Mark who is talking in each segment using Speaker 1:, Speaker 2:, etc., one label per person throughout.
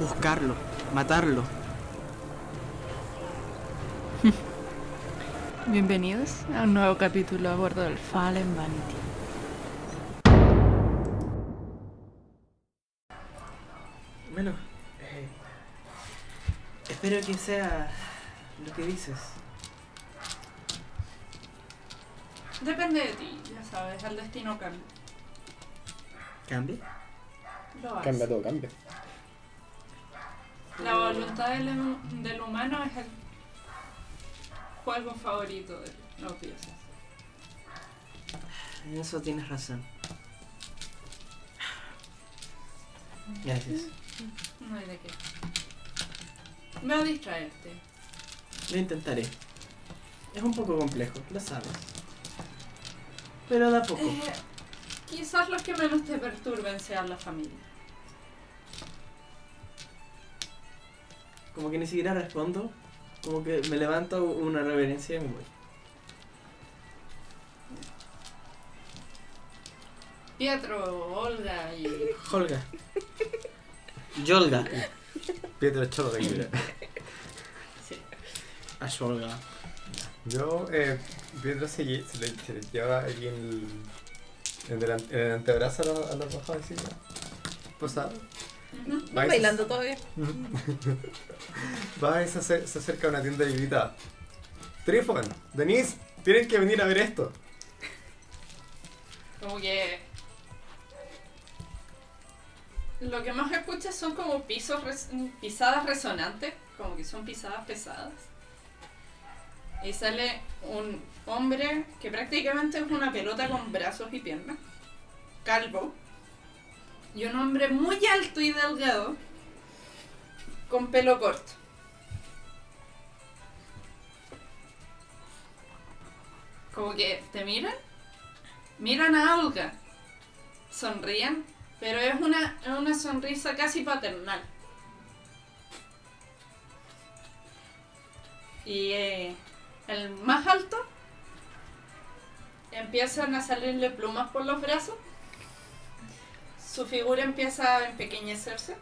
Speaker 1: buscarlo, matarlo.
Speaker 2: Bienvenidos a un nuevo capítulo a bordo del Fallen Vanity.
Speaker 1: Bueno, eh, espero que sea lo que dices.
Speaker 2: Depende de ti, ya sabes, el destino cambia.
Speaker 1: ¿Cambie?
Speaker 2: Lo hace.
Speaker 3: Cambia todo, cambia.
Speaker 2: La voluntad del, hum- del humano es el juego favorito de los dioses.
Speaker 1: En eso tienes razón. Gracias.
Speaker 2: No hay de qué. Me a distraerte.
Speaker 1: Lo intentaré. Es un poco complejo, lo sabes. Pero da poco.
Speaker 2: Eh, quizás los que menos te perturben sean la familia.
Speaker 1: Como que ni siquiera respondo. Como que me levanto una reverencia y me voy.
Speaker 2: Pietro, Olga y...
Speaker 1: Holga. Yolga.
Speaker 3: Pietro Cholo de Quibra.
Speaker 1: A Yolga.
Speaker 3: Yo, eh, Pietro se, lle- se, le, se le lleva aquí en el, en el, ante- en el antebrazo a la, a la roja de Silvia. Posada.
Speaker 2: Ujú.
Speaker 3: Va y se-
Speaker 4: Bailando todavía.
Speaker 3: Va y se, acer- se acerca a una tienda y grita: Trifon, Denise, tienen que venir a ver esto.
Speaker 2: Como que... Lo que más escuchas son como pisos res- pisadas resonantes, como que son pisadas pesadas. Y sale un hombre que prácticamente es una pelota con brazos y piernas, calvo, y un hombre muy alto y delgado, con pelo corto. Como que te miran Miran a Olga. Sonríen, pero es una, es una sonrisa casi paternal. Y eh, el más alto empiezan a salirle plumas por los brazos. Su figura empieza a empequeñecerse.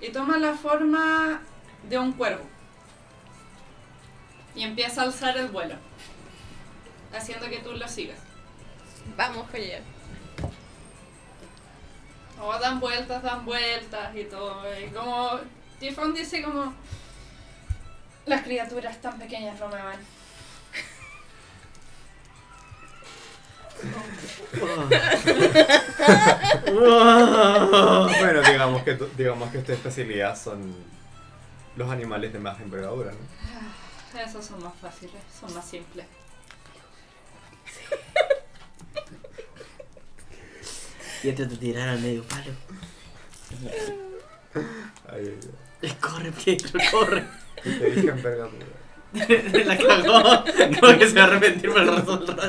Speaker 2: Y toma la forma de un cuervo. Y empieza a alzar el vuelo. Haciendo que tú lo sigas.
Speaker 4: Vamos, Collier.
Speaker 2: O dan vueltas, dan vueltas y todo. Y como Tifón dice como... Las criaturas tan pequeñas no me van.
Speaker 3: Bueno, digamos que, tu- digamos que tu especialidad son los animales de más envergadura, ¿no?
Speaker 2: Esas son más fáciles, son más simples.
Speaker 1: Y
Speaker 5: este
Speaker 1: te te tirar al medio palo.
Speaker 3: Ay, ay,
Speaker 1: Corre, Pietro, corre.
Speaker 3: ay. Te dije envergadura.
Speaker 1: La cagó. Como que se va a arrepentir por el resto del rato.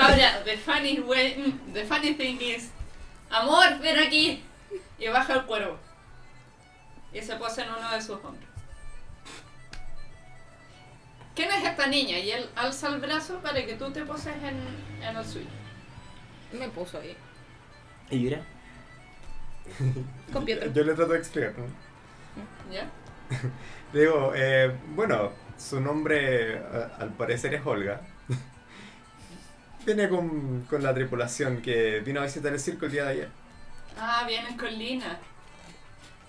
Speaker 2: Ahora, the funny, way- mm, the funny thing is... Amor, ven aquí. Y baja el cuervo. Y se posa en uno de sus hombros. ¿Quién es esta niña? Y él alza el brazo para que tú te poses en, en el suyo.
Speaker 4: Me puso ahí.
Speaker 1: ¿Y Yura?
Speaker 4: Con Pietro.
Speaker 3: Yo le trato de explicar, ¿no?
Speaker 2: ¿Ya?
Speaker 3: Le digo, eh, bueno, su nombre a- al parecer es Olga. Viene con, con la tripulación que vino a visitar el circo el día de ayer.
Speaker 2: Ah, vienes con Lina.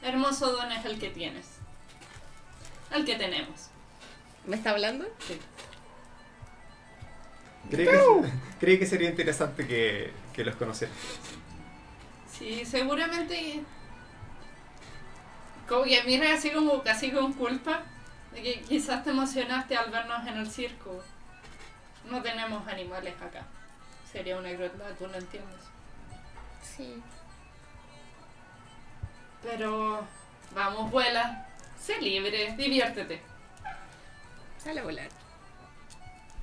Speaker 2: Hermoso don es el que tienes. El que tenemos.
Speaker 4: ¿Me está hablando?
Speaker 3: Creí que, creí que sería interesante que, que los conociera.
Speaker 2: Sí, seguramente. Como que mira así como casi con culpa. De que quizás te emocionaste al vernos en el circo. No tenemos animales acá. Sería una crueldad, tú no entiendes.
Speaker 4: Sí.
Speaker 2: Pero vamos, vuela, sé libre, diviértete.
Speaker 4: Sale a volar.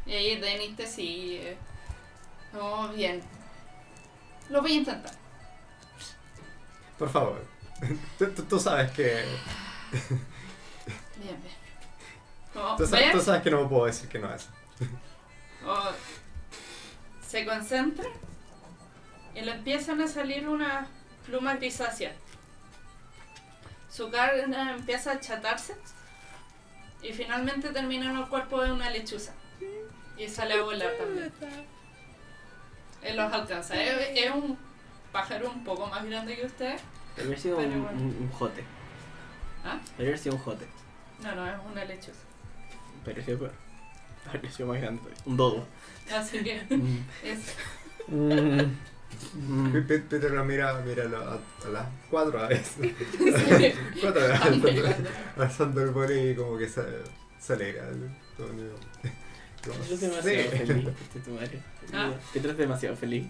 Speaker 2: Y ahí Denis te sigue. No, bien. Lo voy a intentar.
Speaker 6: Por favor. Tú, tú- tú sabes que.
Speaker 2: Bien, bien. Como,
Speaker 6: Tú, sa-
Speaker 2: ¿ves?
Speaker 6: tú sabes que no me puedo decir que no es.
Speaker 2: O- se concentra y le empiezan a salir unas plumas grisáceas. Su carne empieza a achatarse y finalmente termina en el cuerpo de una lechuza. Y sale a volar también. Él los alcanza. Es, es un pájaro un poco más grande que usted.
Speaker 5: Debería haber sido un,
Speaker 2: Pero bueno.
Speaker 5: un- un jote.
Speaker 2: ¿Ah?
Speaker 5: Debería haber sido un jote.
Speaker 2: No, no, es una lechuza.
Speaker 5: Pero es que peor. Debería haber sido más grande. todavía. Un dodo.
Speaker 2: Así que es Mm.
Speaker 6: Pe- pe- Peter lo mira, míralo a, a las cuatro a veces. cuatro a veces. Alzando el boli y como que se, se alegra. Como- como-
Speaker 5: Te traes demasiado
Speaker 6: Sí.
Speaker 5: feliz, este tu madre.
Speaker 2: Ah.
Speaker 5: Te traes demasiado feliz.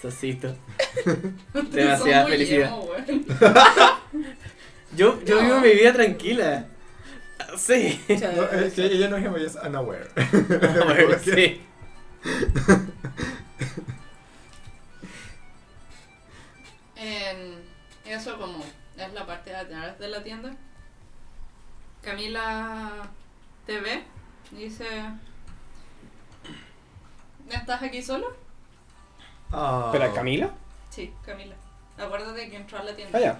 Speaker 5: Sosito.
Speaker 2: Ustedes son
Speaker 5: Demasiada
Speaker 2: muy
Speaker 5: felicidad.
Speaker 2: emo, weón.
Speaker 5: Yo, yo
Speaker 2: No.
Speaker 5: vivo mi vida tranquila. Ah, Sí.
Speaker 6: No, eh, que ella no es emo, ella es unaware.
Speaker 5: Bueno, sí.
Speaker 2: En eso como es la parte de atrás de la tienda. Camila te ve y dice, ¿estás aquí solo?
Speaker 6: Ah.
Speaker 7: ¿Pero Camila?
Speaker 2: Sí, Camila. Acuérdate que entró a la
Speaker 5: Ah,
Speaker 2: tienda.
Speaker 7: Vaya.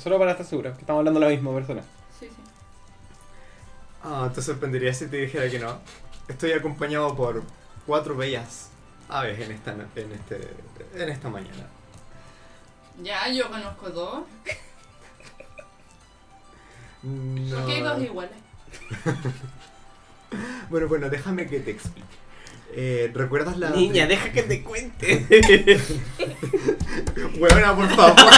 Speaker 7: Solo para estar seguro, que estamos hablando de la misma persona.
Speaker 2: Sí, sí.
Speaker 6: Ah, te sorprendería si te dijera que no. Estoy acompañado por cuatro bellas aves en esta, na- en este, en esta mañana.
Speaker 2: Ya, yo conozco dos.
Speaker 6: No.
Speaker 2: Porque hay dos iguales.
Speaker 6: Bueno, bueno, déjame que te explique. Eh, ¿Recuerdas la...
Speaker 5: Niña, deja que te cuente.
Speaker 6: Huevona, por favor.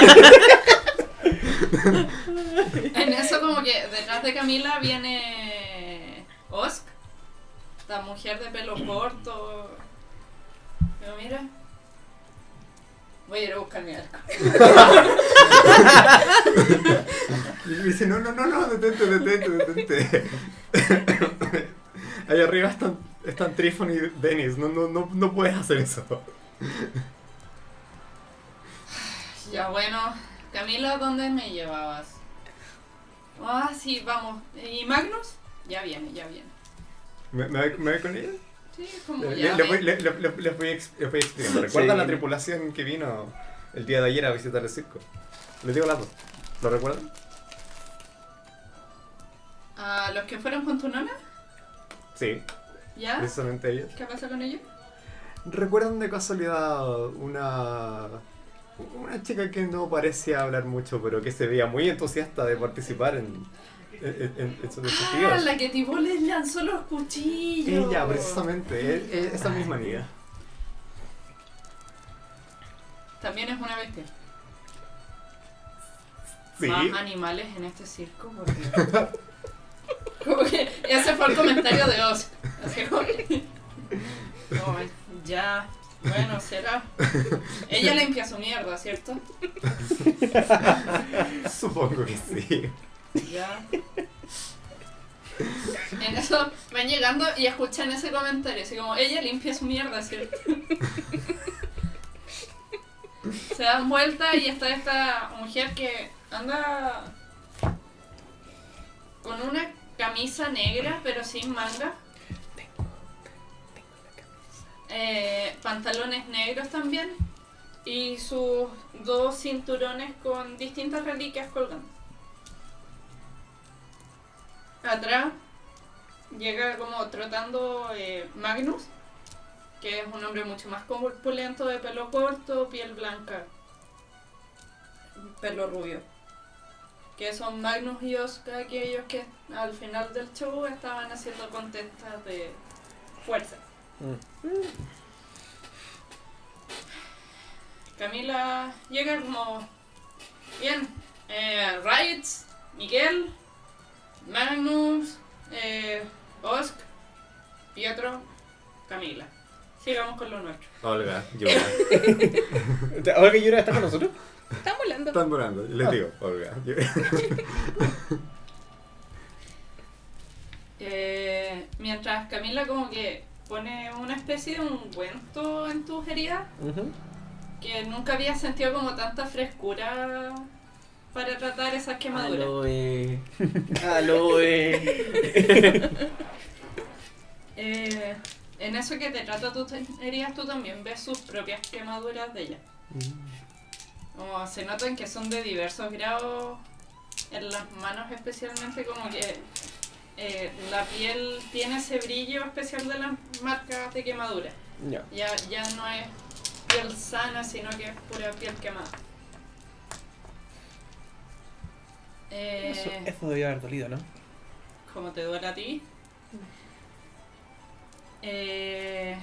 Speaker 2: En eso como que detrás de Camila viene Osk, la mujer de pelo corto. Pero mira, voy a ir a buscar mi arco.
Speaker 6: Y me dice, no, no, no, no, detente, detente, detente. Ahí arriba están, están Trifon y Dennis, no, no, no, no puedes hacer eso.
Speaker 2: Ya bueno, Camila, ¿dónde me llevabas? Ah, sí, vamos. ¿Y Magnus? Ya viene, ya viene.
Speaker 6: ¿Me, me, voy- me voy con ella?
Speaker 2: Sí, como
Speaker 6: Le-
Speaker 2: Mm, ya.
Speaker 6: le- Les voy,
Speaker 2: ven.
Speaker 6: le- le- le- les voy ex- les voy explicando. ¿Recuerdan
Speaker 7: Sí.
Speaker 6: la tripulación que vino el día de ayer a visitar el circo? Les digo las dos. ¿Lo recuerdan?
Speaker 2: Ah, ¿Los que fueron con tu nana?
Speaker 6: Sí,
Speaker 2: ¿Ya?
Speaker 6: precisamente ellos.
Speaker 2: ¿Qué pasa con ellos?
Speaker 6: ¿Recuerdan de casualidad una. una chica que no parecía hablar mucho, pero que se veía muy entusiasta de participar en. en, en- en sus
Speaker 2: Ah,
Speaker 6: desafíos?
Speaker 2: la que Tibú les lanzó los cuchillos.
Speaker 6: Ella, precisamente, e- e- esa misma niña.
Speaker 2: También es una bestia.
Speaker 6: Sí.
Speaker 2: Más animales en este circo, por Dios. Como que ese fue el comentario de Oz. Así como que- como, ya, bueno, será. Ella limpia su mierda, ¿cierto?
Speaker 6: Supongo que sí.
Speaker 2: Ya. En eso van llegando y escuchan ese comentario, así como, ella limpia su mierda, ¿cierto? Se dan vuelta y está esta mujer que anda con una camisa negra pero sin manga. Eh, pantalones negros también y sus dos cinturones con distintas reliquias colgando. Atrás llega como trotando eh, Magnus, que es un hombre mucho más corpulento, de pelo corto, piel blanca, pelo rubio. Que son Magnus y Oscar, aquellos que al final del show estaban haciendo contestas de fuerza. Camila llega como... Bien, eh, Riots, Miguel, Magnus, eh, Osk, Pietro, Camila. Sigamos con lo nuestro.
Speaker 6: Olga, Yura.
Speaker 8: Olga Yura está con nosotros.
Speaker 4: Están volando.
Speaker 6: Están volando. Les digo, Olga, Yura.
Speaker 2: Eh, mientras Camila como que pone una especie de ungüento en tus heridas,
Speaker 8: Ujú.
Speaker 2: que nunca había sentido como tanta frescura para tratar esas quemaduras.
Speaker 1: Aloe. Aloe.
Speaker 2: Eh, en eso que te trata tus te- heridas, tú también ves sus propias quemaduras de ella. Como se notan que son de diversos grados, en las manos especialmente, como que eh, la piel tiene ese brillo especial de las marcas de quemadura.
Speaker 8: Ya.
Speaker 2: Ya, ya no es piel sana, sino que es pura piel quemada.
Speaker 8: Eso,
Speaker 2: Eh,
Speaker 8: eso debió haber dolido, ¿no?
Speaker 2: como te duele a ti. Eh,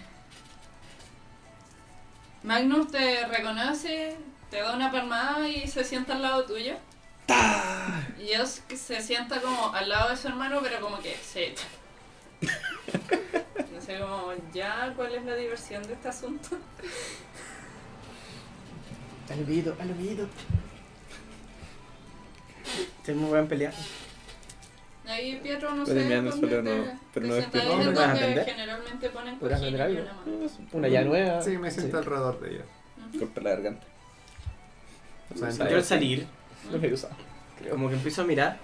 Speaker 2: Magnus te reconoce, te da una palmada y se sienta al lado tuyo. Y Oz que se sienta como al lado de su hermano, pero como que se echa. No sé como, ya, ¿cuál es la diversión de este asunto?
Speaker 1: Al oído, al oído. Ustedes me van a pelear.
Speaker 2: Ahí Pietro no
Speaker 8: Pueden
Speaker 2: sé
Speaker 8: mirarnos
Speaker 2: dónde
Speaker 8: solo,
Speaker 2: te-
Speaker 8: no- pero no
Speaker 2: te
Speaker 8: despierta.
Speaker 2: sentáis en
Speaker 1: ¿No me vas a
Speaker 2: donde
Speaker 1: atender?
Speaker 2: generalmente ponen
Speaker 8: ¿Podrás
Speaker 2: cojín
Speaker 8: vender
Speaker 2: y
Speaker 8: algo?
Speaker 2: una mano.
Speaker 8: Una ya nueva.
Speaker 6: Sí, me siento alrededor de ella.
Speaker 2: Ujú.
Speaker 8: Corta la garganta.
Speaker 6: O sea,
Speaker 8: Sí.
Speaker 1: Yo al salir,
Speaker 8: Los he usado.
Speaker 1: como que empiezo a mirar.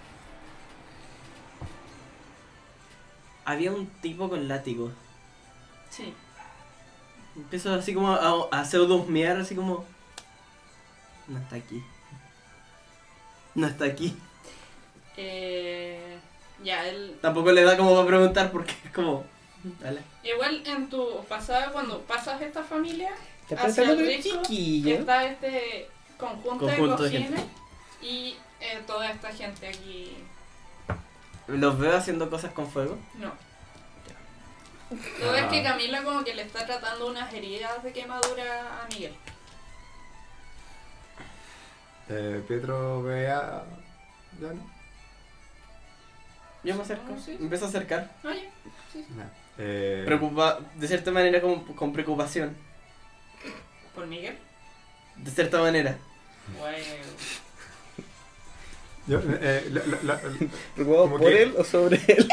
Speaker 1: Había un tipo con látigo.
Speaker 2: Sí.
Speaker 1: Empiezo así como a, a pseudo husmear, así como. No está aquí. No está aquí.
Speaker 2: Eh, ya, él.
Speaker 1: Tampoco le da como para preguntar porque es como. Dale.
Speaker 2: Igual en tu pasada, cuando pasas esta familia,
Speaker 8: ¿Te
Speaker 2: Hacia
Speaker 8: pensando
Speaker 2: el
Speaker 8: que
Speaker 2: rico,
Speaker 8: chiquillo?
Speaker 2: está este conjunto,
Speaker 1: Conjunto
Speaker 2: de
Speaker 1: de
Speaker 2: cojines y eh, toda esta gente aquí.
Speaker 1: Los veo haciendo cosas con fuego.
Speaker 2: No. Tú ves
Speaker 1: Ah.
Speaker 2: que Camila como que le está tratando unas heridas de quemadura a Miguel.
Speaker 6: Eh, Pietro ve a. ¿Ya no?
Speaker 1: Yo me acerco.
Speaker 2: Ah, sí.
Speaker 1: me Empiezo a acercar.
Speaker 2: Oye,
Speaker 6: No. Eh,
Speaker 1: Preocupa de cierta manera, como con preocupación.
Speaker 2: por Miguel.
Speaker 1: De cierta manera.
Speaker 2: Bueno.
Speaker 6: yo, eh, la- la- la-
Speaker 8: ¿Preocupado
Speaker 6: Como
Speaker 8: por
Speaker 6: que-
Speaker 8: él o sobre él?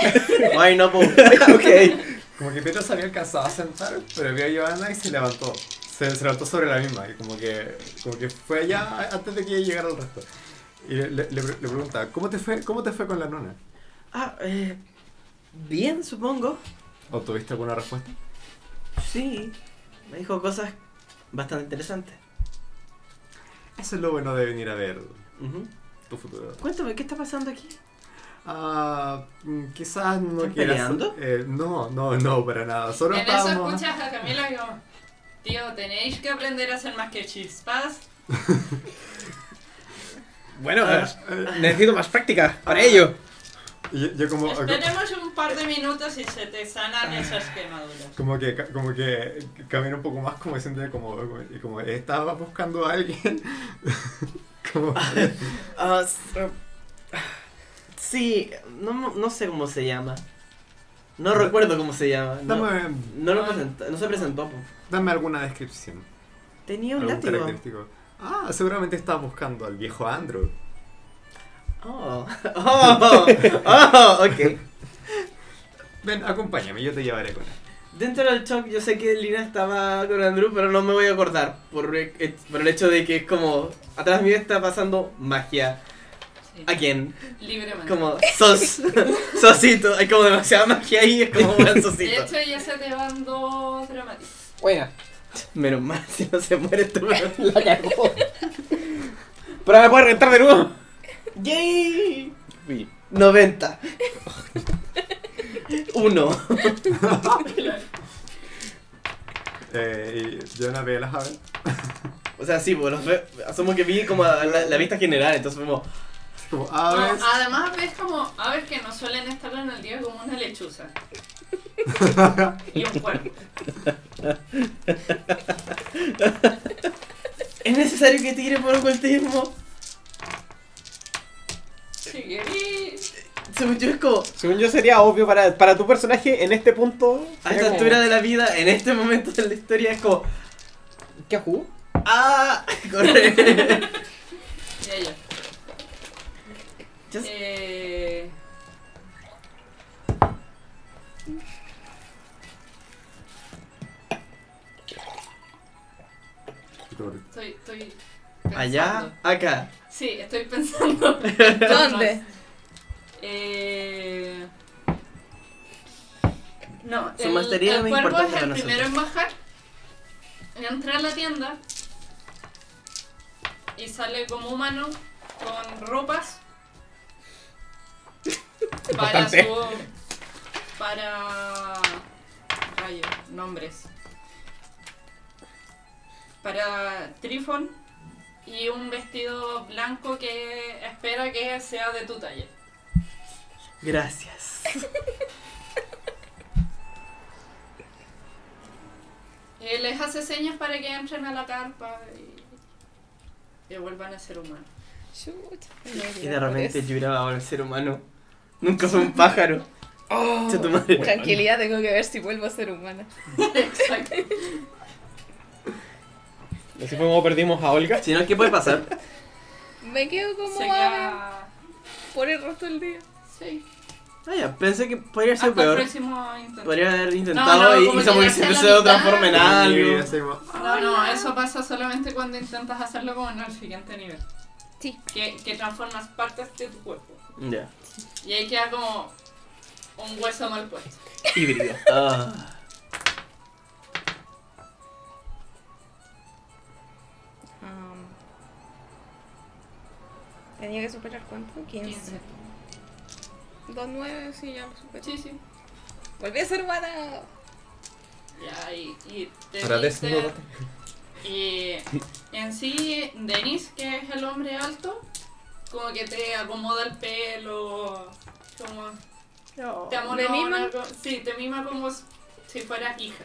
Speaker 1: Ay, no, po.
Speaker 8: ok.
Speaker 6: como que Pietro se había alcanzado a sentar, pero vio a Giovanna y se levantó. Se, se levantó sobre la misma y como que, como que fue allá a- antes de que llegara el resto. Y le, le- le pre- le pregunta, ¿cómo te, fue, ¿cómo te fue con la nona?
Speaker 1: Ah, eh. Bien, supongo.
Speaker 6: ¿O tuviste alguna respuesta?
Speaker 1: Sí. Me dijo cosas bastante interesantes.
Speaker 6: Eso es lo bueno de venir a ver
Speaker 1: Ujú.
Speaker 6: tu futuro.
Speaker 1: Cuéntame, ¿qué está pasando aquí?
Speaker 6: Ah, mm, quizás no
Speaker 1: ¿Están
Speaker 6: quieras...
Speaker 1: peleando?
Speaker 6: eh, no, no, no, para nada. Solo
Speaker 2: En eso
Speaker 6: estábamos...
Speaker 2: escuchas a Camila y como, tío, tenéis que aprender a hacer más que chispas.
Speaker 8: Bueno,
Speaker 6: Ah,
Speaker 8: eh, necesito más práctica para ello.
Speaker 6: Yo, yo como...
Speaker 2: Esperemos un par de minutos y se te sanan esas quemaduras.
Speaker 6: Como que, ca- como que camina un poco más como diciendo como, como, como estaba buscando a alguien. como,
Speaker 1: Ah, s- eh, sí, no, mo- no sé cómo se llama. No recuerdo cómo se llama. No,
Speaker 6: dame,
Speaker 1: no lo presenta- no se presentó. po.
Speaker 6: dame alguna descripción.
Speaker 1: Tenía un
Speaker 6: Algún
Speaker 1: látigo.
Speaker 6: característico. Ah, seguramente estaba buscando al viejo Andrew.
Speaker 1: Oh, oh, oh, ok.
Speaker 6: Ven, acompáñame, yo te llevaré con él.
Speaker 1: Dentro del shock yo sé que Lina estaba con Andrew, pero no me voy a acordar por, e- e- por el hecho de que es como, atrás mío está pasando magia.
Speaker 2: Sí.
Speaker 1: ¿A quién?
Speaker 2: Libremente.
Speaker 1: Como, sos, sosito, hay como demasiada magia ahí, es como buen
Speaker 2: De
Speaker 1: sosito.
Speaker 2: hecho, ya se te van dos dramáticos.
Speaker 8: Buena.
Speaker 1: Menos mal, si no se muere tú.
Speaker 8: La cagó. Pero me puede rentar de nuevo.
Speaker 1: ¡Yay!
Speaker 8: Uy.
Speaker 1: 90. Uno.
Speaker 6: Eh, y yo no veo las aves.
Speaker 1: O sea, sí, pues los ve- asumo que vi como a la, la vista general, entonces fue como,
Speaker 6: Como
Speaker 2: No,
Speaker 6: aves.
Speaker 1: Ah,
Speaker 2: además, ves como aves que no suelen estar en el día como una lechuza. y un cuerpo.
Speaker 1: ¿es necesario que tire por ocultismo?
Speaker 2: Sí, y-
Speaker 1: Sí, Según yo es como,
Speaker 8: Según yo sería obvio para, para tu personaje en este punto.
Speaker 1: a
Speaker 8: sería
Speaker 1: esta
Speaker 8: como,
Speaker 1: altura de la vida, en este momento de la historia, es como,
Speaker 8: ¿Qué jugo?
Speaker 1: ¡ah! Corre.
Speaker 2: Ya, ya.
Speaker 1: Just-
Speaker 2: Eh...
Speaker 1: ah.
Speaker 2: Estoy, estoy pensando.
Speaker 1: Allá, acá.
Speaker 2: Sí, estoy pensando.
Speaker 4: ¿Dónde?
Speaker 2: Eh... No,
Speaker 1: Su
Speaker 2: el,
Speaker 1: material
Speaker 2: el
Speaker 1: es
Speaker 2: cuervo
Speaker 1: importante
Speaker 2: es el
Speaker 1: para
Speaker 2: primero en bajar. Entra a la tienda y sale como humano con ropas para
Speaker 9: Bastante.
Speaker 2: su para rayos, nombres para Trifon y un vestido blanco que espera que sea de tu talla.
Speaker 1: Gracias.
Speaker 2: Eh, les hace señas para que entren a la carpa y, y vuelvan a ser humanos.
Speaker 4: Shoot.
Speaker 1: Y de repente lloraba ahora el ser humano. Nunca fue un pájaro. Che tu madre.
Speaker 4: Tranquilidad, tengo que ver si vuelvo a ser humana.
Speaker 2: Exacto.
Speaker 8: Así fue como perdimos a Olga.
Speaker 1: Si no, ¿qué puede pasar?
Speaker 4: Me quedo como
Speaker 2: Se
Speaker 4: ave
Speaker 2: queda...
Speaker 4: por el resto del día.
Speaker 2: Sí.
Speaker 1: Ah, ya, pensé que podría
Speaker 2: Hasta
Speaker 1: ser
Speaker 2: el
Speaker 1: peor.
Speaker 2: próximo intento.
Speaker 1: Podría haber intentado
Speaker 2: Ah, No, no,
Speaker 1: y-
Speaker 2: como
Speaker 1: y, como que
Speaker 2: llegaste
Speaker 1: se
Speaker 2: a la
Speaker 1: se
Speaker 2: mitad.
Speaker 1: transforma en algo.
Speaker 2: No, no, eso pasa solamente cuando intentas hacerlo como en el siguiente nivel.
Speaker 4: Sí.
Speaker 2: Que, que transformas partes de tu cuerpo.
Speaker 1: Ya.
Speaker 2: Y ahí queda como un hueso mal puesto.
Speaker 9: Híbrido.
Speaker 1: Ah.
Speaker 4: Um, tenía que superar cuánto? 15.
Speaker 2: 15.
Speaker 4: 2, 9, sí, ya lo superé.
Speaker 2: Sí, sí.
Speaker 4: Volví a ser humana.
Speaker 2: Ya, y, y te
Speaker 6: Ahora
Speaker 2: dice-
Speaker 6: desnúdate.
Speaker 2: Y en sí, Denis, que es el hombre alto, como que te acomoda el pelo, como te amolona,
Speaker 4: ¿Me miman?
Speaker 2: algo- sí, te mima como si fueras hija.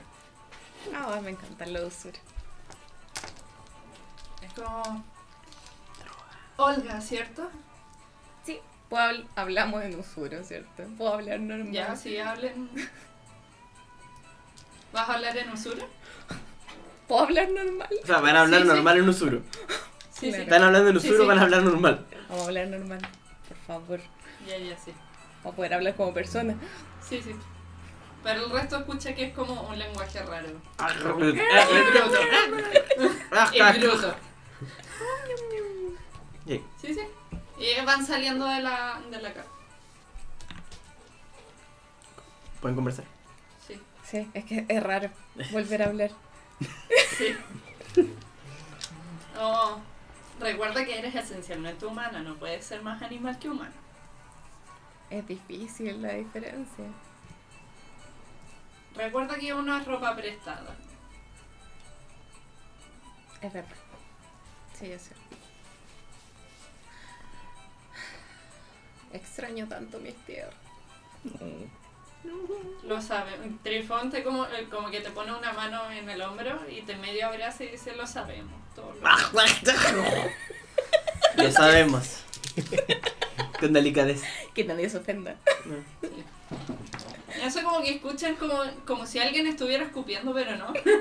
Speaker 4: Ah, me encantan los dulzura.
Speaker 2: Es como Olga, ¿cierto?
Speaker 4: Sí, puedo habl- hablamos en usuro, ¿cierto? Puedo hablar normal.
Speaker 2: Ya, si hablen. ¿Vas a hablar en usura?
Speaker 4: ¿Puedo hablar normal?
Speaker 1: O sea, van a hablar
Speaker 2: Sí, sí.
Speaker 1: normal en Usuro.
Speaker 2: Sí, sí.
Speaker 1: Están hablando en
Speaker 2: Sí,
Speaker 1: Usuro,
Speaker 2: sí.
Speaker 1: van a hablar normal.
Speaker 4: Vamos a hablar normal, por favor.
Speaker 2: Ya, ya, sí.
Speaker 4: Para poder hablar como persona.
Speaker 2: Sí, sí. Pero el resto escucha que es como un lenguaje raro. Y bruto. Y bruto.
Speaker 1: Sí.
Speaker 2: Sí, sí. Y van saliendo de la, de la casa.
Speaker 1: Pueden conversar.
Speaker 2: Sí.
Speaker 4: Sí, es que es raro volver a hablar.
Speaker 2: Oh, recuerda que eres esencialmente humana, no puedes ser más animal que humano.
Speaker 4: Es difícil la diferencia.
Speaker 2: Recuerda que uno es ropa prestada.
Speaker 4: Es verdad. Sí, yo sé. Extraño tanto mis tierras.
Speaker 2: Lo sabe. Trifón te como, eh, como que te pone una mano en el hombro y te medio abraza y dice, lo sabemos. todo
Speaker 4: Ah.
Speaker 2: lo-
Speaker 1: Lo sabemos. Con delicadeza.
Speaker 4: Que nadie se ofenda.
Speaker 2: Y Eso como que escuchan como, como si alguien estuviera escupiendo, pero no.
Speaker 4: Ese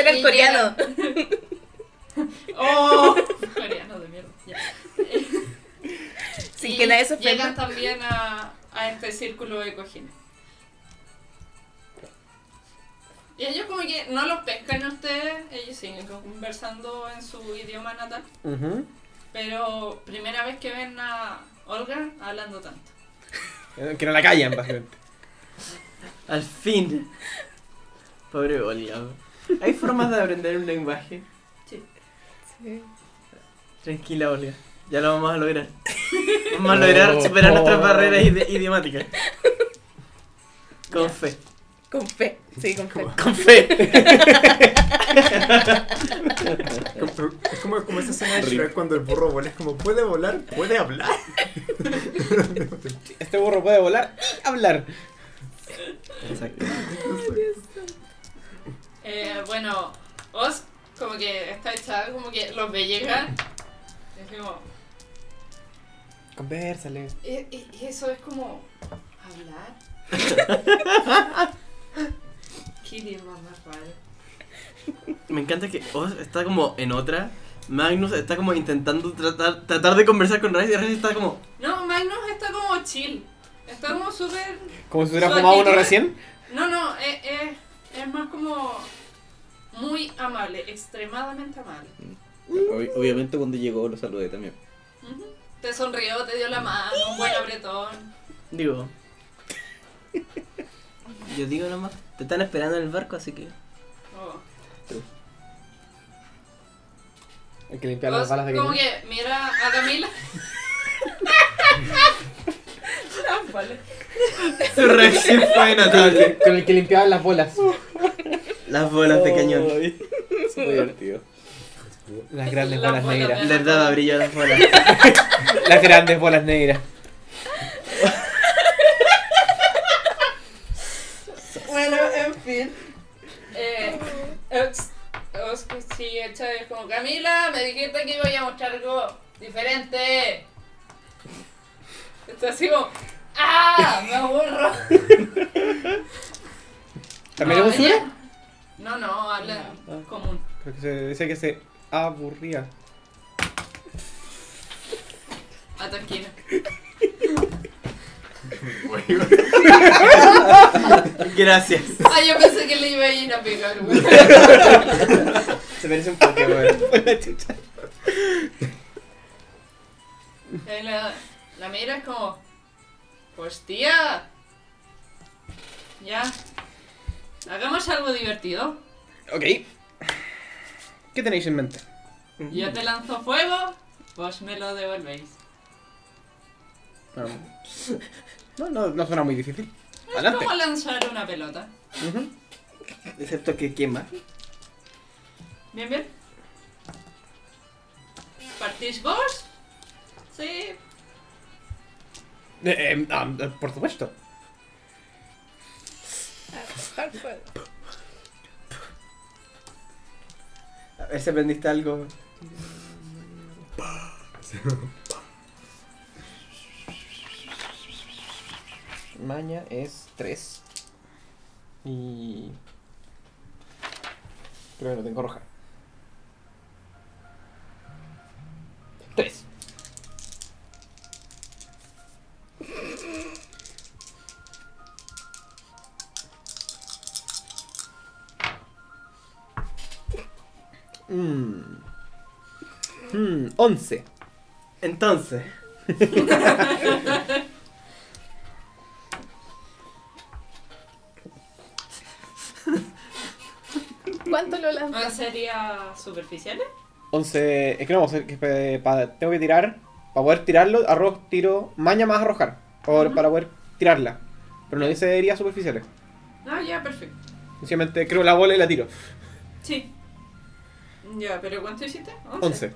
Speaker 4: era
Speaker 2: Y-
Speaker 4: el
Speaker 2: y
Speaker 4: coreano.
Speaker 2: ¡Oh! Coreano de mierda. Ya.
Speaker 4: Sin
Speaker 2: Y
Speaker 4: que nadie se
Speaker 2: Llegan
Speaker 4: ofenda.
Speaker 2: también a, a este círculo de cojines. Y ellos como que no los pescan a ustedes, ellos siguen conversando en su idioma natal,
Speaker 8: Ujú.
Speaker 2: pero primera vez que ven a Olga hablando tanto.
Speaker 8: Eh, Que no la callan, básicamente.
Speaker 1: Al fin. Pobre Olga. Hay formas de aprender un lenguaje.
Speaker 4: Sí.
Speaker 1: Tranquila, Olga. Ya lo vamos a lograr. Vamos a lograr superar nuestras barreras ide- idiomáticas. Con fe.
Speaker 4: Con fe. Sí, con fe.
Speaker 1: Con fe.
Speaker 6: Como- Es como, como esa escena de Shrek cuando el burro vuela, es como, ¿puede volar? ¿Puede hablar?
Speaker 8: Este burro puede volar y hablar.
Speaker 1: Exacto.
Speaker 2: Eh, bueno, Oz como que está echada, como que los ve llegar. Es como...
Speaker 8: Conversale.
Speaker 2: E- e- y eso es como hablar. Qué idioma más raro.
Speaker 1: Me encanta que Oz está como en otra. Magnus está como intentando tratar, tratar de conversar con Rice y Rice está como.
Speaker 2: No, Magnus está como chill. Está como súper.
Speaker 8: Como si hubiera
Speaker 2: Su
Speaker 8: fumado uno
Speaker 2: actitud-
Speaker 8: recién.
Speaker 2: No, no, es, es, es más como. Muy amable, extremadamente amable.
Speaker 10: Ob- obviamente cuando llegó lo saludé también.
Speaker 2: Ujú. Te sonrió, te dio la mano, un buen apretón.
Speaker 11: Digo. Yo digo nomás. Te están esperando en el barco, así que.
Speaker 2: Oh.
Speaker 8: Hay que limpiar las
Speaker 2: Vos
Speaker 8: balas de
Speaker 2: como
Speaker 8: aquí.
Speaker 2: que mira a Camila. Las balas.
Speaker 1: Su reacción fue notable.
Speaker 8: Con el que limpiaban las bolas.
Speaker 11: Las bolas de cañón.
Speaker 10: Ay, Es muy divertido.
Speaker 8: Las grandes
Speaker 2: Las
Speaker 8: bolas
Speaker 2: bolas
Speaker 8: negras.
Speaker 2: negras.
Speaker 11: Les daba brillo a las bolas.
Speaker 8: Las grandes bolas negras.
Speaker 2: Bueno, en fin. Eh, Ox- Ox- sí, Chávez, como Camila, me dijiste que iba a mostrar algo diferente. Está así como, ¡ah! Me aburro.
Speaker 8: ¿También le
Speaker 2: No,
Speaker 8: gustó?
Speaker 2: ella- No, no, habla común.
Speaker 8: Creo que se decía que se aburría.
Speaker 2: A tu esquina.
Speaker 1: Gracias.
Speaker 2: Ah, yo pensé que le iba a ir a pegar, güey.
Speaker 8: Se merece un Pokémon.
Speaker 2: Ahí La, la mira es como, ¡hostia! Ya. Hagamos algo divertido.
Speaker 8: ok. ¿Qué tenéis en mente?
Speaker 2: Yo te lanzo fuego, vos me lo devolvéis.
Speaker 8: Ah, No, no, no suena muy difícil.
Speaker 2: Es
Speaker 8: Adelante.
Speaker 2: como lanzar una pelota.
Speaker 8: Ujú.
Speaker 11: Excepto que quema.
Speaker 2: Bien, bien. ¿Partís vos? Sí.
Speaker 8: Eh, eh, ah, eh, por supuesto. A ver si aprendiste algo.
Speaker 11: Maña es 3.
Speaker 8: Y.
Speaker 11: Creo que no tengo roja. 3.
Speaker 8: Mmm.
Speaker 11: Mm.
Speaker 8: Mmm, 11.
Speaker 1: Entonces,
Speaker 4: ¿Cuánto lo lanzó?
Speaker 2: ¿No sería superficial?
Speaker 8: 11. Es que no, vamos a hacer que eh, pa- tengo que tirar. Para poder tirarlo, arroz, tiro. Maña más arrojar. o Para poder tirarla. Pero no dice heridas superficiales.
Speaker 2: No, Ah, ya, perfecto.
Speaker 8: Sencillamente creo la bola y la tiro.
Speaker 2: Sí. Ya, pero ¿cuánto hiciste?
Speaker 8: 11.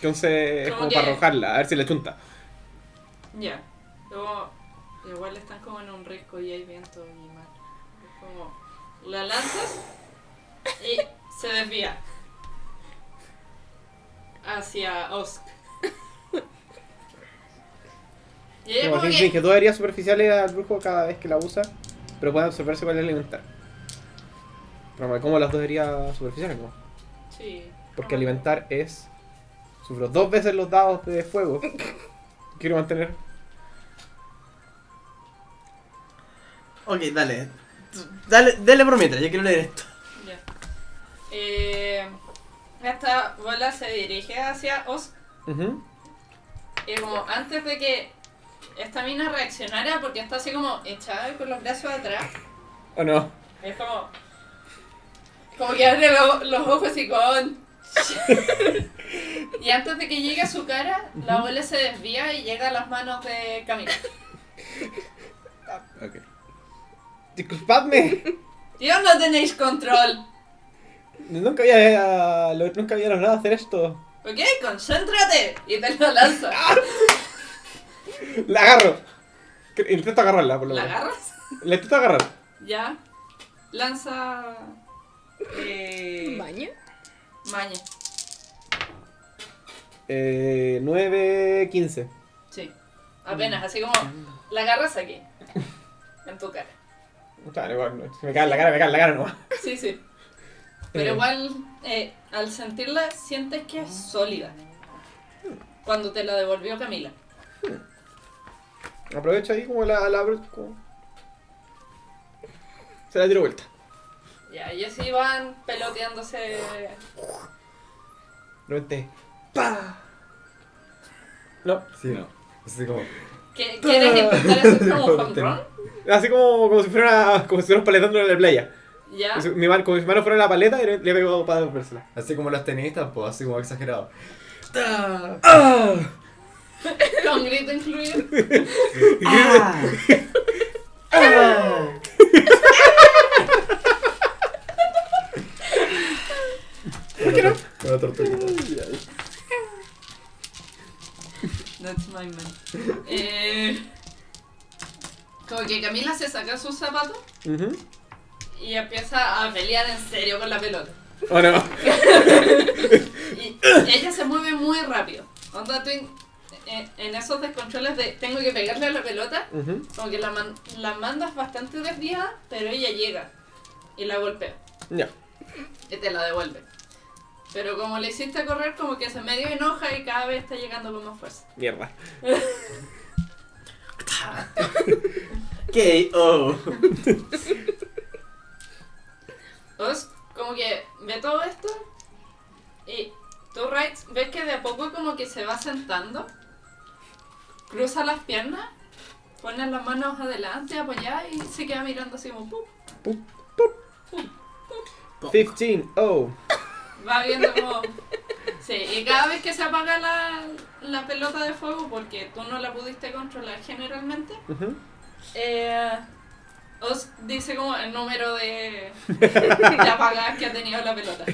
Speaker 8: Que 11 es
Speaker 2: Como
Speaker 8: como
Speaker 2: que-
Speaker 8: para arrojarla, a ver si le chunta.
Speaker 2: Ya. Luego, igual están como en un risco y hay viento y mal. Es como, la lanzas y se desvía. Hacia Osk. Y ella
Speaker 8: Como
Speaker 2: como
Speaker 8: que
Speaker 2: que,
Speaker 8: inflige dos heridas superficiales al brujo cada vez que la usa, pero puede absorberse para alimentar. Pero me como las dos heridas superficiales, ¿no?
Speaker 2: Sí.
Speaker 8: Porque alimentar es. Sufro dos veces los dados de fuego. Quiero mantener.
Speaker 1: ok, dale. Dale, dale por mientras, yo quiero leer esto.
Speaker 2: Ya. Eh, esta bola se dirige hacia Osk.
Speaker 8: Ujú.
Speaker 2: Y como antes de que esta mina reaccionara, porque está así como echada con los brazos atrás,
Speaker 8: ¿O no?
Speaker 2: es como. Como que abre lo- los ojos y con. y antes de que llegue a su cara, la bola se desvía y llega a las manos de Camila.
Speaker 10: Ok.
Speaker 8: Disculpadme.
Speaker 2: Dios, no tenéis control.
Speaker 8: Nunca había, ah, lo- nunca había logrado hacer esto.
Speaker 2: ¿Ok? Concéntrate y te lo lanza.
Speaker 8: Ah. La agarro. Que- Intento agarrarla, por lo
Speaker 2: ¿La
Speaker 8: menos.
Speaker 2: agarras?
Speaker 8: La intento agarrar.
Speaker 2: Ya. Lanza. Eh,
Speaker 4: ¿Maña?
Speaker 2: maña.
Speaker 8: Eh, 9, 15.
Speaker 2: Sí. Apenas, así como la agarras aquí. En tu cara.
Speaker 7: Claro, igual, no, si me cae en la cara, me cae en la cara nomás.
Speaker 2: Sí, sí. Pero
Speaker 7: Eh.
Speaker 2: igual, eh, al sentirla, sientes que es sólida. Cuando te la devolvió Camila.
Speaker 7: Aprovecho ahí como la, la abro, como- Se la tiro vuelta.
Speaker 2: Ya, ellos iban peloteándose.
Speaker 7: Lo vente. ¡Pah! No.
Speaker 6: Sí, no. Así como.
Speaker 2: ¿Qué- ¿Quieres intentar hacer como home run?
Speaker 7: Así como, como si fuera una- como si fuéramos paletando en la playa.
Speaker 1: Ah.
Speaker 2: Ya.
Speaker 7: Como si- Mi mano, como si mi mano fuera la paleta y le, le pego para devolvérsela.
Speaker 6: Así como los tenistas, pues, así como exagerado.
Speaker 2: Con grito incluido.
Speaker 6: Con la tortuguita.
Speaker 2: That's my man. Eh, como que Camila se saca sus zapatos
Speaker 7: Ujú.
Speaker 2: y empieza a pelear en serio con la pelota.
Speaker 7: ¿O no?
Speaker 2: Y ella se mueve muy rápido. Onda, tú en, en- en esos descontroles de tengo que pegarle a la pelota,
Speaker 7: Ujú.
Speaker 2: como que la, man- la mandas bastante desviada, pero ella llega y la golpea
Speaker 7: Ya.
Speaker 2: y te la devuelve. Pero como le hiciste correr, como que se medio enoja y cada vez está llegando con más fuerza.
Speaker 7: Mierda.
Speaker 5: K.O.
Speaker 2: Entonces, como que ve todo esto y tú, Wright, ves que de a poco como que se va sentando, cruza las piernas, pone las manos adelante, apoyada y se queda mirando así como ¡pum!
Speaker 7: 15, oh.
Speaker 2: Va viendo como... Sí, y cada vez que se apaga la, la pelota de fuego, porque tú no la pudiste controlar generalmente,
Speaker 7: Ujú.
Speaker 2: eh, os dice como el número de, de apagadas que ha tenido la pelota.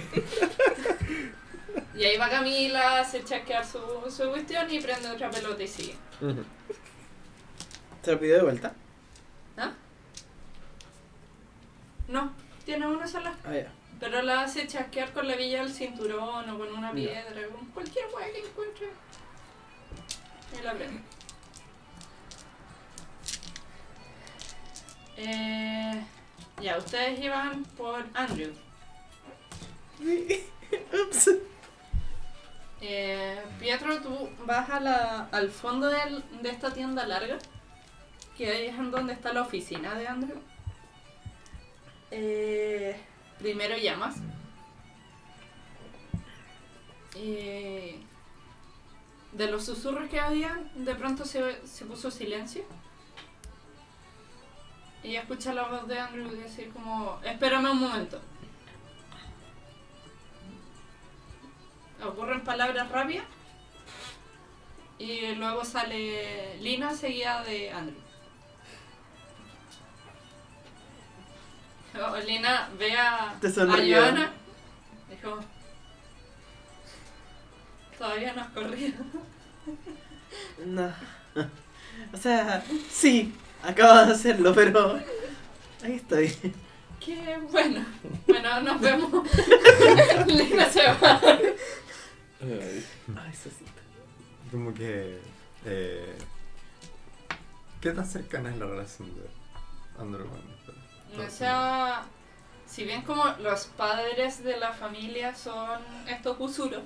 Speaker 2: Y ahí va Camila, se chasquea su, su cuestión y prende otra pelota y sigue.
Speaker 7: Ujú.
Speaker 1: ¿Te lo pidió de vuelta?
Speaker 2: ¿Ah? No, tiene una sola.
Speaker 1: Ah, ya.
Speaker 2: Pero la hace chasquear con la villa del cinturón o con una piedra, con cualquier hueá que encuentre. Y la prende. Eh, ya, ustedes iban por Andrew. Eh, Pietro, tú vas a la- al fondo del- de esta tienda larga, que ahí es en donde está la oficina de Andrew. Eh, primero llamas. Eh, de los susurros que había, de pronto se, se puso silencio. Y escucha la voz de Andrew decir como, espérame un momento. Ocurren palabras rápidas. Y luego sale Lina seguida de Andrew. Oh, Lina ve a,
Speaker 5: Te
Speaker 2: a
Speaker 5: sonrió.
Speaker 2: Johanna. Dijo, todavía no has corrido.
Speaker 1: No.
Speaker 5: O sea, sí, acabo de hacerlo, pero. Ahí estoy.
Speaker 2: Qué bueno. Bueno, nos vemos. Lina se va.
Speaker 7: Eh,
Speaker 5: Ay, Sosito.
Speaker 6: Como que. Eh, ¿Qué tan cercana es la relación de Andrew con
Speaker 2: O sea, si bien como los padres de la familia son estos usuros,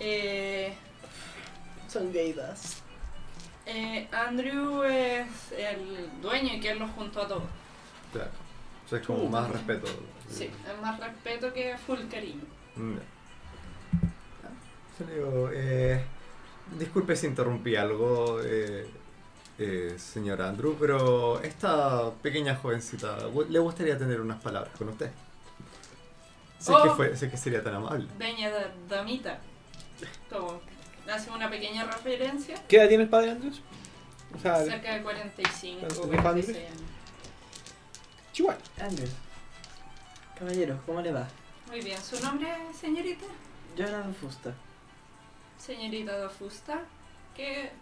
Speaker 2: eh,
Speaker 1: Son gaydas.
Speaker 2: eh, Andrew es el dueño y que él los juntó a todos.
Speaker 6: Claro. O sea, es como más respeto.
Speaker 2: Uh. Sí, es más respeto que full cariño.
Speaker 6: Mm, ya. Ah, Yo le digo, eh, disculpe si interrumpí algo, eh, eh, señor Andrew, pero esta pequeña jovencita gu- le gustaría tener unas palabras con usted. Sé, que,
Speaker 2: Oh.
Speaker 6: fue, sé que sería tan amable.
Speaker 2: Peña da- damita. Como hace una pequeña referencia,
Speaker 7: ¿Qué edad tiene el padre Andrews? O sea,
Speaker 2: cerca de 45
Speaker 7: ¿Los
Speaker 2: o 46
Speaker 7: Andrews?
Speaker 2: años.
Speaker 7: Chihuahua.
Speaker 5: Andrew. Caballero, ¿cómo le va?
Speaker 2: Muy bien, ¿su nombre, señorita?
Speaker 5: Yo era de Fusta.
Speaker 2: Señorita da Fusta, ¿qué,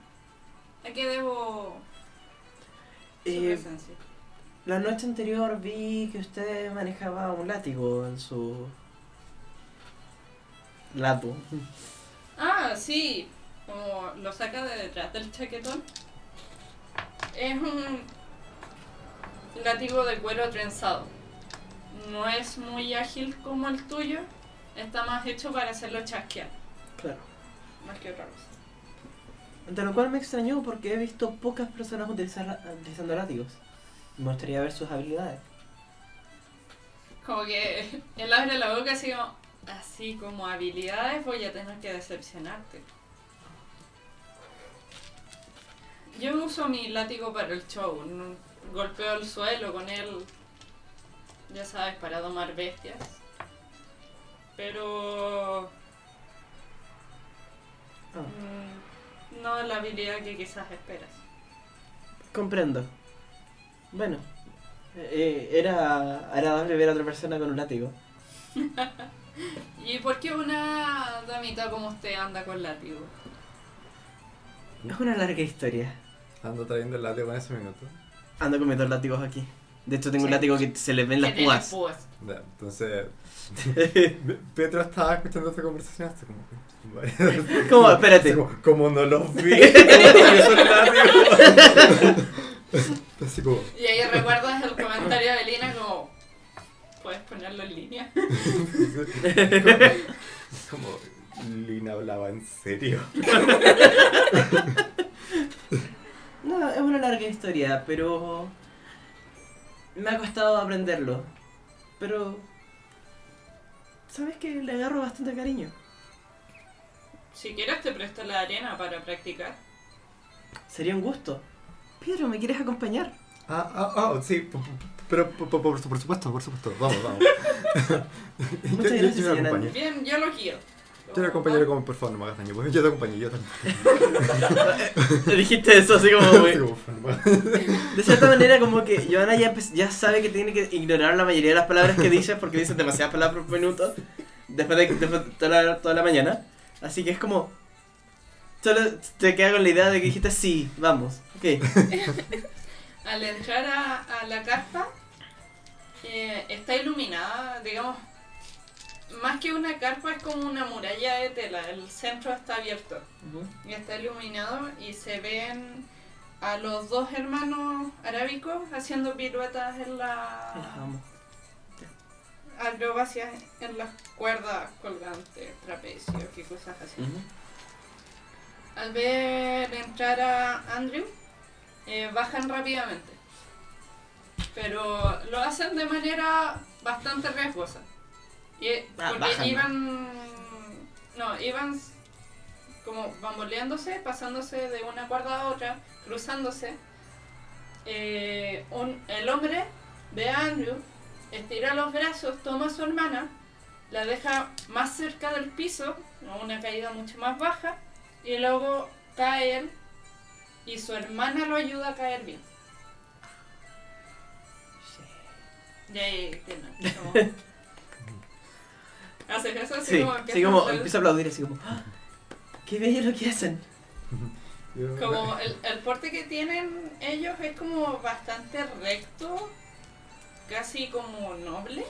Speaker 2: ¿a qué debo su
Speaker 5: Eh,
Speaker 2: presencia?
Speaker 5: La noche anterior vi que usted manejaba un látigo en su. Lado.
Speaker 2: Ah, sí. como lo saca de detrás del chaquetón. Es un látigo de cuero trenzado. No es muy ágil como el tuyo. Está más hecho para hacerlo chasquear,
Speaker 1: Claro.
Speaker 2: más que otra cosa.
Speaker 1: De lo cual me extrañó porque he visto pocas personas utilizar, utilizando látigos. Me gustaría ver sus habilidades.
Speaker 2: Como que él abre la boca así como, así como habilidades voy a tener que decepcionarte. Yo uso mi látigo para el show, no- golpeo el suelo con él, ya sabes, para domar bestias. Pero...
Speaker 1: Ah.
Speaker 2: mm, No es la habilidad que quizás esperas.
Speaker 1: Comprendo. Bueno, eh, era agradable ver a otra persona con un látigo.
Speaker 2: ¿Y por qué una damita como usted anda con látigo? Mm.
Speaker 1: Es una larga historia.
Speaker 6: Ando trayendo el látigo en ese minuto.
Speaker 1: Ando con mis dos látigos aquí. De hecho, tengo un
Speaker 2: Sí.
Speaker 1: látigo que se les ven las
Speaker 2: Que tiene
Speaker 1: púas.
Speaker 2: púas.
Speaker 6: Ya, entonces. Pedro estaba escuchando esta conversación hasta como. que-
Speaker 1: ¿Cómo? Espérate.
Speaker 6: Como, como no los vi. Eso es látigo. Así como.
Speaker 2: Y ahí recuerdas el comentario de Lina como, ¿puedes ponerlo en línea?
Speaker 6: Como. Lina hablaba en serio.
Speaker 1: No, es una larga historia, pero. Me ha costado aprenderlo. Pero. ¿Sabes que Le agarro bastante cariño.
Speaker 2: Si quieres te presto la arena para practicar.
Speaker 1: Sería un gusto. Pedro, ¿me quieres acompañar?
Speaker 6: Ah, ah, ah, sí, p- p- pero por, por, por supuesto, por supuesto. Vamos, vamos. Yo- yo-
Speaker 1: Muchas gracias,
Speaker 6: yo la
Speaker 1: señor
Speaker 6: acompaño.
Speaker 1: Andy.
Speaker 2: Bien, yo lo guío.
Speaker 6: Yo la acompañaré como, por favor, no me hagas daño. Pues Yo te acompaño, yo también.
Speaker 1: Dijiste eso así como.
Speaker 6: Así
Speaker 1: güey.
Speaker 6: como, por favor.
Speaker 1: De cierta manera, como que Joana ya, empe- ya sabe que tiene que ignorar la mayoría de las palabras que dices porque dices demasiadas palabras por minuto. Después de, después de toda, la, toda la mañana. Así que es como. Solo te queda con la idea de que dijiste sí, vamos. Ok.
Speaker 2: Al entrar a, a la carpa, eh, está iluminada, digamos, más que una carpa es como una muralla de tela, el centro está abierto y está iluminado y se ven a los dos hermanos arábicos haciendo piruetas en
Speaker 1: Las
Speaker 2: la...
Speaker 1: amo.
Speaker 2: acrobacias en las cuerdas colgantes, trapecio, qué cosas así. Al ver entrar a Andrew, eh, bajan rápidamente. Pero lo hacen de manera bastante riesgosa. Y, eh,
Speaker 1: Ah,
Speaker 2: porque
Speaker 1: bajan.
Speaker 2: iban. No, iban como bamboleándose, pasándose de una cuerda a otra, cruzándose. Eh, un- el hombre ve a Andrew, estira los brazos, toma a su hermana, la deja más cerca del piso, a una caída mucho más baja, y luego cae él y su hermana lo ayuda a caer bien. Y ahí tiene, como- Haces eso así
Speaker 1: Sí, así
Speaker 2: como empiezas
Speaker 1: como
Speaker 2: a-
Speaker 1: empiezo a aplaudir, así como. "Ah, ¡Qué bello lo que hacen!
Speaker 6: Yo-
Speaker 2: Como el, el porte que tienen ellos es como bastante recto, casi como noble.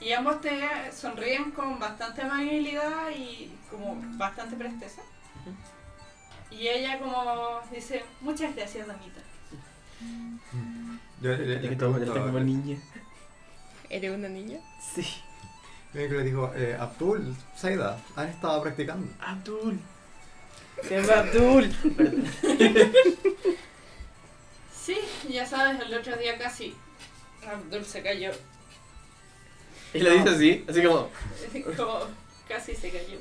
Speaker 2: Y ambos te sonríen con bastante amabilidad y como bastante presteza. Y ella como dice, muchas gracias, damita.
Speaker 6: Yo le, le,
Speaker 1: Fíjate
Speaker 6: le
Speaker 1: que todo me
Speaker 6: pregunto,
Speaker 1: trata como niña.
Speaker 4: ¿Eres una niña?
Speaker 1: Sí.
Speaker 6: yo le digo, eh, Abdul, Saida, han estado practicando.
Speaker 1: Abdul. Se llama Abdul. Perdón.
Speaker 2: Sí, ya sabes, el otro día casi ah, Abdul se cayó.
Speaker 1: Y lo dice así, así como.
Speaker 2: como casi se cayó.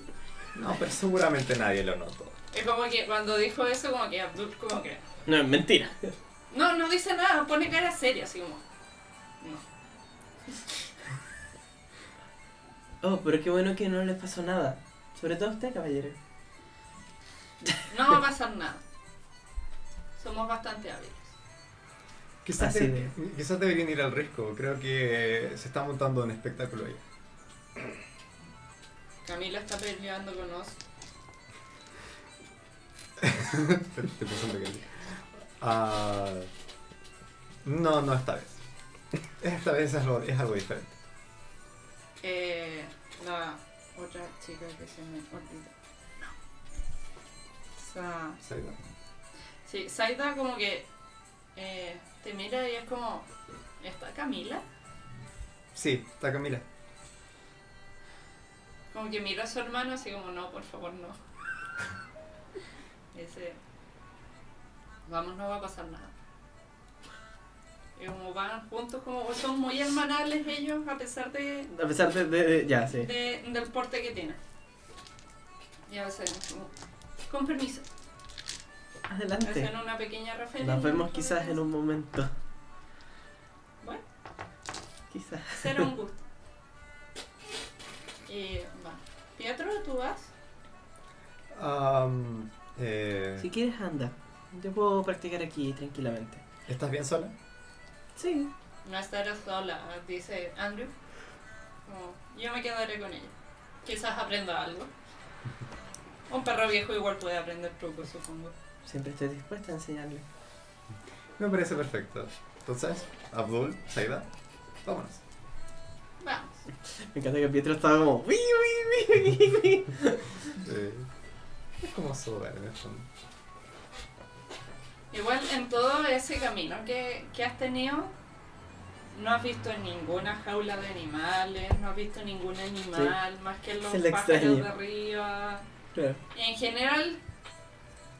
Speaker 6: No, pero seguramente nadie lo notó.
Speaker 2: Es como que cuando dijo eso, como que Abdul como que...
Speaker 1: No, es mentira.
Speaker 2: No, no dice nada, pone cara seria, así como... No.
Speaker 1: Oh, pero qué bueno que no les pasó nada. Sobre todo a usted, caballero.
Speaker 2: No va a pasar nada. Somos bastante hábiles.
Speaker 6: Quizás,
Speaker 1: Así
Speaker 6: de- quizás deberían ir al riesgo. Creo que eh, se está montando un espectáculo ahí.
Speaker 2: Camila está peleando con nosotros.
Speaker 6: Estoy pensando que Ah, no, no esta vez. Esta vez es algo, es algo diferente.
Speaker 2: Eh, la otra chica que se me olvidó. esa...
Speaker 6: Saida.
Speaker 2: Sí, Saida como que eh, te mira y es como... ¿Está Camila?
Speaker 6: Sí, está Camila.
Speaker 2: Como que mira a su hermano así como, no, por favor, no. Ese... Vamos, no va a pasar nada. Y como van juntos, como son muy hermanables ellos a pesar de,
Speaker 1: A pesar de, de- de- ya, sí.
Speaker 2: de- del porte que tienen. Y a veces como, con permiso.
Speaker 1: Adelante.
Speaker 2: Hacen una pequeña referencia.
Speaker 1: Nos vemos quizás en un momento.
Speaker 2: Bueno.
Speaker 1: Quizás.
Speaker 2: Será un gusto. Y va. Pietro, ¿tú vas?
Speaker 6: Am, eh,
Speaker 1: Si quieres, anda. Yo puedo practicar aquí tranquilamente.
Speaker 6: ¿Estás bien sola?
Speaker 1: Sí.
Speaker 2: No estarás sola, ah, dice Andrew. Como, yo me quedaré con ella. Quizás aprenda algo. Un perro viejo igual puede aprender trucos, supongo.
Speaker 1: Siempre estoy dispuesta a enseñarle.
Speaker 6: Me parece perfecto. Entonces, Abdul, Saida, vámonos.
Speaker 2: Vamos.
Speaker 1: Me encanta que Pietro estaba como. "Uy, uy, uy, uy, uy".
Speaker 6: Eh, es como sober en el fondo.
Speaker 2: Igual en todo ese camino que, que has tenido, no has visto ninguna jaula de animales, no has visto ningún animal, más que los
Speaker 1: Se le
Speaker 2: pájaros
Speaker 1: extraña.
Speaker 2: de arriba.
Speaker 1: Claro.
Speaker 2: En general,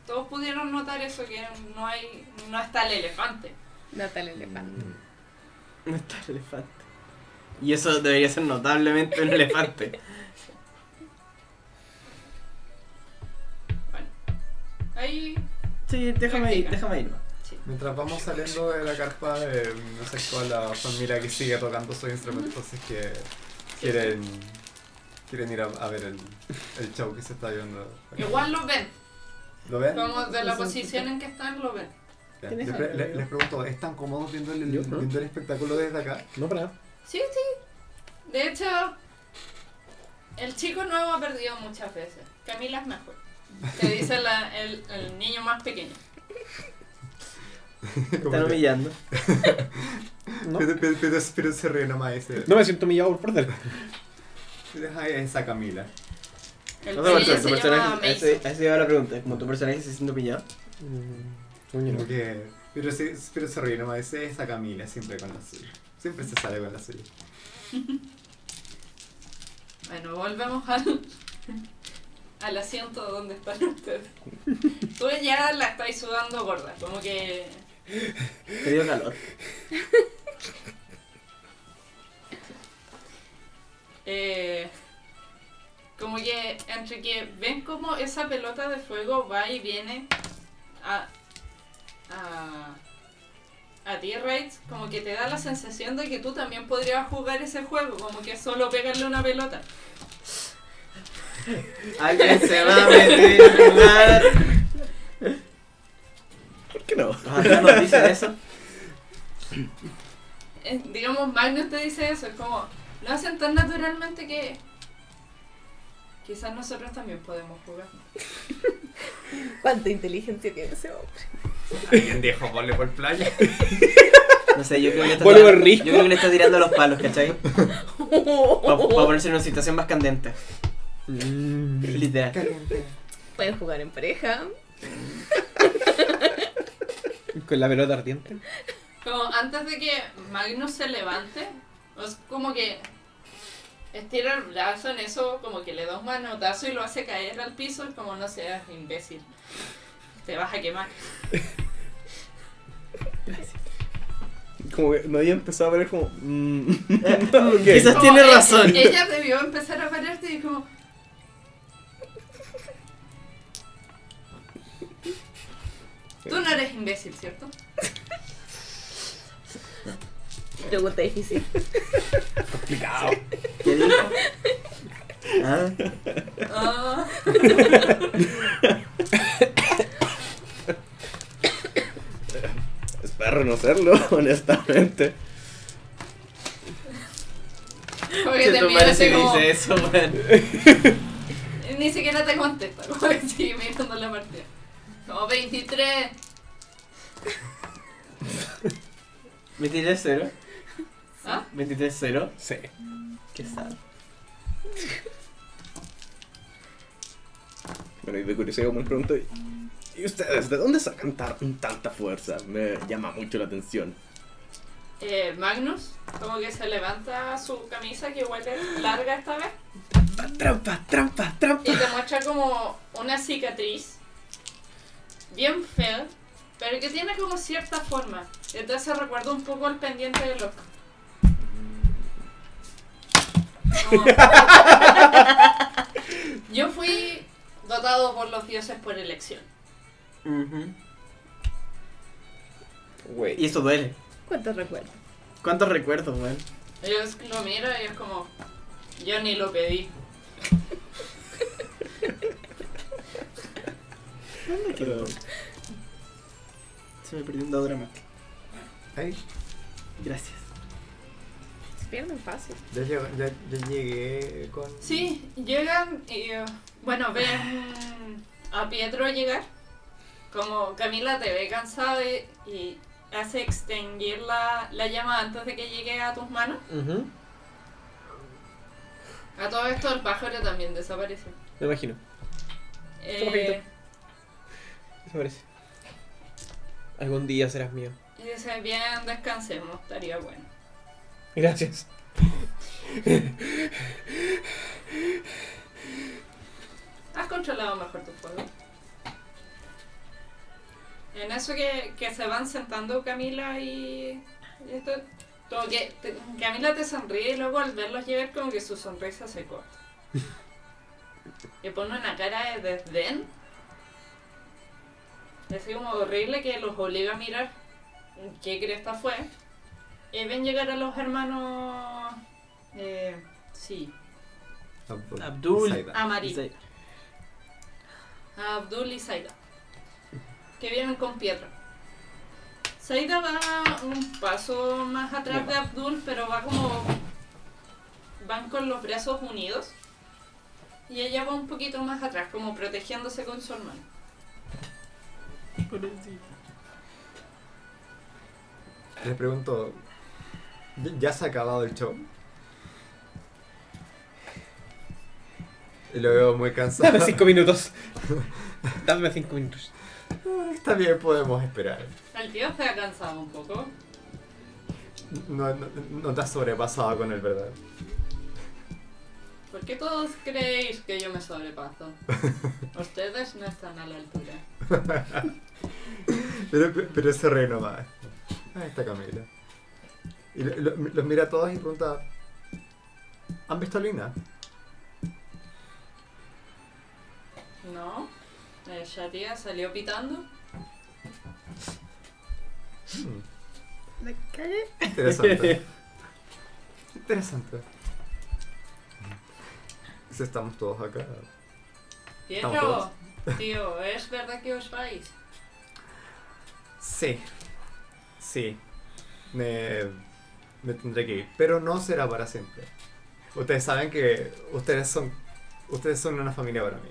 Speaker 2: todos pudieron notar eso, que no hay, no está el elefante.
Speaker 4: Natal Elefante.
Speaker 1: No está el elefante. Y eso debería ser notablemente un elefante.
Speaker 2: Bueno, ahí
Speaker 1: Sí, déjame ir,
Speaker 2: Practica.
Speaker 1: déjame ir.
Speaker 6: Mientras vamos saliendo de la carpa, eh, me acerco a la familia que sigue tocando sus instrumentos, si es que quieren, quieren ir a, a ver el, el show que se está viendo.
Speaker 2: igual lo ven,
Speaker 6: ¿Lo ven?
Speaker 2: como de la posición en que están, lo ven.
Speaker 6: Ya.
Speaker 7: ¿Quién es
Speaker 6: Les, pre-
Speaker 7: el
Speaker 6: le-
Speaker 7: amigo?
Speaker 6: les pregunto, ¿están cómodos viendo el,
Speaker 7: Yo, ¿no?
Speaker 6: viendo el espectáculo desde acá?
Speaker 7: No, para nada.
Speaker 2: Sí, sí. De hecho, el chico nuevo ha perdido muchas veces. Camila es mejor. Te dice la- el, el niño más pequeño.
Speaker 6: Como
Speaker 1: Están
Speaker 6: que-
Speaker 1: humillando.
Speaker 7: No.
Speaker 6: Pero, pero- pero- pero se ríe nomás y dice,
Speaker 7: No me siento humillado por perder.
Speaker 6: "Deja a esa Camila.
Speaker 2: El
Speaker 1: No
Speaker 2: pequeño
Speaker 1: te
Speaker 2: se
Speaker 1: tu
Speaker 2: llama
Speaker 1: personaje. A eso,
Speaker 2: Mason.
Speaker 1: a eso iba la pregunta. Como tu personaje se siente pillado.
Speaker 7: Mm, sueño no.
Speaker 6: Como que- pero, se, pero se ríe nomás y dice, esa Camila, siempre con la suya. Siempre se sale con la suya.
Speaker 2: Bueno, volvemos al, al asiento donde están ustedes. Tú ya la estáis sudando gorda, como que...
Speaker 1: Te dio calor.
Speaker 2: eh, como que entre que ven como esa pelota de fuego va y viene a... a a ti, Raids, como que te da la sensación de que tú también podrías jugar ese juego, como que solo pegarle una pelota.
Speaker 1: Alguien se va a meter a jugar.
Speaker 8: ¿Por qué no?
Speaker 1: Los atrás nos dicen eso.
Speaker 2: Eh, digamos, Magnus te dice eso, es como, lo hacen tan naturalmente que quizás nosotros también podemos jugar.
Speaker 4: ¿Cuánta inteligencia tiene ese hombre?
Speaker 6: Alguien dijo voleibol playa.
Speaker 1: No sé, yo creo que le está,
Speaker 7: Vuelvo
Speaker 1: tirando,
Speaker 7: risco.
Speaker 1: yo creo que le está tirando los palos, ¿cachai? Para ponerse en una situación más candente.
Speaker 7: Mm,
Speaker 1: Literal.
Speaker 4: Pueden jugar en pareja.
Speaker 7: Con la pelota ardiente.
Speaker 2: Como antes de que Magnus se levante, es como que estira el brazo en eso, como que le da un manotazo y lo hace caer al piso, es como no seas imbécil, te vas a quemar.
Speaker 8: Como que no había empezado a ver como. mm,
Speaker 7: Eh,
Speaker 8: ok.
Speaker 1: Quizás
Speaker 2: Como
Speaker 1: tiene
Speaker 2: e-
Speaker 1: razón.
Speaker 2: Ella debió empezar a pararte y como... Tú no eres imbécil, ¿cierto?
Speaker 4: Pregunta difícil.
Speaker 1: ¿Qué dijo? Ah,
Speaker 2: Ah.
Speaker 8: Es para reconocerlo, honestamente.
Speaker 2: Como que
Speaker 1: que
Speaker 2: te
Speaker 1: tu
Speaker 2: mira
Speaker 1: madre
Speaker 2: así
Speaker 1: se
Speaker 2: como,
Speaker 1: dice eso, weón.
Speaker 2: Ni siquiera te contesta, como que sigue mirando la partida. Como 23.
Speaker 1: ¿23-0?
Speaker 2: ¿Ah?
Speaker 1: ¿23-0?
Speaker 7: Sí.
Speaker 1: ¿Qué sabe?
Speaker 8: Bueno, y de curiosidad, como les pregunto, ¿Y ustedes de dónde sacan tar- tanta fuerza? Me llama mucho la atención.
Speaker 2: Eh, Magnus, como que se levanta su camisa que igual es larga esta vez.
Speaker 8: Trampa, trampa, trampa.
Speaker 2: Y te muestra como una cicatriz bien fea, pero que tiene como cierta forma. Entonces recuerda un poco el pendiente del loco. Como- Yo fui dotado por los dioses por elección.
Speaker 7: Güey.
Speaker 1: Y eso duele.
Speaker 4: ¿Cuántos recuerdos?
Speaker 1: ¿Cuántos recuerdos, weón?
Speaker 2: Yo es- lo miro y es como, yo ni lo pedí.
Speaker 1: ¿Dónde quedó? Se me perdió un dado dramático.
Speaker 6: Ay,
Speaker 1: Gracias.
Speaker 4: Se pierden fácil.
Speaker 6: ya, llego- ya, ya llegué con.
Speaker 2: Sí, llegan y eh, bueno, ven a Pietro llegar. Como Camila te ve cansado y, y hace extinguir la, la llama antes de que llegue a tus manos. A todo esto el pájaro también desaparece.
Speaker 7: Me imagino.
Speaker 2: Eh,
Speaker 7: poquito. Desaparece. Algún día serás mío.
Speaker 2: y dice, bien, descansemos, estaría bueno.
Speaker 7: Gracias.
Speaker 2: Has controlado mejor tu fuego. En eso que, que se van sentando Camila y, y esto, como que te- Camila te sonríe y luego al verlos llegar como que su sonrisa se corta. Y pone una cara de desdén. Es como horrible que los obliga a mirar qué cresta fue. Y ven llegar a los hermanos... Eh, sí,
Speaker 6: Abdul.
Speaker 1: Abdul.
Speaker 6: Zaida.
Speaker 2: amarillos.
Speaker 1: Dice,
Speaker 2: a Abdul y Zaida, que vienen con piedra. Zaida va un paso más atrás de Abdul, pero va como. van con los brazos unidos. Y ella va un poquito más atrás, como protegiéndose con su hermano.
Speaker 6: Les pregunto, ¿ya- ¿ya se ha acabado el show? Y Lo veo muy cansado.
Speaker 7: Dame cinco minutos. Dame cinco minutos.
Speaker 6: Está bien, podemos esperar.
Speaker 2: El tío se ha cansado un poco.
Speaker 6: No, no, no te has sobrepasado con el verdad.
Speaker 2: ¿Por qué todos creéis que yo me sobrepaso? Ustedes no están a la altura.
Speaker 6: Pero, pero se reí nomás. Ahí está Camila. Y lo- lo- los mira a todos y pregunta: ¿Han visto a Lina?
Speaker 2: No. Eh, Sharia salió pitando.
Speaker 6: Hmm,
Speaker 4: Me cagué.
Speaker 6: interesante. interesante. Si Estamos todos acá.
Speaker 2: Pietro,
Speaker 6: todos.
Speaker 2: tío, ¿es verdad que os vais?
Speaker 6: Sí. Sí. Me, me tendré que ir. Pero no será para siempre. Ustedes saben que ustedes son. Ustedes son una familia para mí.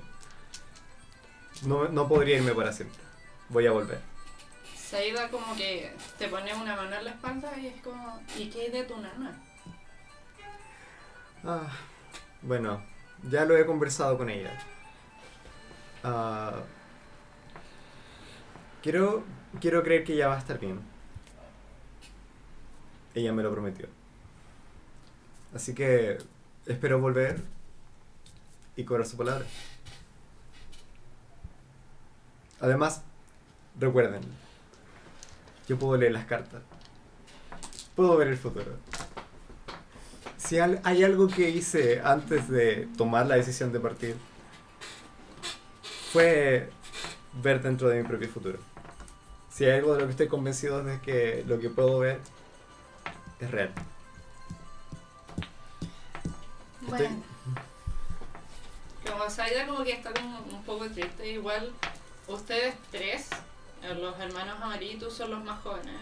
Speaker 6: No, no podría irme para siempre. Voy a volver.
Speaker 2: Saida como que te pone una mano en la espalda y es como, ¿y qué hay de tu nana?
Speaker 6: Ah, bueno, ya lo he conversado con ella. Ah, quiero, quiero creer que ya va a estar bien. Ella me lo prometió. Así que espero volver y cobrar su palabra. Además, recuerden, yo puedo leer las cartas. Puedo ver el futuro. Si al- hay algo que hice antes de tomar la decisión de partir, fue ver dentro de mi propio futuro. Si hay algo de lo que estoy convencido es de que lo que puedo ver es real.
Speaker 2: Bueno. Como Saida como que está como un poco triste, igual ustedes tres, eh, los hermanos amarillos, son los más jóvenes,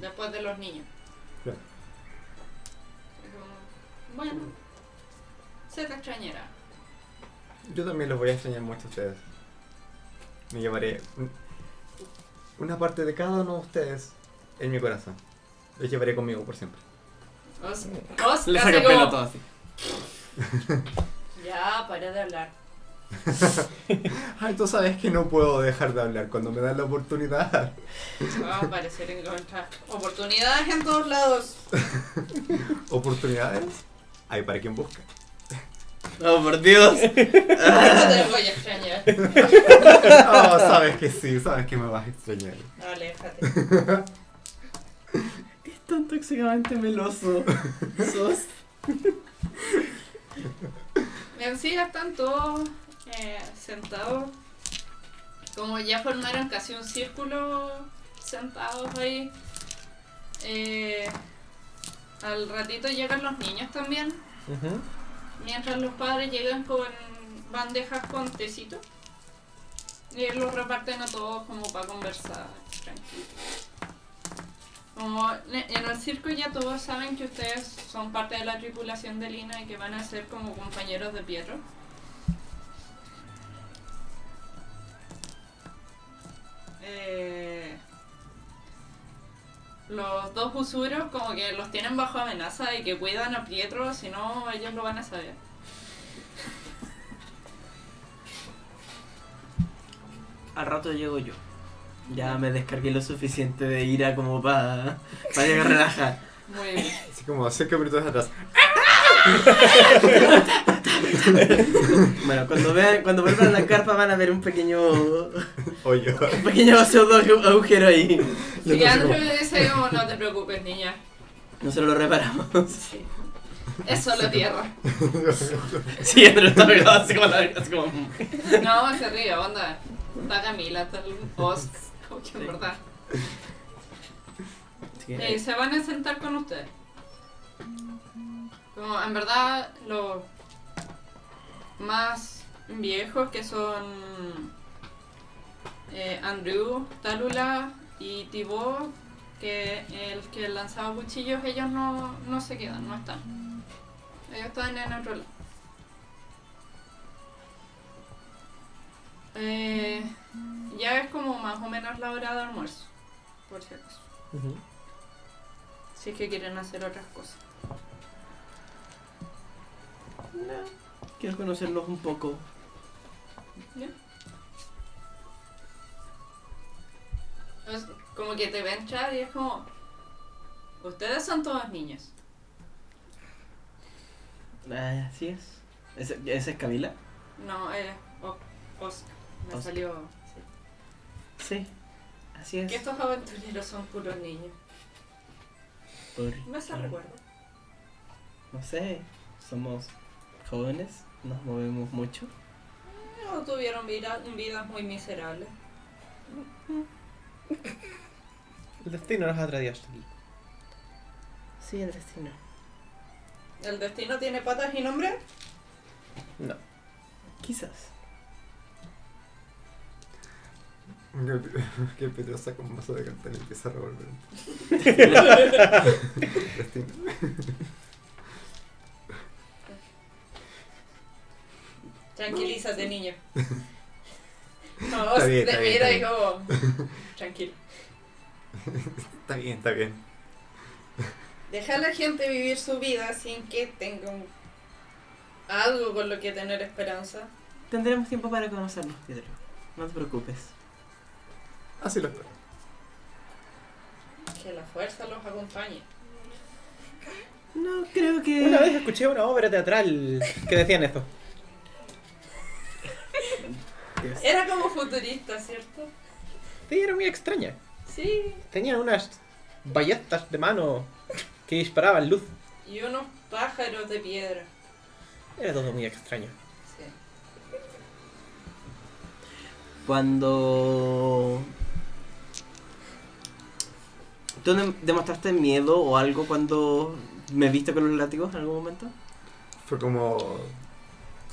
Speaker 2: después de los niños.
Speaker 6: Claro.
Speaker 2: Es como, Bueno, se te extrañará.
Speaker 6: Yo también los voy a extrañar mucho a ustedes. Me llevaré un- una parte de cada uno de ustedes en mi corazón. Los llevaré conmigo por siempre.
Speaker 2: Os, os
Speaker 1: Le
Speaker 2: hace
Speaker 1: saca pelo
Speaker 2: como,
Speaker 1: todo así.
Speaker 2: ya, para de hablar.
Speaker 6: Ay, tú sabes que no puedo dejar de hablar cuando me dan la oportunidad.
Speaker 2: Va a aparecer en contra. Oportunidades en todos lados.
Speaker 6: ¿Oportunidades? Hay para quien busca.
Speaker 1: Oh, por Dios.
Speaker 2: No te voy a extrañar.
Speaker 6: Oh, sabes que sí, sabes que me vas a extrañar.
Speaker 2: Aléjate.
Speaker 1: Es tan tóxicamente meloso. Sos.
Speaker 2: En sí ya están todos eh, sentados. Como ya formaron casi un círculo sentados ahí. Eh, al ratito llegan los niños también. Mientras los padres llegan con bandejas con tecito. Y los reparten a todos como para conversar tranquilo. Como ne- en el circo ya todos saben que ustedes son parte de la tripulación de Lina y que van a ser como compañeros de Pietro. Eh, los dos usuros como que los tienen bajo amenaza y que cuidan a Pietro, si no ellos lo van a saber.
Speaker 1: Al rato llego yo. Ya me descargué lo suficiente de ira como para pa llegar a relajar.
Speaker 2: Muy bien.
Speaker 6: Así como cinco minutos atrás.
Speaker 1: Bueno, cuando vean, cuando vuelvan a la carpa van a ver un pequeño un
Speaker 6: Oye,
Speaker 1: pequeño pseudo agu- agujero ahí.
Speaker 2: Y Andrew le dice como no te preocupes niña,
Speaker 1: Nosotros lo reparamos.
Speaker 2: es solo tierra.
Speaker 1: Sí, Andrew está pegado así como la así como. mm.
Speaker 2: No, se ríe, onda. Está Camila, está el host, como que en verdad.
Speaker 1: Así que,
Speaker 2: Eh, se van a sentar con ustedes. Como, en verdad, los más viejos que son eh, Andrew, Talula y Tibó, que el que lanzaba cuchillos, ellos no, no se quedan, no están. Ellos están en otro lado. Eh, ya es como más o menos la hora de almuerzo, por si acaso. Si es que quieren hacer otras cosas.
Speaker 1: Quiero conocerlos un poco.
Speaker 2: Es como que te ven entrar y es como. Ustedes son todos niños.
Speaker 1: Ah, Así es. ¿Ese, ese es Camila?
Speaker 2: No, eh. O- Oscar. Me
Speaker 1: Oscar.
Speaker 2: salió. sí.
Speaker 1: Sí. Así
Speaker 2: Que estos aventureros son puros niños.
Speaker 1: Pobre.
Speaker 2: No se recuerda.
Speaker 1: No sé, somos jóvenes, nos movemos mucho.
Speaker 2: No tuvieron vida- vidas muy miserables.
Speaker 7: El destino nos ha traído hasta aquí.
Speaker 1: Sí, el destino.
Speaker 2: ¿El destino tiene patas y nombre?
Speaker 7: No.
Speaker 1: Quizás.
Speaker 6: que Pedro saca un mazo de cartón y empieza a revolver. Destino.
Speaker 2: Tranquilízate, niño. No,
Speaker 6: Está bien,
Speaker 2: te
Speaker 6: está bien,
Speaker 2: mira
Speaker 6: está
Speaker 2: y como. Tranquilo.
Speaker 6: Está bien, está bien.
Speaker 2: Deja a la gente vivir su vida sin que tengan algo con lo que tener esperanza.
Speaker 1: Tendremos tiempo para conocernos, Pedro. No te preocupes.
Speaker 6: Así lo espero.
Speaker 2: Que la fuerza los acompañe.
Speaker 1: No creo
Speaker 7: Una
Speaker 1: que.
Speaker 7: vez escuché una obra teatral que decían esto.
Speaker 2: Era como futurista, ¿cierto?
Speaker 7: Sí, era muy extraña.
Speaker 2: Sí.
Speaker 7: Tenían unas ballestas de mano que disparaban luz.
Speaker 2: Y unos pájaros de piedra.
Speaker 7: Era todo muy extraño.
Speaker 2: Sí.
Speaker 1: Cuando. ¿Tú ne- demostraste miedo o algo cuando me viste con los látigos en algún momento?
Speaker 6: Fue como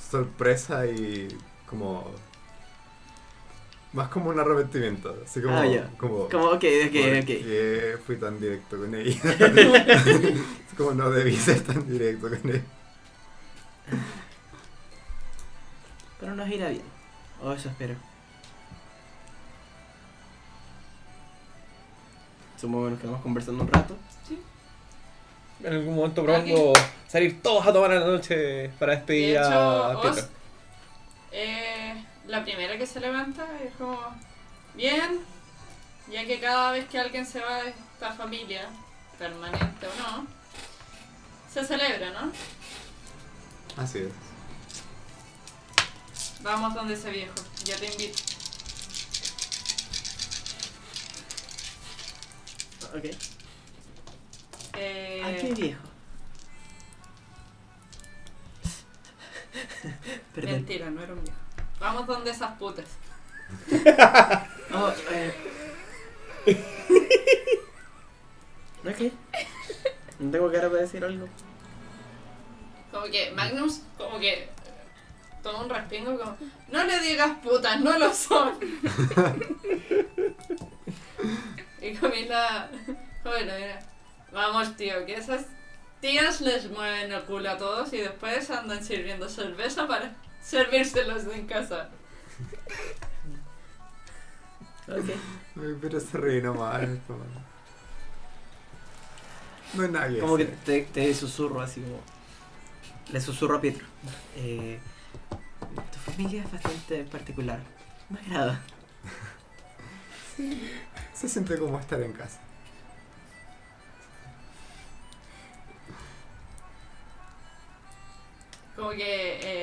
Speaker 6: sorpresa y como más como un arrepentimiento, así como
Speaker 1: Ah, ya.
Speaker 6: como,
Speaker 1: Como, ok, ok,
Speaker 6: ¿por
Speaker 1: ok.
Speaker 6: qué fui tan directo con ella. Es como no debí ser tan directo con ella.
Speaker 1: Pero nos irá bien. O Oh, eso espero. Supongo que nos quedamos conversando un rato.
Speaker 7: En algún momento propongo salir todos a tomar a la noche para este
Speaker 2: De
Speaker 7: despedir
Speaker 2: hecho,
Speaker 7: a Pietro.
Speaker 2: Oz, eh, la primera que se levanta y es como, bien, ya que cada vez que alguien se va de esta familia, permanente o no, se celebra, ¿no?
Speaker 6: Así es.
Speaker 2: Vamos donde ese viejo, ya te invito.
Speaker 1: Ok.
Speaker 2: Eh,
Speaker 1: ¿A Ah, qué viejo? Perdón.
Speaker 2: mentira, no era un viejo. Vamos donde esas putas.
Speaker 1: Oh, eh. Ok. No tengo cara para decir algo.
Speaker 2: Como que Magnus, como que eh, toma un respingo como, no le digas putas, no lo son. y Camila, bueno, mira, vamos tío, que esas tías les mueven el culo a todos y después andan sirviendo cerveza para servírselos en casa.
Speaker 1: Ok.
Speaker 6: Ay, pero se reí nomás. es como- No es nadie.
Speaker 1: Como que te, te susurro así como. Le susurro a Pietro. Eh, tu familia es bastante particular. Me agrada.
Speaker 6: Se siente como estar en casa.
Speaker 2: Como que,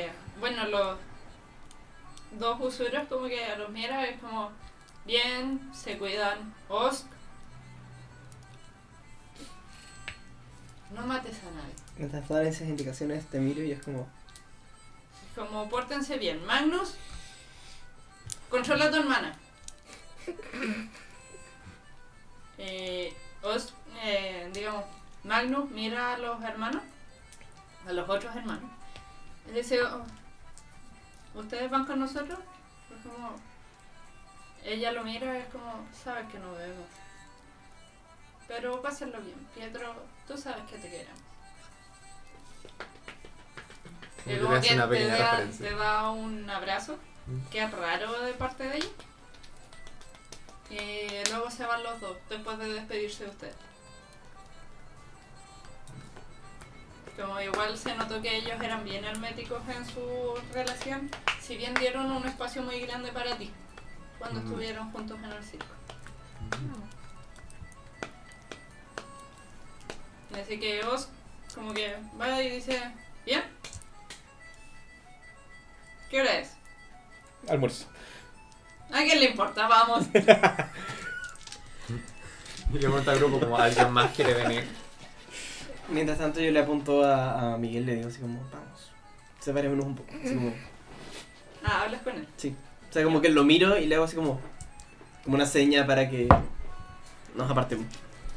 Speaker 2: eh, bueno, los dos usureros como que a los mira es como, bien, se cuidan, os... No mates a nadie.
Speaker 8: Mientras todas esas indicaciones te miro y es como.
Speaker 2: Es Como, pórtense bien. Magnus, controla a tu hermana. Eh, os, eh, digamos, Magnus mira a los hermanos, a los otros hermanos. Y dice, "Oh, ¿ustedes van con nosotros? Es como, ella lo mira, es como, sabes que no debemos. Pero pásenlo bien, Pietro, tú sabes que te queremos.
Speaker 6: Como
Speaker 2: Y
Speaker 6: que
Speaker 2: como
Speaker 6: le hace
Speaker 2: que
Speaker 6: una
Speaker 2: te
Speaker 6: pequeña
Speaker 2: da,
Speaker 6: referencia.
Speaker 2: te da un abrazo,
Speaker 6: Mm.
Speaker 2: que es raro de parte de ella. Y luego se van los dos, después de despedirse de usted. Como igual se notó que ellos eran bien herméticos en su relación, si bien dieron un espacio muy grande para ti cuando
Speaker 6: Mm.
Speaker 2: estuvieron juntos en el circo.
Speaker 6: Mm.
Speaker 2: Y así que Oz como que va y dice, bien. ¿Qué hora es?
Speaker 7: Almuerzo.
Speaker 2: ¿A quién le importa? Vamos.
Speaker 6: Y le pregunta al grupo como alguien más quiere venir.
Speaker 1: Mientras tanto, yo le apunto a, a Miguel le digo así como, vamos. Separémonos un poco. Así como.
Speaker 2: Ah, hablas con él.
Speaker 1: O sea, como que lo miro y le hago así como. Como una seña para que. Nos apartemos.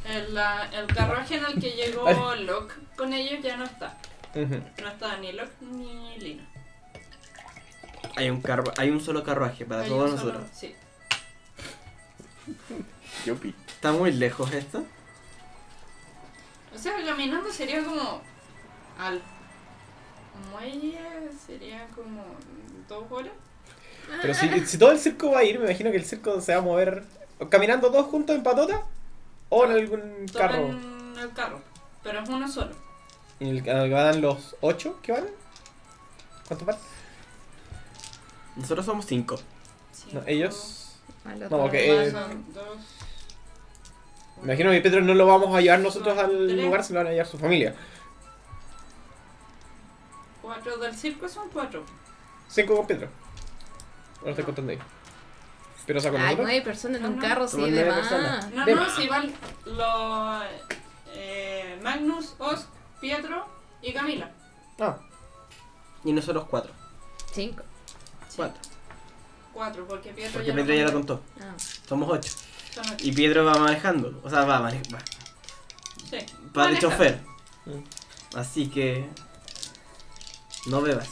Speaker 2: El, ah, el carruaje en el que llegó Locke con ellos ya no está. No está ni Locke ni Lina.
Speaker 1: Hay un carro, hay un solo carruaje para
Speaker 2: Hay
Speaker 1: todos
Speaker 2: un solo-
Speaker 1: nosotros.
Speaker 2: Sí.
Speaker 8: Yopi.
Speaker 1: Está muy lejos esto.
Speaker 2: O sea, caminando sería como al muelle, sería como dos horas.
Speaker 7: Pero si, si todo el circo va a ir, me imagino que el circo se va a mover o caminando todos juntos en patota o en algún
Speaker 2: Todo
Speaker 7: carro.
Speaker 2: en el carro, pero es uno solo.
Speaker 7: ¿En el en el que van los ocho que van? ¿Cuántos van?
Speaker 1: Nosotros somos cinco.
Speaker 7: No,
Speaker 2: Cinco,
Speaker 7: ellos.
Speaker 4: Al otro
Speaker 7: No, ok.
Speaker 2: más
Speaker 7: eh,
Speaker 2: son dos,
Speaker 7: Me imagino que Pedro no lo vamos a llevar nosotros al
Speaker 2: Tres.
Speaker 7: lugar, se lo van a llevar su familia.
Speaker 2: Cuatro del circo son cuatro.
Speaker 7: Cinco con Pedro. No lo estoy contando ahí. Pero saco
Speaker 4: Ay,
Speaker 7: nosotros.
Speaker 4: nueve personas en un
Speaker 2: No, no.
Speaker 4: carro, sí,
Speaker 1: Somos
Speaker 4: de
Speaker 1: nueve
Speaker 4: más.
Speaker 1: personas.
Speaker 2: No,
Speaker 7: Ven.
Speaker 2: no, si van los eh, Magnus, Oz, Pietro y Camila.
Speaker 7: Ah,
Speaker 1: Y nosotros cuatro.
Speaker 4: Cinco.
Speaker 2: Sí,
Speaker 1: Cuatro.
Speaker 2: Cuatro, porque Pietro
Speaker 1: Porque
Speaker 2: ya lo
Speaker 1: Pedro ya lo
Speaker 2: contó.
Speaker 1: contó.
Speaker 4: Ah.
Speaker 1: Somos ocho.
Speaker 2: Son ocho.
Speaker 1: Y Pietro va manejando. O sea, va, mane- va,
Speaker 2: Sí.
Speaker 1: va de
Speaker 2: Maneja.
Speaker 1: chofer. Mm. Así que. No bebas.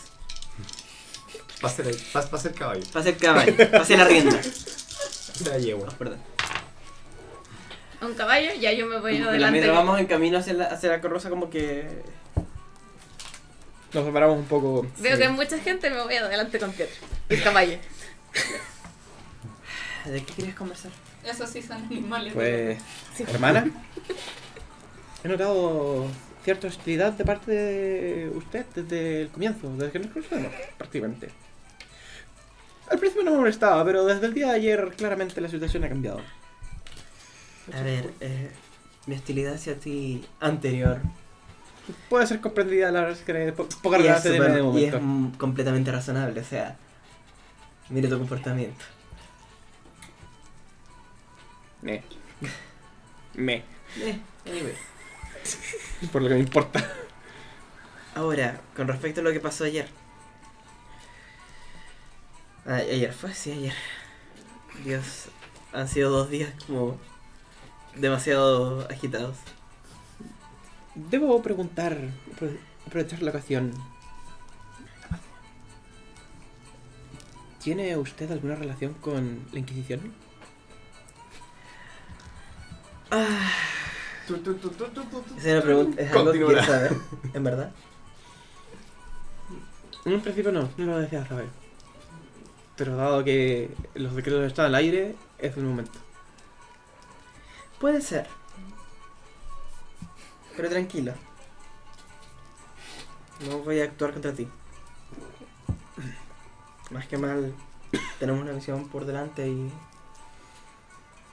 Speaker 6: Pase, la- pas- pase el caballo,
Speaker 1: Pase el caballo, pase la rienda.
Speaker 6: pase la yegua.
Speaker 1: Oh, perdón.
Speaker 4: Un caballo, ya yo me voy
Speaker 1: Mientras
Speaker 4: adelante.
Speaker 1: mientras vamos en camino hacia la, hacia la carroza, como que.
Speaker 7: nos separamos un poco.
Speaker 4: Veo
Speaker 1: Sí.
Speaker 4: que hay mucha gente, me voy adelante con Pietro. Y el caballo.
Speaker 1: ¿De qué querías conversar?
Speaker 2: Esos sí son animales.
Speaker 7: Pues, hermana, he notado cierta hostilidad de parte de usted desde el comienzo, desde que nos conocemos, prácticamente.
Speaker 8: Al principio no me molestaba, pero desde el día de ayer claramente la situación ha cambiado.
Speaker 1: A ver, eh, mi hostilidad hacia ti anterior.
Speaker 8: Puede ser comprendida la verdad, que po- poca
Speaker 1: y es,
Speaker 8: relevancia tiene
Speaker 1: súper-
Speaker 8: de
Speaker 1: y es
Speaker 8: momento.
Speaker 1: mm, completamente razonable, o sea. Mire tu comportamiento.
Speaker 8: Me. Me.
Speaker 1: Eh, anyway.
Speaker 8: Por lo que me importa.
Speaker 1: Ahora, con respecto a lo que pasó ayer. A- ayer fue, sí, ayer. Dios, han sido dos días como demasiado agitados.
Speaker 8: Debo preguntar, apro- aprovechar la ocasión. ¿Tiene usted alguna relación con la Inquisición?
Speaker 1: Ah,
Speaker 6: Tu, tu, tu, tu, tu, tu, tu.
Speaker 1: Esa es una pregunta, es algo que quiero
Speaker 6: Continúa.
Speaker 1: saber, en verdad.
Speaker 8: En un principio no, no lo deseaba saber. Pero dado que los secretos están al aire, es el momento.
Speaker 1: Puede ser. Pero tranquilo. No voy a actuar contra ti. Más que mal, tenemos una misión por delante y...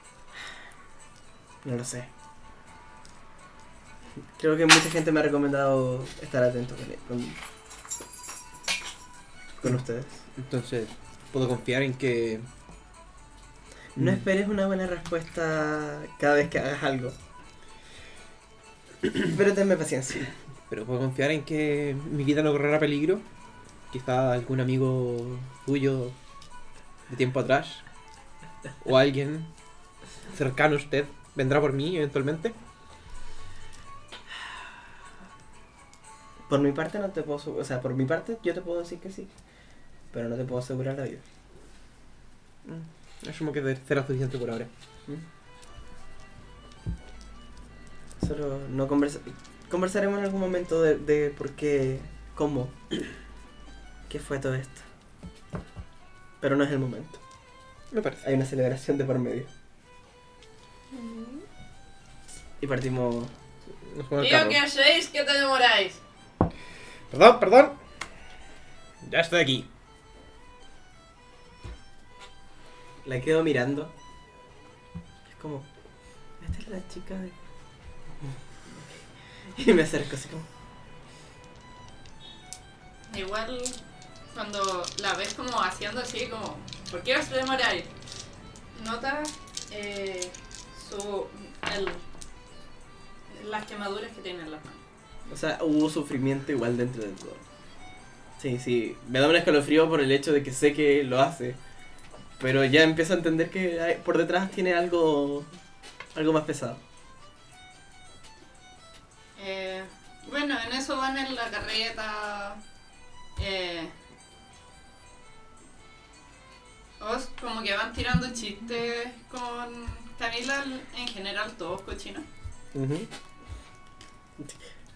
Speaker 1: No lo sé. Creo que mucha gente me ha recomendado estar atento con, con, con ustedes.
Speaker 8: Entonces, puedo confiar en que...
Speaker 1: No
Speaker 8: Mm.
Speaker 1: esperes una buena respuesta cada vez que hagas algo. Pero tenme paciencia.
Speaker 8: Pero puedo confiar en que mi vida no correrá peligro. Quizá algún amigo tuyo de tiempo atrás o alguien cercano a usted vendrá por mí eventualmente.
Speaker 1: Por mi parte no te puedo, asegur- o sea, por mi parte yo te puedo decir que sí, pero no te puedo asegurar la vida.
Speaker 8: Mm, Asumo que será suficiente por ahora.
Speaker 1: Mm. Solo no conversa- conversaremos en algún momento de, de por qué, cómo, qué fue todo esto. Pero no es el momento.
Speaker 8: Me parece.
Speaker 1: Hay una celebración de por medio y partimos.
Speaker 8: Nos vemos al
Speaker 2: Digo
Speaker 8: carro.
Speaker 2: que hacéis que te demoráis.
Speaker 8: Perdón, perdón. Ya estoy aquí.
Speaker 1: La quedo mirando. Es como, esta es la chica de. Y me acerco así como.
Speaker 2: Igual cuando la ves como haciendo así, como, ¿por qué os demoráis? Notas eh, su, el- las quemaduras que tiene en las manos.
Speaker 1: O sea, hubo sufrimiento igual dentro de todo. Sí, sí, me da un escalofrío por el hecho de que sé que lo hace. Pero ya empiezo a entender que hay- por detrás tiene algo algo más pesado.
Speaker 2: Eh, bueno, en eso van en la carreta. Eh, os como que van tirando chistes con Camila, en general todos cochinos.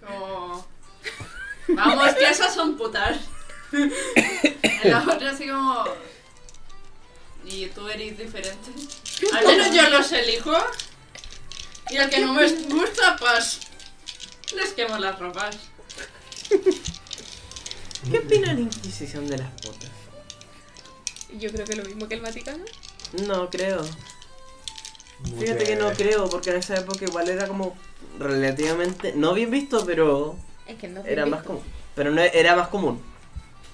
Speaker 2: Como. Vamos, que esas son putas. En la otra, así como. Y tú eres diferente. Al menos yo los elijo. Y al que no me gusta, pues. Les quemo las ropas.
Speaker 1: ¿Qué opina la Inquisición de las botas?
Speaker 4: Yo creo que lo mismo que el Vaticano.
Speaker 1: No creo.
Speaker 6: Como
Speaker 1: Fíjate que no creo, porque en esa época igual era como relativamente. No bien visto, pero.
Speaker 4: Es que no fue
Speaker 1: Era
Speaker 4: visto,
Speaker 1: más común. Pero no era más común.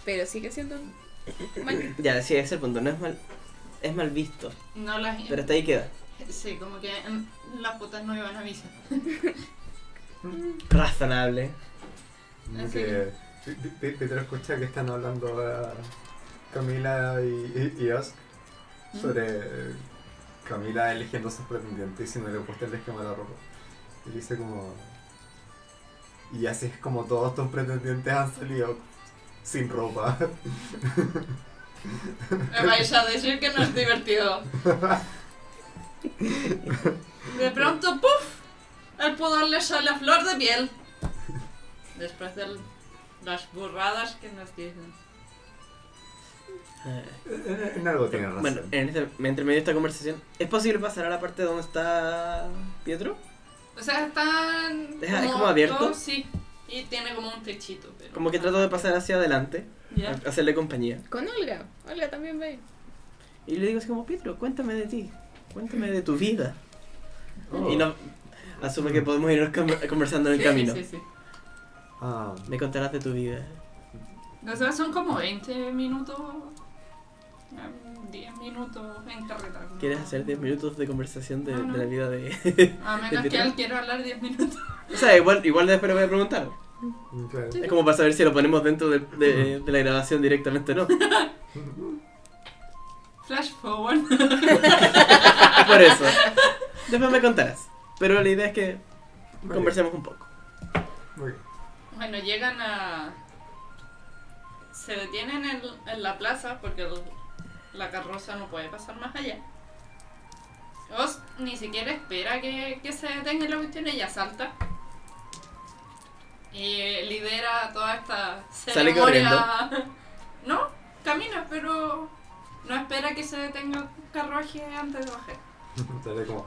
Speaker 4: Pero sigue siendo mal visto.
Speaker 1: Ya, sí, ese es el punto. No es mal. Es mal visto.
Speaker 2: No las.
Speaker 1: Pero hasta ahí queda.
Speaker 2: Sí, como que mm, las putas no iban a misa.
Speaker 1: Razonable.
Speaker 6: Como que te- te- te- te lo escucha que están hablando eh, Camila y, y, y Oz sobre eh, Camila eligiendo sus pretendientes y si no le gusta les quema la ropa. Y dice como... Y así es como todos tus pretendientes han salido sin ropa.
Speaker 2: Me vais a decir que no es divertido. De pronto, ¡puf! Al pudor le sale a flor de piel. Después de las burradas que nos dicen.
Speaker 1: Eh,
Speaker 6: En, en algo tiene razón.
Speaker 1: Bueno, en este, entre medio de esta conversación, ¿es posible pasar a la parte donde está Pietro?
Speaker 2: O sea, están.
Speaker 1: ¿Es- es como abierto?
Speaker 2: todos, sí. Y tiene como un techito, pero. ah.
Speaker 1: Como que trato de pasar hacia adelante,
Speaker 2: Ya.
Speaker 1: a- hacerle compañía.
Speaker 4: Con Olga. Olga también ve.
Speaker 1: Y le digo así como, Pietro, cuéntame de ti, cuéntame de tu vida.
Speaker 6: Oh.
Speaker 1: Y no, asume que podemos ir cam- conversando en el
Speaker 2: Sí,
Speaker 1: camino.
Speaker 2: Sí, sí, sí.
Speaker 6: Ah,
Speaker 1: Me contarás de tu vida.
Speaker 2: O sea, son como 20 minutos. em, 10 minutos en carretera. como-
Speaker 1: ¿Quieres hacer 10 minutos de conversación de,
Speaker 2: No, no.
Speaker 1: de la vida de...?
Speaker 2: A menos que
Speaker 1: Pietro?
Speaker 2: él quiera hablar 10 minutos.
Speaker 1: o sea, igual, igual después le voy a preguntar.
Speaker 6: claro.
Speaker 1: Es como para saber si lo ponemos dentro de, de- de la grabación directamente o no.
Speaker 2: Flash forward.
Speaker 1: Por eso. Después me contarás. Pero la idea es que conversemos un poco.
Speaker 6: Muy bien.
Speaker 2: Bueno, llegan a. Se detienen en, en la plaza porque el- la carroza no puede pasar más allá. Oz ni siquiera espera que, que se detenga la cuestión, ella salta. Y lidera toda esta
Speaker 1: Sale
Speaker 2: ceremonia. No, camina, pero no espera que se detenga el carruaje antes de bajar.
Speaker 6: Sale como,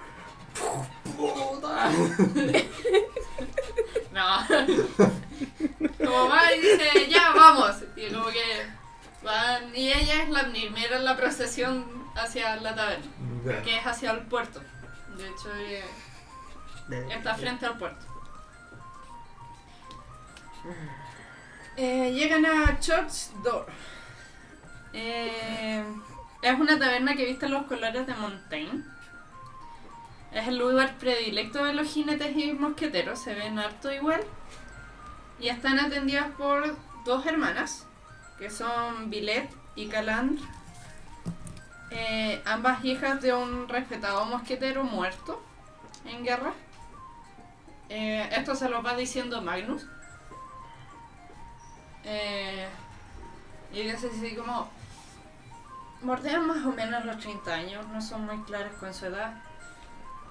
Speaker 2: No. Como va y dice, ya vamos. Y como que van. Y ella es la primera en la procesión hacia la taberna,
Speaker 6: ya.
Speaker 2: que es hacia el puerto. De hecho, eh, está frente al puerto. Eh, llegan a Church Door. Eh, es una taberna que viste los colores de Montaigne. Es el lugar predilecto de los jinetes y mosqueteros, se ven harto igual. Y están atendidas por dos hermanas, que son Villet y Calandre. Eh, ambas hijas de un respetado mosquetero muerto en guerra. Eh, esto se lo va diciendo Magnus. Eh, y dice así como... Mordean más o menos los 30 años, no son muy claras con su edad.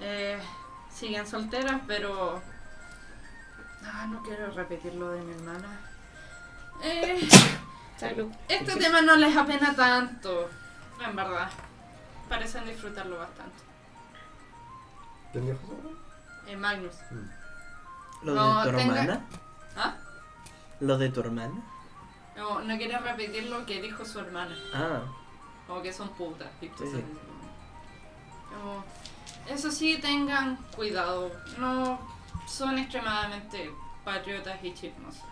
Speaker 2: Eh, siguen solteras, pero... Ah, no quiero repetir lo de mi hermana. Eh,
Speaker 4: Salud.
Speaker 2: este tema no les apena tanto, en verdad. Parecen disfrutarlo bastante.
Speaker 6: ¿Quién dijo eso?
Speaker 2: Eh, Magnus.
Speaker 1: ¿Lo
Speaker 2: No,
Speaker 1: de tu
Speaker 2: tenga-
Speaker 1: hermana?
Speaker 2: ¿Ah?
Speaker 1: ¿Lo de tu hermana?
Speaker 2: No, no quiere repetir lo que dijo su hermana.
Speaker 1: Ah,
Speaker 2: Como que son putas. y
Speaker 1: Sí,
Speaker 2: tú
Speaker 1: sí.
Speaker 2: sabes. Como, eso sí, tengan cuidado. No son extremadamente patriotas y chismosos.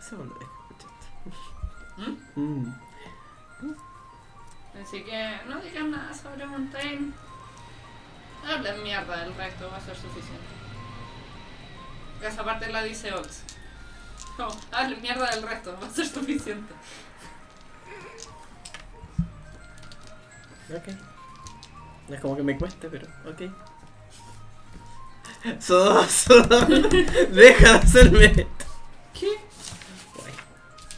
Speaker 1: segundo vez que escuchaste.
Speaker 2: ¿Mm?
Speaker 1: Mm.
Speaker 2: Así que no digan nada sobre Montaigne. Hablen mierda, el resto va a ser suficiente. Esa parte la dice Ox. No, hablen mierda del resto, va a ser suficiente.
Speaker 1: Ok. No es como que me cueste, pero ok. Sodoma, Sodoma, deja de hacerme esto.
Speaker 2: ¿Qué?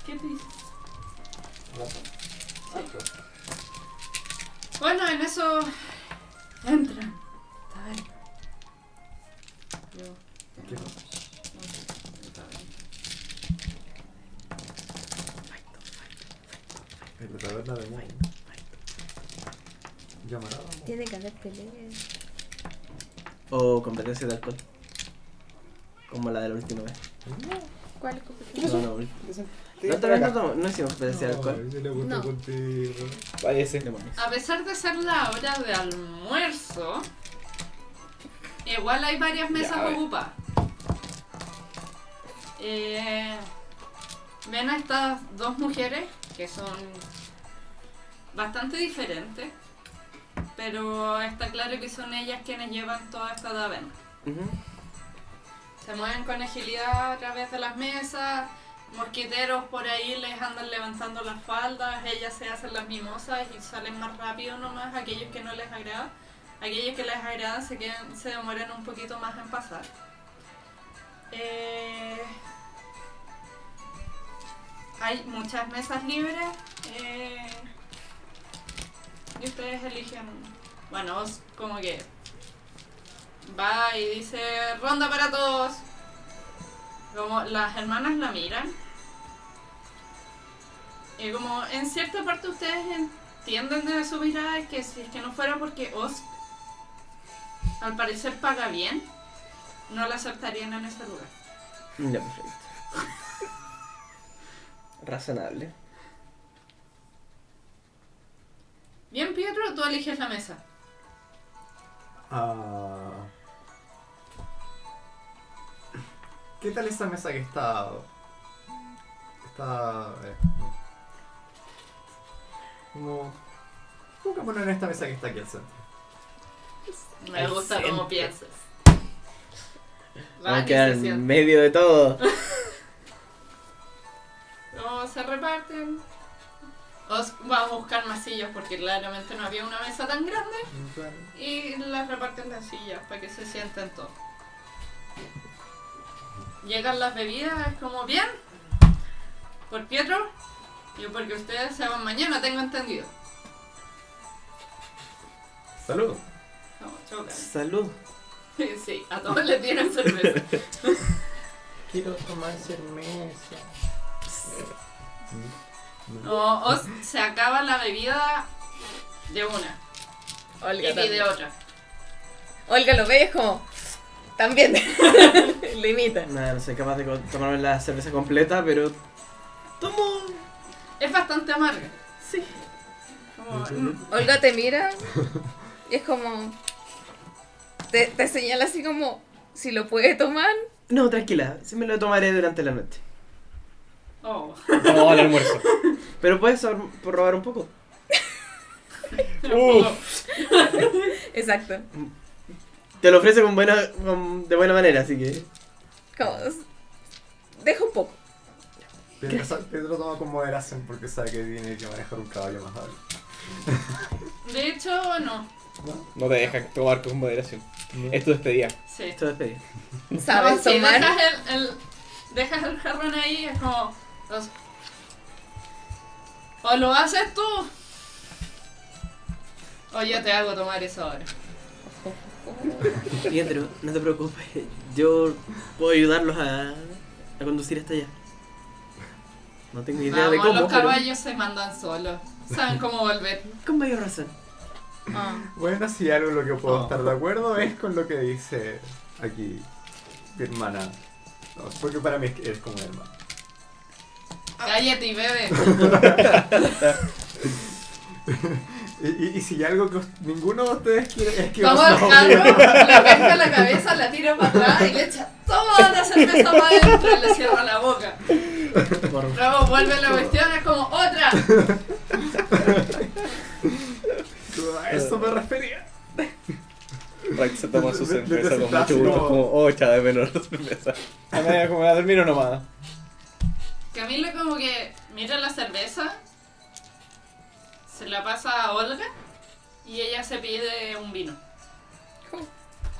Speaker 2: ¿Qué te dice? Bueno, en eso entran. A ver. Yo.
Speaker 6: ¿Qué?
Speaker 2: no sé, está bien.
Speaker 6: En la taberna de Moon. Llamarada.
Speaker 4: Tiene que haber peleas.
Speaker 1: O competencia de alcohol. Como la de la última vez.
Speaker 4: ¿Cuál
Speaker 1: No, no, ul- la otra vez no, tomo- no hicimos competencia de alcohol.
Speaker 6: Se le gusta
Speaker 4: No.
Speaker 6: contigo.
Speaker 8: Parece.
Speaker 1: Demonios.
Speaker 2: A pesar de ser la hora de almuerzo, igual hay varias mesas
Speaker 8: a ver.
Speaker 2: ocupadas. Eh, ven a estas dos mujeres que son bastante diferentes, pero está claro que son ellas quienes llevan toda esta taberna.
Speaker 1: Ujú.
Speaker 2: Se mueven con agilidad a través de las mesas, mosquiteros por ahí les andan levantando las faldas, ellas se hacen las mimosas y salen más rápido nomás, aquellos que no les agrada, aquellos que les agrada se, quedan, se demoran un poquito más en pasar. Eh, hay muchas mesas libres eh, y ustedes eligen, bueno, os como que va y dice ronda para todos. Como las hermanas la miran. Y como en cierta parte ustedes entienden de su mirada que si es que no fuera porque Oz al parecer paga bien, no la soltarían en ese lugar.
Speaker 1: Ya, perfecto. Razonable.
Speaker 2: Bien, Pietro, tú eliges la mesa.
Speaker 6: Ah. ¿Qué tal esa mesa que está? Está. eh, no. Como. Pongámonos en esta mesa que está aquí al centro.
Speaker 2: Me
Speaker 1: Al
Speaker 2: gusta
Speaker 1: centro.
Speaker 2: cómo piensas.
Speaker 1: Vamos
Speaker 2: La
Speaker 1: a quedar en
Speaker 2: decisión.
Speaker 1: medio de todo.
Speaker 2: O se reparten. O s- vamos a buscar más sillas porque claramente no había una mesa tan grande. Y las reparten las sillas para que se sienten todos. Llegan las bebidas, es como bien. Por Pietro. Yo porque ustedes se van mañana, tengo entendido.
Speaker 6: Salud.
Speaker 2: No, chocan.
Speaker 1: Salud.
Speaker 2: Sí, a todos les dieron cerveza.
Speaker 6: Quiero tomar cerveza.
Speaker 2: O, o se acaba la bebida de una
Speaker 4: Olga,
Speaker 2: y pide
Speaker 4: también.
Speaker 2: otra.
Speaker 4: Olga lo ve, es como. También. Lo imita.
Speaker 1: Nada, no soy capaz de co- tomarme la cerveza completa, pero. Tomo.
Speaker 2: Es bastante amarga. Sí. Como, mm,
Speaker 4: Olga te mira y es como. Te, te señala así como. Si lo puede tomar.
Speaker 1: No, tranquila, sí me lo tomaré durante la noche.
Speaker 2: oh.
Speaker 8: Vamos al almuerzo.
Speaker 1: Pero puedes sor- robar un poco.
Speaker 4: Exacto.
Speaker 1: Te lo ofrece con buena, con- de buena manera, así que.
Speaker 4: Como. Deja un poco.
Speaker 6: Pedro, sa- Pedro toma con moderación porque sabe que tiene que manejar un caballo más hábil.
Speaker 2: De hecho, no.
Speaker 8: No te deja tomar con moderación. Es tu despedida.
Speaker 2: Sí.
Speaker 1: Esto despedí.
Speaker 4: Sabes
Speaker 2: No, si
Speaker 4: tomar.
Speaker 2: dejas el, el- dejas el jarrón ahí, es como. los- o lo haces tú. O yo te hago tomar eso ahora.
Speaker 1: Pietro, no te preocupes, yo puedo ayudarlos a, a conducir hasta allá. No tengo idea de
Speaker 2: Vamos,
Speaker 1: cómo,
Speaker 2: los
Speaker 1: pero
Speaker 2: caballos se mandan solos. Saben cómo volver.
Speaker 1: con mayor razón.
Speaker 4: Ah.
Speaker 6: Bueno, si algo en lo que puedo estar de acuerdo es con lo que dice aquí mi hermana. No, porque para mí es, es como mi hermana.
Speaker 2: Cállate y bebe.
Speaker 6: Y, y- y si hay algo que os- ninguno de ustedes quiere es que
Speaker 2: Toma el
Speaker 6: os
Speaker 2: jarro, le pesca la cabeza, la tira para atrás y le echa toda la cerveza para adentro y le cierra la boca. Luego vuelve la cuestión, es como otra.
Speaker 6: A eso me refería.
Speaker 12: Rack se toma su
Speaker 6: Le- le- le
Speaker 12: cerveza con
Speaker 6: presentaste
Speaker 12: mucho gusto,
Speaker 6: como-
Speaker 12: como, oh, echada de menos la cerveza.
Speaker 8: A media como a dormir o nomada.
Speaker 2: Camila como que mira la cerveza, se la pasa a Olga y ella se pide un vino.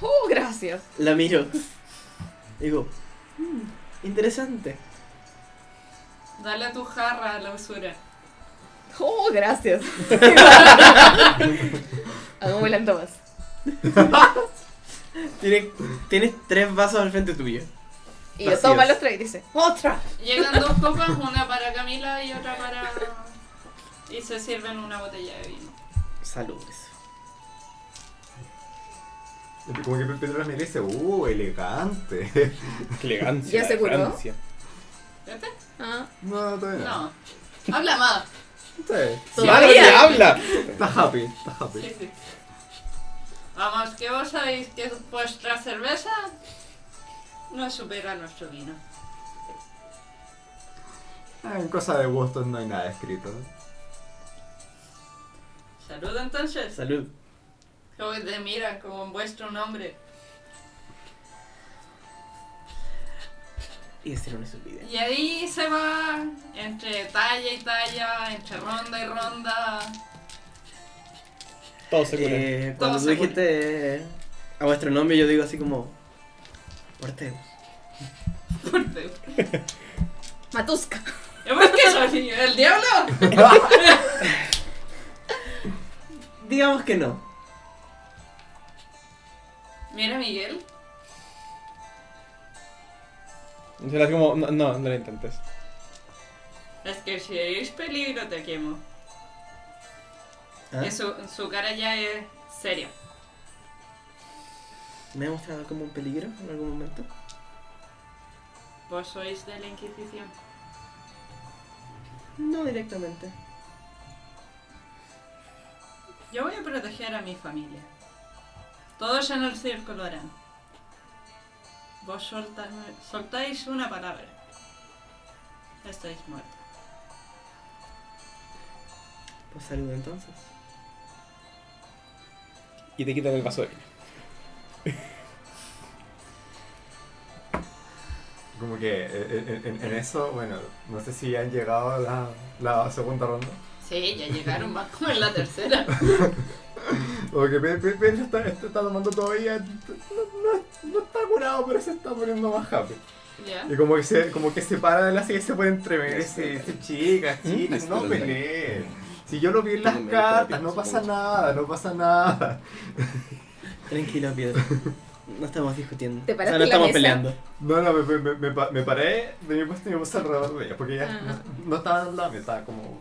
Speaker 4: Oh, gracias.
Speaker 1: La miro. Digo, "Mm, interesante.
Speaker 2: Dale tu jarra a la usura.
Speaker 4: Oh, gracias. Hago volando más.
Speaker 1: Tienes, tienes tres vasos al frente tuyo.
Speaker 4: Y yo
Speaker 1: Vacías.
Speaker 4: toma los tres y dice, ¡otra!
Speaker 2: Llegan dos copas, una para Camila y otra para... Y se sirven una botella de vino.
Speaker 1: Saludos.
Speaker 6: Como que Pedro las mira y dice, uh, elegante.
Speaker 8: Qué elegancia.
Speaker 4: ¿Ya
Speaker 8: la
Speaker 4: se curó?
Speaker 8: elegancia.
Speaker 2: ¿Este?
Speaker 4: Ah,
Speaker 6: No, todavía no.
Speaker 2: No. Habla más.
Speaker 6: Sí,
Speaker 8: ¡Madre que habla!
Speaker 6: está happy, está happy.
Speaker 2: Sí, sí. Vamos, que vos sabéis que vuestra cerveza no supera nuestro vino.
Speaker 6: Ah, En cosa de gustos no hay nada escrito.
Speaker 2: Salud entonces.
Speaker 1: Salud.
Speaker 2: Como que te miran como en vuestro nombre.
Speaker 1: Y ese no es su video.
Speaker 2: Y ahí se va entre talla y talla, entre ronda y ronda.
Speaker 8: Todo se cura.
Speaker 1: Eh, cuando
Speaker 2: Todos
Speaker 1: tú
Speaker 2: se
Speaker 1: dijiste eh, a vuestro nombre, yo digo así como. Porteo.
Speaker 2: Por Dios.
Speaker 4: Matusca.
Speaker 2: ¿Por qué soy yo? ¿El diablo?
Speaker 1: Digamos que no.
Speaker 2: Mira, Miguel.
Speaker 8: Entonces era como, no, no, no lo intentes.
Speaker 2: Es que si eres peligro te quemo.
Speaker 1: ¿Ah?
Speaker 2: Y su, su cara ya es seria.
Speaker 1: ¿Me ha mostrado como un peligro en algún momento?
Speaker 2: Vos sois de la Inquisición.
Speaker 1: No directamente.
Speaker 2: Yo voy a proteger a mi familia. Todos en el círculo harán. Vos solta- soltáis una palabra. Estáis muertos.
Speaker 1: Pues saludo entonces.
Speaker 8: Y te quitan el vaso de vino.
Speaker 6: Como que eh, en, en- en eso, bueno, no sé si han llegado a la, la segunda ronda.
Speaker 2: Sí, ya llegaron más como en la tercera.
Speaker 6: Como que Pe- Pe- Pedro está, está tomando todavía. No, no- no está curado, pero se está poniendo más happy.
Speaker 2: Ya.
Speaker 6: Y como que se, como que se para de la silla y se pone entre medio y
Speaker 1: Este,
Speaker 6: se dice, chicas,
Speaker 1: ¿Mm?
Speaker 6: chicas, no peleen. Si yo lo vi en
Speaker 1: Este
Speaker 6: las cartas, no pasa nada, no pasa nada.
Speaker 1: Tranquilo, Piedra. No estamos discutiendo.
Speaker 4: Te
Speaker 1: O sea,
Speaker 4: paraste
Speaker 1: no
Speaker 4: en la
Speaker 1: estamos
Speaker 4: mesa.
Speaker 1: peleando.
Speaker 6: No, no, me, me, me, pa- me paré de mi puesto y me puse alrededor de ella, porque ella no, no estaba en la mesa, como...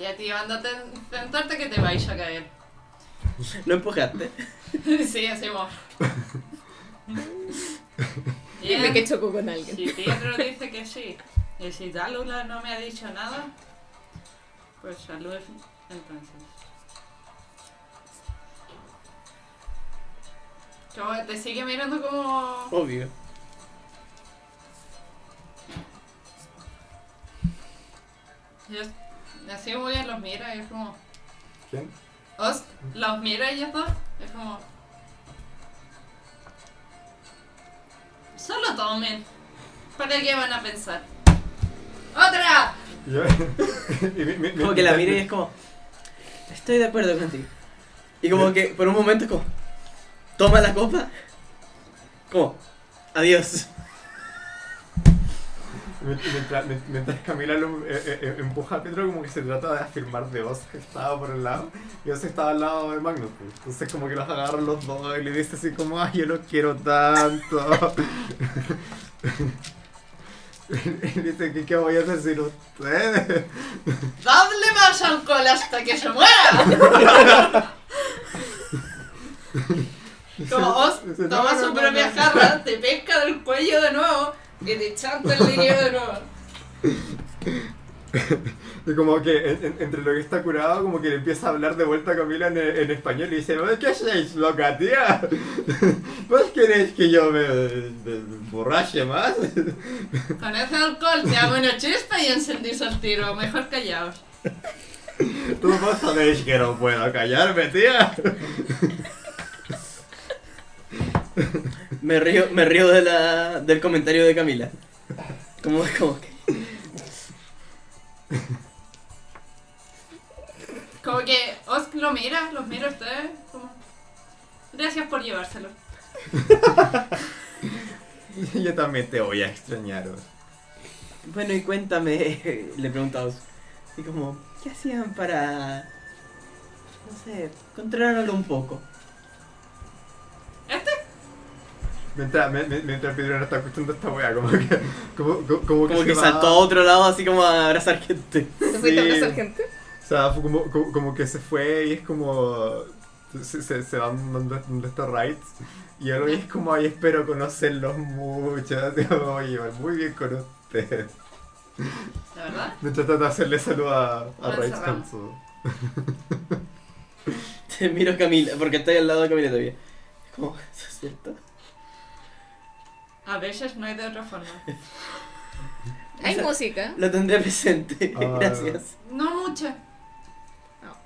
Speaker 2: Y a ti, ándate, sentarte que te vais a caer.
Speaker 1: No empujaste.
Speaker 2: sí, hacemos.
Speaker 4: Y me que chocó con alguien.
Speaker 2: Si Pietro dice que sí, y si Dálula no me ha dicho nada, pues salud entonces. Como te sigue mirando como.
Speaker 1: Obvio.
Speaker 2: Yo- así como ella los mira, y es como.
Speaker 6: ¿Quién?
Speaker 2: Os los mira ellos dos, es como. Solo tomen. ¿Para qué van a pensar? ¡Otra!
Speaker 6: Y yo- y mi- mi- mi-
Speaker 1: Como que la miré y es como. Estoy de acuerdo contigo. Y como que por un momento es como. Toma la copa. Como. Adiós.
Speaker 6: Mientras, mientras Camila lo, eh, eh, eh, empuja a Pedro, como que se trata de afirmar de Oz, que estaba por el lado, y Oz estaba al lado de Magnus. pues. Entonces, como que los agarran los dos y le dice así, como, ay, yo lo quiero tanto. y dice, ¿qué, ¿qué voy a hacer sin ustedes?
Speaker 2: ¡Dadle más alcohol hasta que se muera! Como os
Speaker 6: Dice, "No,
Speaker 2: toma
Speaker 6: no,
Speaker 2: su
Speaker 6: no,
Speaker 2: propia
Speaker 6: no".
Speaker 2: jarra, te pesca del cuello de nuevo y te chanta el dinero de nuevo.
Speaker 6: Y como que en- en- entre lo que está curado, como que le empieza a hablar de vuelta a Camila en, en español y dice, "Oye, ¿qué hacéis, loca, tía? ¿Vos queréis que yo me eh, borrache más?
Speaker 2: Con ese alcohol te hago una chispa y encendís el tiro. Mejor callaos.
Speaker 6: Tú vos sabéis que no puedo callarme, tía.
Speaker 1: Me río, me río de la, del comentario de Camila. Como es como que.
Speaker 2: Como que os lo mira, los mira a ustedes. Como... Gracias por llevárselo.
Speaker 6: Yo también te voy a extrañar. Oz.
Speaker 1: Bueno, y cuéntame. Le preguntamos. Y como. ¿Qué hacían para. No sé. Controlarlo un poco?
Speaker 6: Mientras, me- me- mientras Pedro no está escuchando esta wea, como que, como, como, como
Speaker 1: Como
Speaker 6: se
Speaker 1: que
Speaker 6: va-
Speaker 1: saltó a otro lado, así como a abrazar gente.
Speaker 4: ¿Te fuiste a
Speaker 6: Sí.
Speaker 4: abrazar gente?
Speaker 6: O sea, fue como, como, como que se fue y es como. Se, se, se van dando dando estos rides. Y ahora es como, ay, espero conocerlos mucho. Te voy a llevar muy bien con ustedes.
Speaker 2: La verdad,
Speaker 6: Mientras trata de hacerle salud a, a
Speaker 2: Ahora
Speaker 6: Raids
Speaker 2: cerramos.
Speaker 6: Katsu.
Speaker 1: Te miro a Camila, porque estoy al lado de Camila todavía. Es como. ¿Eso es cierto?
Speaker 2: a veces no hay de otra forma.
Speaker 4: Hay
Speaker 1: Esa-
Speaker 4: música.
Speaker 1: Lo tendré presente.
Speaker 6: Ah.
Speaker 1: Gracias.
Speaker 2: No mucho.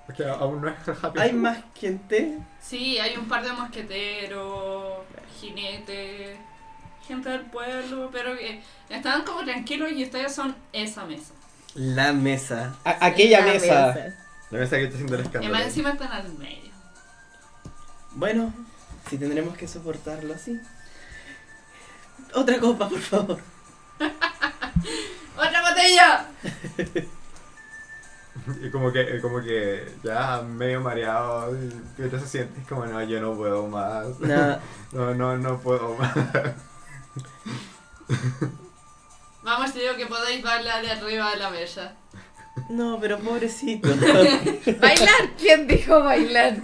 Speaker 6: Es que aún no es happy.
Speaker 1: ¿Hay más gente?
Speaker 2: Sí, hay un par de mosqueteros, jinetes, gente del pueblo, pero que estaban como tranquilos y ustedes son esa mesa.
Speaker 1: La mesa.
Speaker 7: A- aquella
Speaker 4: La
Speaker 7: mesa.
Speaker 6: La mesa que está haciendo el
Speaker 2: Y
Speaker 6: escándalo.
Speaker 2: más encima están al medio.
Speaker 1: Bueno, si tendremos que soportarlo así. Otra copa, por favor.
Speaker 2: ¡Otra botella!
Speaker 6: Y como que, eh, como que ya medio mareado, y Pietro se siente es como, no, yo no puedo más.
Speaker 1: Nada.
Speaker 6: No, no, no puedo más.
Speaker 2: Vamos, te digo que podéis bailar de arriba de la mesa.
Speaker 1: No, pero pobrecito.
Speaker 4: ¿Bailar? ¿Quién dijo bailar?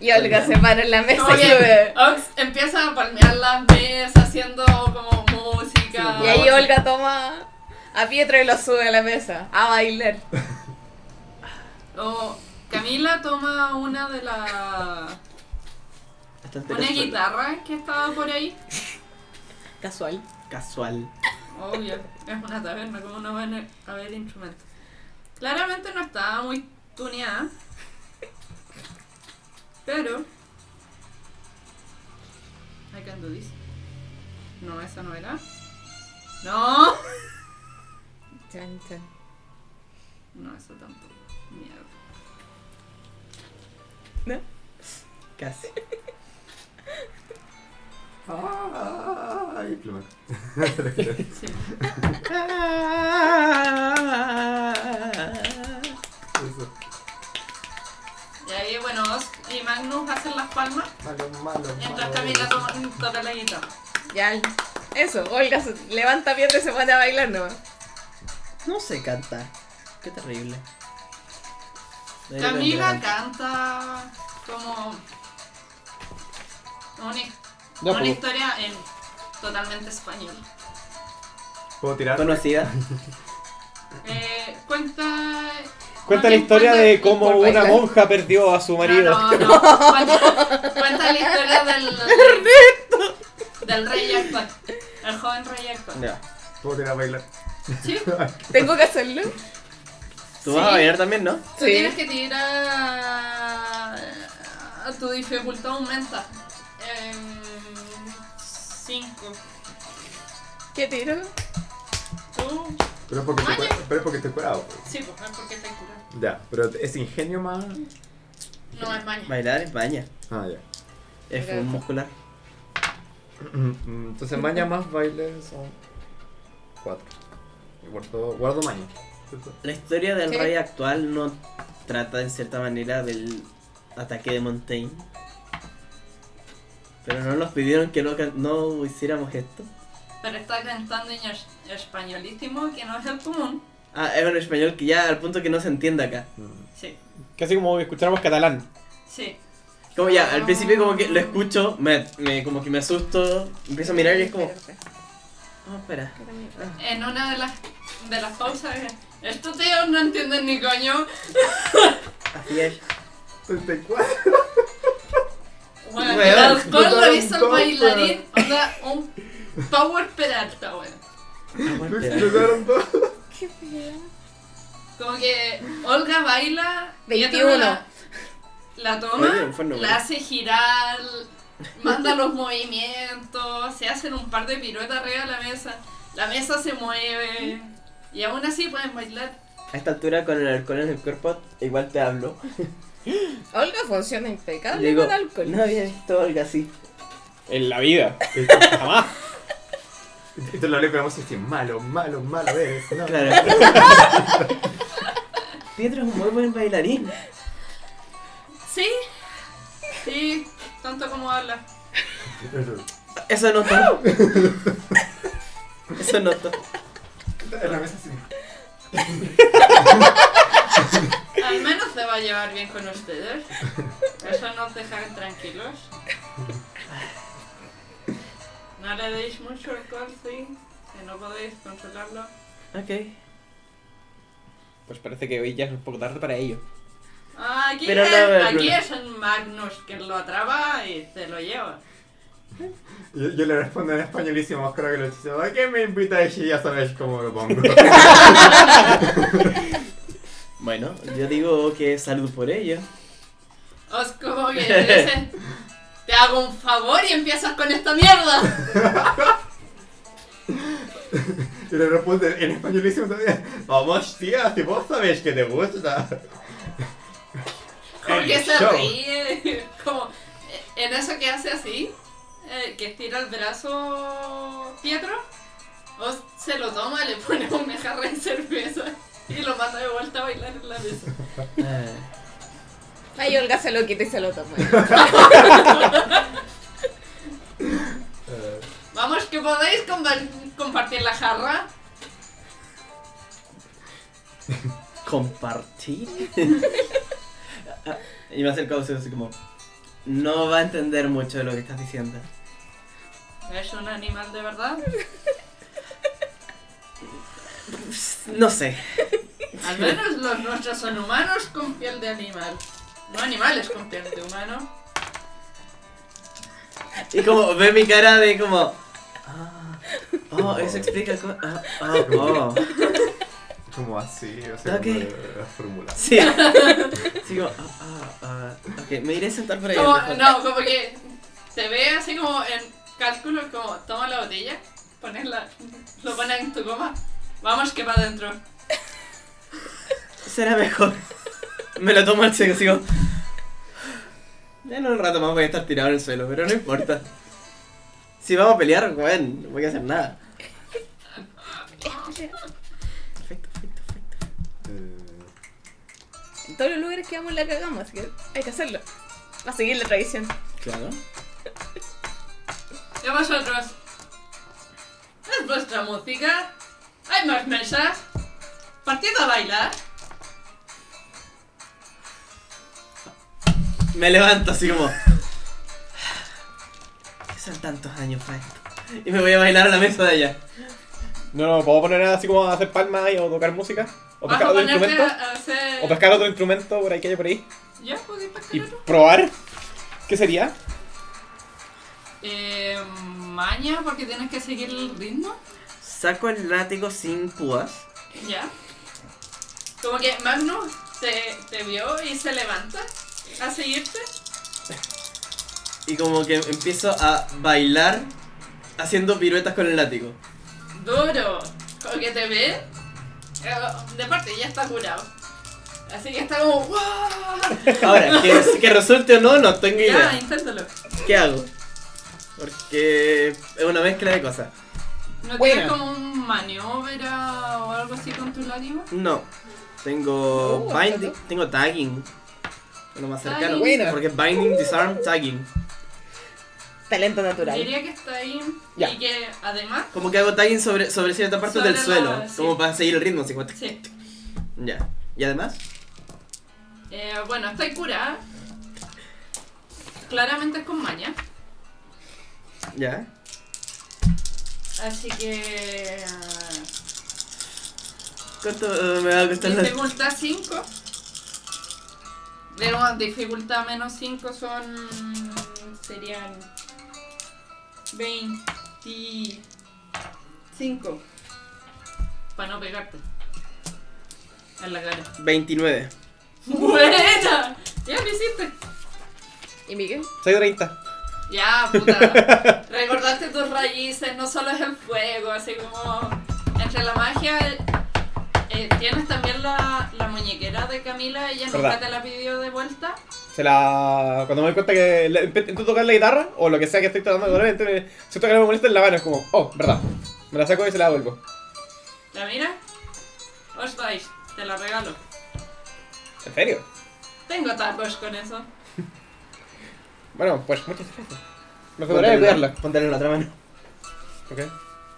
Speaker 4: Y Olga se para en la mesa y lo
Speaker 2: Oye,
Speaker 4: ve.
Speaker 2: Ox empieza a palmear las mesas haciendo como música.
Speaker 4: Y ahí Olga toma a Pietro y lo sube a la mesa a bailar.
Speaker 2: O Camila toma una de las.
Speaker 1: Bastante
Speaker 2: Una
Speaker 1: casual.
Speaker 2: guitarra que estaba por ahí.
Speaker 4: Casual.
Speaker 1: Casual.
Speaker 2: Obvio, es una taberna, ¿cómo no van a haber instrumentos? Claramente no estaba muy tuneada. Pero. I can do this. No, esa no era. ¡No!
Speaker 4: Chan, chan.
Speaker 2: No, eso tampoco. Mierda.
Speaker 1: Casi.
Speaker 6: Ay, pluma.
Speaker 2: Sí.
Speaker 1: Ah.
Speaker 6: Eso.
Speaker 2: Y ahí, bueno, Oz y Magnus hacen las palmas
Speaker 6: Malo, malo,
Speaker 2: mientras Camila
Speaker 6: malo.
Speaker 2: toma, toca la guitarra.
Speaker 4: Ya, eso, Olga se levanta a Pietro y se pone a bailar nomás.
Speaker 1: No sé cantar. Qué terrible. Debería
Speaker 2: Camila
Speaker 1: aprender a
Speaker 2: canta como una, his-
Speaker 7: Ya,
Speaker 2: una
Speaker 7: pues.
Speaker 2: historia en totalmente español.
Speaker 6: ¿Puedo
Speaker 1: cantar.
Speaker 6: tirar?
Speaker 1: Conocida.
Speaker 2: Eh, cuenta
Speaker 7: Cuenta
Speaker 2: no,
Speaker 7: la historia
Speaker 2: cuenta-
Speaker 7: de cómo
Speaker 4: por
Speaker 7: una
Speaker 4: bailar.
Speaker 7: monja perdió a su marido.
Speaker 2: No, no, no. Cuenta, cuenta la historia del Ernesto. del rey actual, el joven rey actual.
Speaker 7: Ya.
Speaker 6: ¿Puedo tirar a bailar?
Speaker 2: Sí,
Speaker 4: ¿Tengo que hacerlo?
Speaker 1: Tú vas a
Speaker 2: Sí.
Speaker 1: bailar también, ¿no?
Speaker 2: tú
Speaker 4: Sí.
Speaker 2: tienes que tirar tu dificultad aumenta. Em, cinco.
Speaker 4: ¿Qué tiro?
Speaker 2: Tú,
Speaker 6: Pero es porque estoy, cura- pero es porque estoy curado.
Speaker 2: sí, pues es porque te curas.
Speaker 6: Ya, pero es ingenio más.
Speaker 2: No es maña.
Speaker 1: Bailar es baña.
Speaker 6: Ah, ya.
Speaker 1: Es
Speaker 4: Mira.
Speaker 1: un muscular.
Speaker 6: Mm, Entonces maña más baile son cuatro. Y guardo, guardo maña.
Speaker 1: La historia del
Speaker 4: Sí.
Speaker 1: rey actual no trata en cierta manera del ataque de Montaigne. Pero no nos pidieron que no, can- no hiciéramos esto.
Speaker 2: Pero está cantando en es- españolísimo, que no es el común.
Speaker 1: Ah, es un español que ya al punto que no se entiende acá.
Speaker 6: Mm.
Speaker 2: Sí,
Speaker 7: Casi como que escucháramos catalán.
Speaker 2: sí.
Speaker 1: Como ya, al principio como que lo escucho, me, me- como que me asusto, empiezo a mirar y es como...
Speaker 4: Espérate,
Speaker 1: Oh, espera.
Speaker 4: espérame.
Speaker 2: En una de las, de las pausas, es, estos tíos no entienden ni coño.
Speaker 1: Así es.
Speaker 6: 34.
Speaker 2: Bueno,
Speaker 1: Weón,
Speaker 2: el alcohol
Speaker 6: botaron
Speaker 2: lo hizo el
Speaker 6: todo,
Speaker 2: bailarín, o sea, un power peralta, weón.
Speaker 1: Ah, bueno,
Speaker 6: Me
Speaker 1: espera.
Speaker 6: explotaron todo.
Speaker 4: ¿Qué wea?
Speaker 2: Como que Olga baila, y otro
Speaker 4: 21.
Speaker 2: La, la toma,
Speaker 1: Oye, fue número.
Speaker 2: la hace girar, manda los movimientos, se hacen un par de piruetas arriba de la mesa, la mesa se mueve, y aún así pueden bailar.
Speaker 1: A esta altura con el alcohol en el cuerpo, igual te hablo.
Speaker 4: Olga funciona
Speaker 1: Y
Speaker 4: impecable
Speaker 1: digo,
Speaker 4: Ah, con alcohol.
Speaker 1: no había visto algo así.
Speaker 7: En la vida. Jamás.
Speaker 6: Entonces lo hablé, pero vamos a decir malo, malo, malo eres. No.
Speaker 1: Claro. Pietro es un muy buen bailarín.
Speaker 2: Sí, sí, tanto como habla.
Speaker 1: Eso noto. Eso noto.
Speaker 6: En la mesa sí.
Speaker 2: Al menos se va a llevar bien con ustedes. Eso nos deja tranquilos. No le deis mucho alcohol, sí, que no podéis controlarlo.
Speaker 1: Ok.
Speaker 7: Pues parece que hoy ya es un poco tarde para ello.
Speaker 2: Ah, Aquí,
Speaker 1: Pero
Speaker 2: es,
Speaker 1: no, no,
Speaker 2: aquí
Speaker 1: no.
Speaker 2: es un Magnus que lo atrapa y se lo lleva.
Speaker 6: Yo, yo le respondo en españolísimo, más claro que lo hechizo. ¿A qué me invitáis? Y ya sabéis cómo lo pongo.
Speaker 1: Bueno, yo digo que salud por ella.
Speaker 2: Os como que dice, te hago un favor y empiezas con esta mierda.
Speaker 6: Y le respondo en españolísimo también. Vamos, tía, si vos sabéis que te gusta.
Speaker 2: Como
Speaker 6: El
Speaker 2: que se
Speaker 6: show.
Speaker 2: ríe. Como eh, en eso que hace así, eh, que estira el brazo Pietro, Os se lo toma, le pone una jarra de cerveza y lo manda de vuelta a bailar en la mesa.
Speaker 1: Ah,
Speaker 4: Ay, Olga se lo quita y se lo toma.
Speaker 6: Eh,
Speaker 2: Vamos, que podéis compa- compartir la jarra.
Speaker 1: compartir. Ah, Y me acerco a usted así como, no va a entender mucho de lo que estás diciendo.
Speaker 2: ¿Es un animal de verdad?
Speaker 1: No sé.
Speaker 2: Al menos los nuestros son humanos con piel de animal. No animales con piel de humano.
Speaker 1: Y como ve mi cara de como, ah, oh, eso explica cómo, ah, ah, oh.
Speaker 6: Como así, o sea,
Speaker 1: Ok.
Speaker 6: como de- de fórmula.
Speaker 1: Sí. Sí, como, ah, ah, ah, ok, me iré a sentar por ahí.
Speaker 2: Como,
Speaker 1: mejor.
Speaker 2: no, como que te ve así como en cálculo, como toma la botella, pones la, lo pones en tu coma, vamos que va adentro.
Speaker 1: Será mejor. Me lo tomo al seco, sigo. En un rato más voy a estar tirado en el suelo, pero no importa. Si vamos a pelear, weón, no voy a hacer nada.
Speaker 6: Eh,
Speaker 4: En todos los lugares que vamos la cagamos, así que hay que hacerlo. Va a seguir la tradición.
Speaker 1: Claro.
Speaker 2: ¿Y vosotros? ¿Es vuestra música? ¿Hay más mesas? ¿Partido a bailar?
Speaker 1: Me levanto así como. ¿Qué son tantos años para esto? Y me voy a bailar a la mesa de allá.
Speaker 7: No, no, ¿puedo poner así como hacer palmas y- o tocar música? ¿O
Speaker 2: ¿Vas
Speaker 7: pescar
Speaker 2: a
Speaker 7: otro
Speaker 2: ponerte eh,
Speaker 7: instrumento?
Speaker 2: a hacer...?
Speaker 7: ¿O pescar otro instrumento por ahí que haya por ahí?
Speaker 2: ¿Ya? ¿Podéis pescar
Speaker 7: ¿Y
Speaker 2: otro?
Speaker 7: probar? ¿Qué sería?
Speaker 2: Eh, maña, porque tienes que seguir el ritmo.
Speaker 1: Saco el látigo sin púas.
Speaker 2: Ya. Como que Magnus te, te vio y se levanta a seguirte.
Speaker 1: Y como que empiezo a bailar haciendo piruetas con el látigo.
Speaker 2: Duro. Como que te ve. eh, De parte ya está curado. Así que está como ¡guau!
Speaker 1: Ahora, que, que resulte o no, no tengo
Speaker 2: Ya,
Speaker 1: idea.
Speaker 2: inténtalo.
Speaker 1: ¿Qué hago? Porque es una mezcla de cosas.
Speaker 2: ¿No
Speaker 1: Buena.
Speaker 2: tienes como un maniobra o algo así con tu látigo?
Speaker 1: No. Tengo
Speaker 2: No,
Speaker 1: binding, tengo tagging. Lo más cercano.
Speaker 2: Oh, Tagging. Buena.
Speaker 1: Porque binding, disarm, tagging.
Speaker 4: Talento natural.
Speaker 2: Diría que está ahí.
Speaker 1: Ya.
Speaker 2: Y que además.
Speaker 1: Como que hago tagging sobre, sobre cierta parte
Speaker 2: Sobre
Speaker 1: del
Speaker 2: la-
Speaker 1: suelo.
Speaker 2: sí.
Speaker 1: Como para seguir el ritmo. así como-
Speaker 2: Sí.
Speaker 1: Ya. Y además,
Speaker 2: Eh, bueno, está curada. Claramente es con maña.
Speaker 1: ya.
Speaker 2: Así que.
Speaker 1: ¿Cuánto eh, me va a costar la-
Speaker 2: Dificultad 5. De nuevo, dificultad menos 5 son. serían. 25. Para no pegarte. En la cara.
Speaker 1: 29.
Speaker 2: ¡Buena! Ya lo hiciste.
Speaker 4: ¿Y Miguel?
Speaker 7: 6.30.
Speaker 2: Ya, puta. Recordaste tus raíces, no solo es el fuego, así como. Entre la magia. eh, tienes también la, la muñequera de Camila, ella nunca
Speaker 7: Verdad.
Speaker 2: te la pidió de vuelta.
Speaker 7: Se la. Cuando me doy cuenta que le- empe- intento tocar la guitarra o lo que sea que estoy tratando de tocar, entonces, siento que no me molesta en la mano, es como, oh, verdad. Me la saco y se la devuelvo.
Speaker 2: ¿La mira? Os vais, te la regalo.
Speaker 7: ¿En serio?
Speaker 2: Tengo tacos con eso.
Speaker 7: Bueno, pues muchas gracias. Me aseguraré de cuidarla.
Speaker 1: Póntale en la otra mano.
Speaker 7: Ok.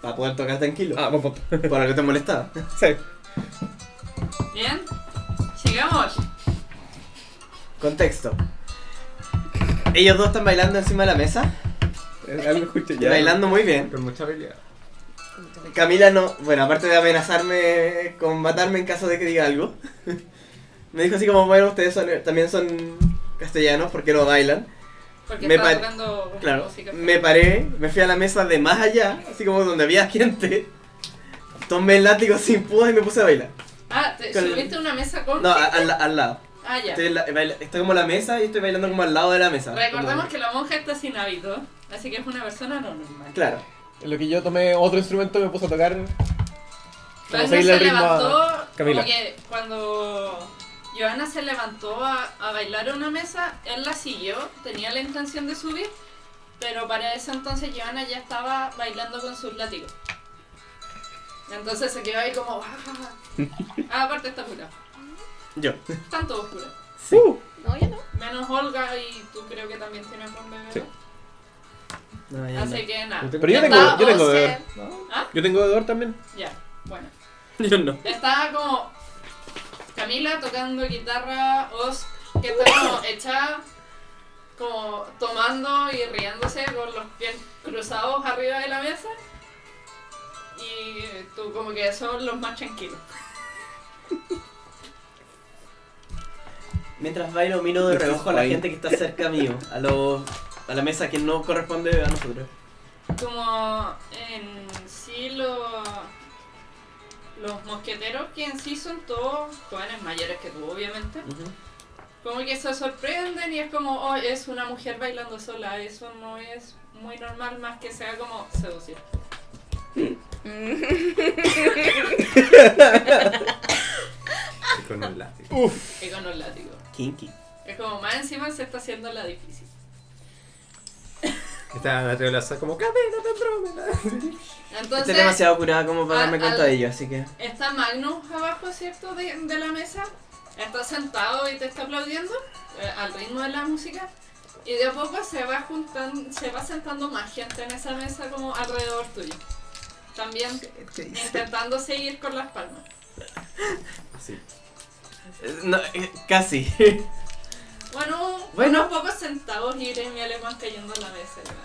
Speaker 1: Para poder tocar tranquilo.
Speaker 7: Ah, buen punto.
Speaker 1: Por algo te molestaba.
Speaker 7: Sí.
Speaker 2: Bien, sigamos.
Speaker 1: Contexto. Ellos dos están bailando encima de la mesa.
Speaker 7: Algo escuché ya.
Speaker 1: Bailando muy bien.
Speaker 6: Con mucha habilidad.
Speaker 1: Camila no, bueno, aparte de amenazarme con matarme en caso de que diga algo, me dijo así como, bueno, ustedes son- también son castellanos, ¿por qué no bailan?
Speaker 2: Porque
Speaker 1: Me
Speaker 2: estaba
Speaker 1: pare-
Speaker 2: tocando
Speaker 1: Claro,
Speaker 2: música.
Speaker 1: me paré, me fui a la mesa de más allá, así como donde había gente, tomé el látigo sin púas y me puse a bailar.
Speaker 2: Ah, te
Speaker 1: con-
Speaker 2: subiste a una mesa con.
Speaker 1: No, a- al, al lado.
Speaker 2: Ah, ya.
Speaker 1: Estoy en la- baila- está como la mesa y estoy bailando como al lado de la mesa.
Speaker 2: Recordemos
Speaker 1: Como-
Speaker 2: que la monja está sin hábito, así que es una persona no normal.
Speaker 1: Claro.
Speaker 7: En lo que yo tomé otro instrumento me puse a tocar.
Speaker 2: Joana se
Speaker 7: seguirle el ritmo a
Speaker 2: levantó,
Speaker 7: Camila.
Speaker 2: como que cuando Joana se levantó a, a bailar a una mesa, él la siguió, tenía la intención de subir, pero para ese entonces Joana ya estaba bailando con sus látigos. Entonces se quedó ahí como... "Ah, ah, ah". Ah, aparte está oscura.
Speaker 1: Yo.
Speaker 2: Tanto oscura.
Speaker 7: Uh,
Speaker 4: No, ya no.
Speaker 2: Menos Olga y tú creo que también tienes con bebé. ¿no?
Speaker 7: Sí.
Speaker 1: No, ya no.
Speaker 2: Así que nada.
Speaker 7: Pero yo tengo,
Speaker 2: Está
Speaker 7: yo tengo
Speaker 2: once.
Speaker 7: deudor.
Speaker 2: ¿Ah?
Speaker 7: Yo tengo deudor también.
Speaker 2: Ya, bueno.
Speaker 1: Yo no.
Speaker 2: Estaba como Camila tocando guitarra, Oz que está como hecha, como tomando y riéndose con los pies cruzados arriba de la mesa. Y tú como que son los más tranquilos.
Speaker 1: Mientras bailo, miro de
Speaker 12: Esto es
Speaker 1: reojo a la
Speaker 12: guay.
Speaker 1: gente que está cerca mío, a, los- a la mesa que no corresponde a nosotros.
Speaker 2: Como en sí lo- los mosqueteros que en sí son todos jóvenes mayores que tú, obviamente. Como que se sorprenden y es como, oh, es una mujer bailando sola, eso no es muy normal más que sea como seducir.
Speaker 4: Mm.
Speaker 6: Y con un látigo.
Speaker 2: Y con los látigos.
Speaker 1: Kinky.
Speaker 2: Es como más encima se está haciendo la difícil.
Speaker 6: Está Natalia Laza como cadena de Andrómeda.
Speaker 2: Entonces,
Speaker 1: Estoy demasiado curada como para
Speaker 2: a-
Speaker 1: darme cuenta
Speaker 2: al-
Speaker 1: de ello, así que.
Speaker 2: Está Magnus abajo, ¿cierto? De, de la mesa. Está sentado y te está aplaudiendo eh, al ritmo de la música. Y de a poco se va juntando, se va sentando más gente en esa mesa como alrededor tuyo. También intentando seguir con las palmas.
Speaker 6: Así.
Speaker 1: Eh, No, eh, casi.
Speaker 2: Bueno,
Speaker 1: Bueno.
Speaker 2: unos pocos centavos y gremiales van cayendo en la mesa. ¿verdad?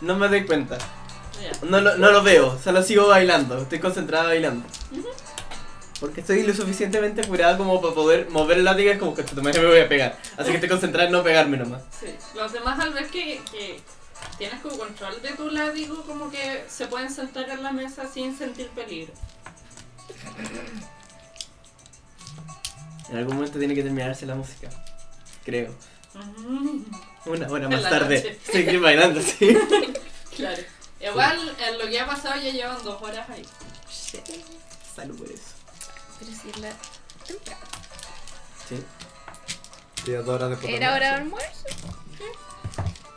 Speaker 1: No me doy cuenta.
Speaker 2: Ya.
Speaker 1: No lo, no lo veo, solo sigo bailando. Estoy concentrada bailando. Porque estoy lo suficientemente curada como para poder mover el látigo. Es como que tu madre me voy a pegar. Así que estoy concentrada en no pegarme nomás.
Speaker 2: Sí. Los demás al ver que, que tienes como control de tu látigo, como que se pueden sentar en la mesa sin sentir peligro.
Speaker 1: En algún momento tiene que terminarse la música. Creo.
Speaker 2: Mm.
Speaker 1: Una hora
Speaker 2: En
Speaker 1: más
Speaker 2: la
Speaker 1: tarde.
Speaker 2: noche.
Speaker 1: Seguir bailando, sí.
Speaker 2: Claro. Igual en lo que ha pasado ya llevan dos horas ahí.
Speaker 1: Salud por eso.
Speaker 4: Pero si es la temprano.
Speaker 1: Sí.
Speaker 6: Y dos horas después.
Speaker 4: Era hora de
Speaker 6: de
Speaker 4: almuerzo.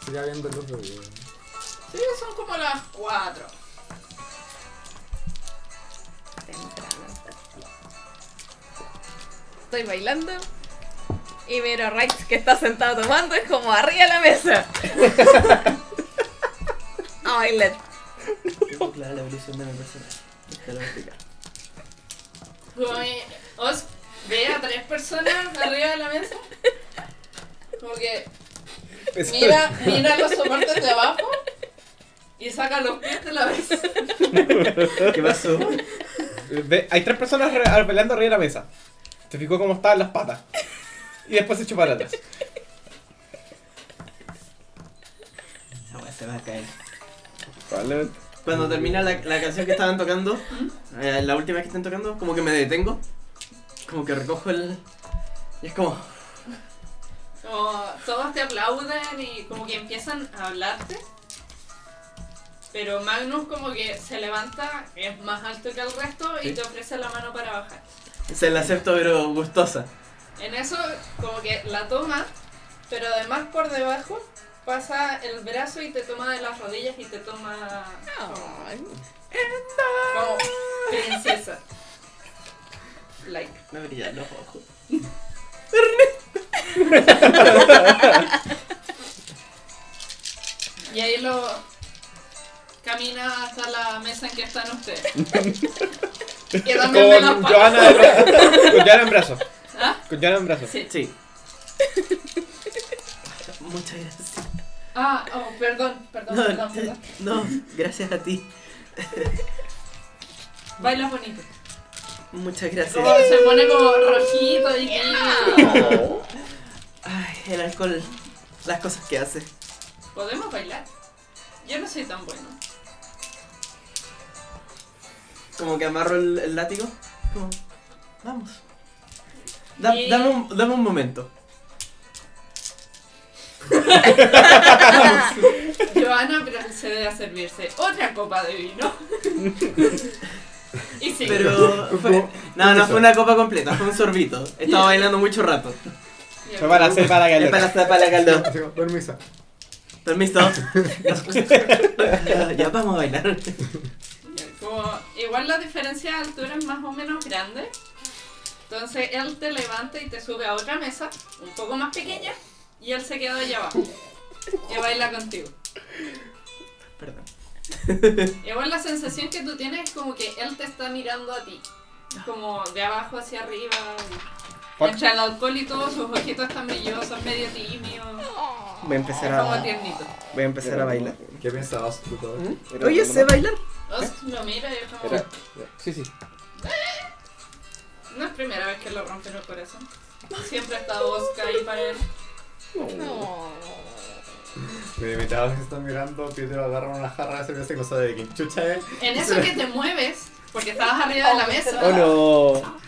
Speaker 6: Siga viendo el otro video.
Speaker 2: Sí, son como las cuatro.
Speaker 4: Temprano. Estoy bailando. Y miro a Rex que está sentado tomando. Es como arriba de la mesa. a bailar.
Speaker 1: Tengo clara la evolución de mi personaje. Te lo voy a explicar.
Speaker 2: Como que os ve a tres personas arriba de la mesa. Como que mira, mira los soportes de abajo y saca los pies de la mesa.
Speaker 1: ¿Qué pasó?
Speaker 7: Ve- Hay tres personas re- bailando arriba de la mesa. Se fijó cómo estaban las patas. Y después se echó para atrás.
Speaker 1: Esa weá se va a caer.
Speaker 7: Probablemente.
Speaker 1: Cuando termina la, la canción que estaban tocando, eh, la última que están tocando, como que me detengo. Como que recojo el. Y es como.
Speaker 2: Como todos te aplauden y como que empiezan a hablarte. Pero Magnus como que se levanta, es más alto que el resto y
Speaker 1: Sí.
Speaker 2: te ofrece la mano para bajar.
Speaker 1: Se la acepto, pero gustosa.
Speaker 2: En eso, como que la toma, pero además por debajo pasa el brazo y te toma de las rodillas y te toma como,
Speaker 4: Ay,
Speaker 2: como princesa. Like.
Speaker 1: Me brillan los ojos.
Speaker 2: Y ahí lo camina hasta la mesa en que están ustedes. y
Speaker 7: Con
Speaker 2: también me las
Speaker 7: Johanna,
Speaker 2: patas.
Speaker 7: de bra- con Johanna en brazo.
Speaker 2: ¿Ah?
Speaker 7: Con Johanna en brazo.
Speaker 2: Sí.
Speaker 1: Sí. Muchas gracias.
Speaker 2: Ah, oh, perdón, perdón, perdón,
Speaker 1: No, eh,
Speaker 2: perdón.
Speaker 1: no, gracias a ti.
Speaker 2: Bailas bonito.
Speaker 1: Muchas gracias.
Speaker 2: Como se pone como rojito y
Speaker 1: Ay, el alcohol. Las cosas que hace.
Speaker 2: ¿Podemos bailar? Yo no soy tan bueno.
Speaker 1: Como que amarro el, el látigo. Como, vamos. Da-
Speaker 2: Y-
Speaker 1: dame, un, dame un momento.
Speaker 2: Joana procede a servirse otra copa de vino. y sí,
Speaker 1: Pero. fue- no, no fue una copa completa, fue un sorbito. Estaba bailando mucho rato.
Speaker 7: Fue para hacer para la
Speaker 1: Es para
Speaker 7: galera.
Speaker 1: la para la caldo.
Speaker 6: Digo, Permiso.
Speaker 1: Permiso. ya vamos a bailar.
Speaker 2: como- igual la diferencia de altura es más o menos grande. Entonces él te levanta y te sube a otra mesa, un poco más pequeña, y él se queda allá abajo. Y baila contigo.
Speaker 1: Perdón.
Speaker 2: Igual la sensación que tú tienes es como que él te está mirando a ti. Como de abajo hacia arriba. y- Entre el alcohol y todo, sus ojitos están brillosos, medio tímidos.
Speaker 1: Voy a empezar
Speaker 2: Es como
Speaker 1: a.
Speaker 2: tiernito.
Speaker 1: Voy a empezar a bailar.
Speaker 6: ¿Qué pensabas tú todo?
Speaker 4: ¿Mm?
Speaker 1: Oye, sé bailar.
Speaker 2: Oz lo mira y es como.
Speaker 8: ¿Eh? Era- Sí, sí.
Speaker 2: No es primera vez que lo rompen el corazón. Siempre está Oscar ahí para él.
Speaker 4: No.
Speaker 6: Me invitados que están mirando, Pietro agarra una jarra de cerveza y cosa de que chucha es.
Speaker 2: En eso que te mueves, porque estabas arriba de la mesa,
Speaker 8: Oh no.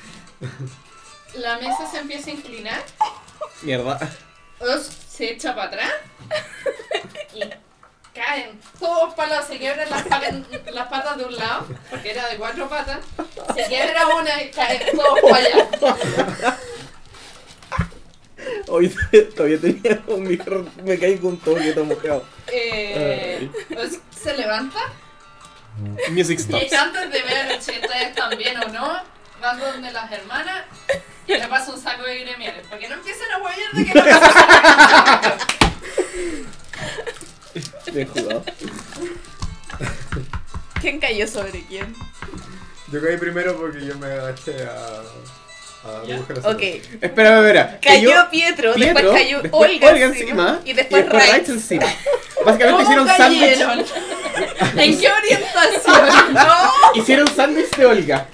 Speaker 2: la mesa se empieza a inclinar,
Speaker 8: Mierda.
Speaker 2: Oz se echa para atrás y caen todos palos, se quiebran las, pa- las patas de un lado, porque era de cuatro patas, se quiebra una y caen todos para allá.
Speaker 12: Hoy todavía tenía un micro. Me caí con todo que está mojado.
Speaker 2: Eh, Oz se levanta
Speaker 8: Music
Speaker 2: Y antes de ver si ustedes están bien o no, van donde las hermanas y le paso un saco de gremiales. Porque no empiecen a huevear de que no
Speaker 12: Bien jugado.
Speaker 4: ¿Quién cayó sobre quién?
Speaker 6: Yo caí primero porque yo me agaché a. a
Speaker 2: Ya.
Speaker 6: dibujar la cerveza.
Speaker 4: Ok.
Speaker 8: Espera, espera.
Speaker 4: Cayó
Speaker 8: Cayó
Speaker 4: Pietro,
Speaker 8: Pietro,
Speaker 4: después cayó
Speaker 8: después
Speaker 4: Olga,
Speaker 8: Olga
Speaker 4: encima,
Speaker 8: encima,
Speaker 4: y después
Speaker 8: Wright
Speaker 4: Ray.
Speaker 8: encima. Básicamente hicieron sándwich.
Speaker 2: ¿En qué orientación? No.
Speaker 8: Hicieron sándwich de Olga.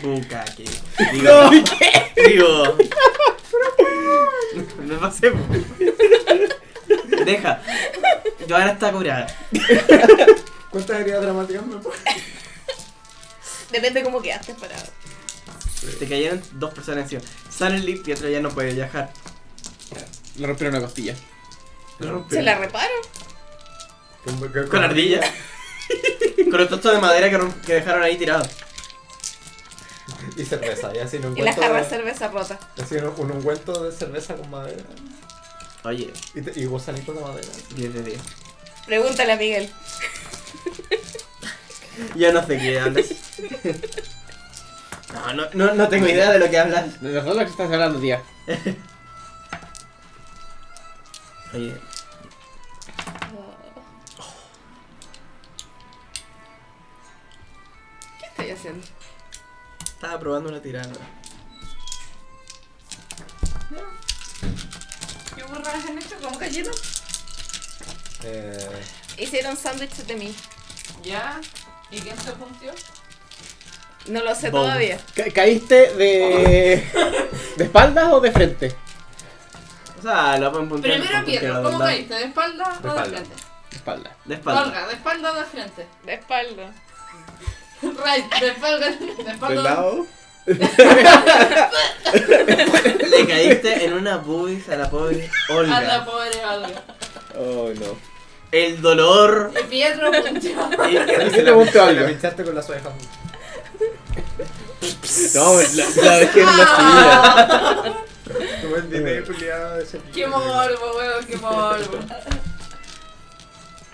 Speaker 1: Bukake. Digo. Digo. No pasemos. Deja. Joana está curada.
Speaker 6: ¿Cuántas heridas dramáticas me pones?
Speaker 4: Depende cómo quedaste parado.
Speaker 1: Te cayeron dos personas encima. Suddenly Pietro ya no puede viajar.
Speaker 8: Le rompieron una costilla.
Speaker 4: ¿Se la reparo?
Speaker 6: Con, con-
Speaker 1: Con ardilla. Con los trozos de madera que, rom- que dejaron ahí tirados.
Speaker 6: Y cerveza, y así un
Speaker 4: Y la
Speaker 6: ungüento.
Speaker 4: jarra de
Speaker 6: de-
Speaker 4: cerveza rota.
Speaker 6: así un, un ungüento de cerveza con madera.
Speaker 1: Oye,
Speaker 6: Y, te- y gusanitos de madera.
Speaker 1: 10 de 10.
Speaker 4: Pregúntale a Miguel.
Speaker 1: Ya no sé qué hablas. No, no, no, no tengo idea de lo que hablas.
Speaker 8: De los dólares que estás hablando, tía.
Speaker 1: Oye,
Speaker 4: ¿Qué estoy haciendo?
Speaker 1: estaba probando una tirada.
Speaker 2: ¿Qué burradas han hecho? ¿Cómo cayeron?
Speaker 6: Eh,
Speaker 4: Hicieron sándwiches de mí.
Speaker 2: Ya. ¿Y quién se puntió?
Speaker 4: No lo sé
Speaker 1: Bow.
Speaker 4: todavía.
Speaker 8: Ca- ¿Caíste de. de espaldas o de frente?
Speaker 1: O sea, lo pueden puntear.
Speaker 2: Primero
Speaker 1: porque
Speaker 2: Pietro,
Speaker 1: la
Speaker 2: ¿cómo
Speaker 1: verdad-
Speaker 2: caíste? ¿De espalda
Speaker 6: De
Speaker 2: o de
Speaker 6: espalda.
Speaker 2: frente?
Speaker 8: De espaldas.
Speaker 1: De espalda.
Speaker 2: Olga, ¿de espalda o de frente?
Speaker 4: De espalda.
Speaker 2: Right, de espalda, de
Speaker 12: ¿De
Speaker 2: espalda.
Speaker 12: lado?
Speaker 1: Le caíste en una bubis a la pobre
Speaker 2: A la
Speaker 1: Olga.
Speaker 2: pobre Olga.
Speaker 12: Oh no.
Speaker 1: El dolor.
Speaker 2: Y Pietro puntió.
Speaker 6: y
Speaker 8: te
Speaker 6: se la,
Speaker 8: gusta
Speaker 6: se la
Speaker 8: algo?
Speaker 6: pinchaste con las orejas.
Speaker 12: No, la, la dejé en la silla.
Speaker 6: Como el dinero culiado de ese
Speaker 2: Qué morbo, weón, qué morbo.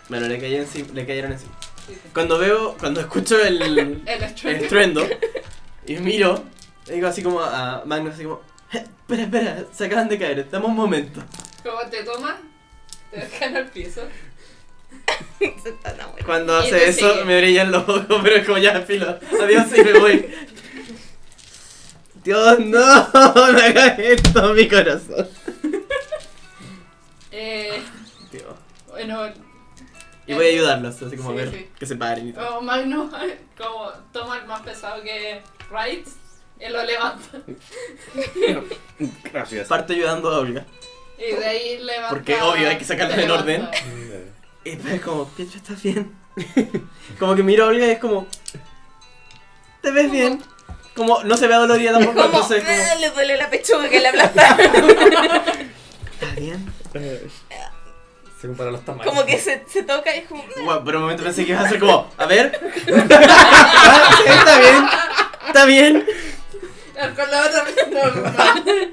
Speaker 1: Bueno, le, cayó encima- le cayeron encima. Cuando veo, cuando escucho el,
Speaker 2: El
Speaker 1: el
Speaker 2: estruendo.
Speaker 1: estruendo y miro, digo así como a Magnus, así como, "Eh, espera, espera, se acaban de caer, dame un momento.
Speaker 2: Como te tomas, te dejan al piso.
Speaker 4: Se está no, bueno.
Speaker 1: Cuando
Speaker 2: Y te
Speaker 1: hace eso
Speaker 2: sigue.
Speaker 1: me brillan los ojos, pero es como ya filo. Adiós y me voy. Dios, no, no hagas esto a mi corazón.
Speaker 2: Eh,
Speaker 1: Dios.
Speaker 2: bueno,
Speaker 1: Y voy a ayudarlos, así como
Speaker 2: Sí,
Speaker 1: a ver
Speaker 2: sí.
Speaker 1: que se paren y todo.
Speaker 2: como Magnus, Oh, como toma el más pesado que Wright, él lo levanta. Oh.
Speaker 12: Gracias.
Speaker 1: Parto ayudando a Olga.
Speaker 2: Y de ahí levanta.
Speaker 1: Porque, obvio, hay que sacarlo
Speaker 2: te
Speaker 1: en
Speaker 2: levanta.
Speaker 1: orden. Y después es como, Pietro, ¿estás bien? como que miro a Olga y es como, ¿te ves bien? Como, no se ve dolorida tampoco,
Speaker 4: ¿Cómo?
Speaker 1: entonces es como,
Speaker 4: Ah, le duele la pechuga que le aplasta.
Speaker 1: ¿estás bien?
Speaker 6: Se compara los tamaños.
Speaker 4: Como que se, se toca y es como.
Speaker 1: Guau, por un momento pensé que ibas a hacer como, a ver. Ah, sí, ¿Está bien? ¿Está bien?
Speaker 4: "Ah,
Speaker 2: Con la otra vez normal.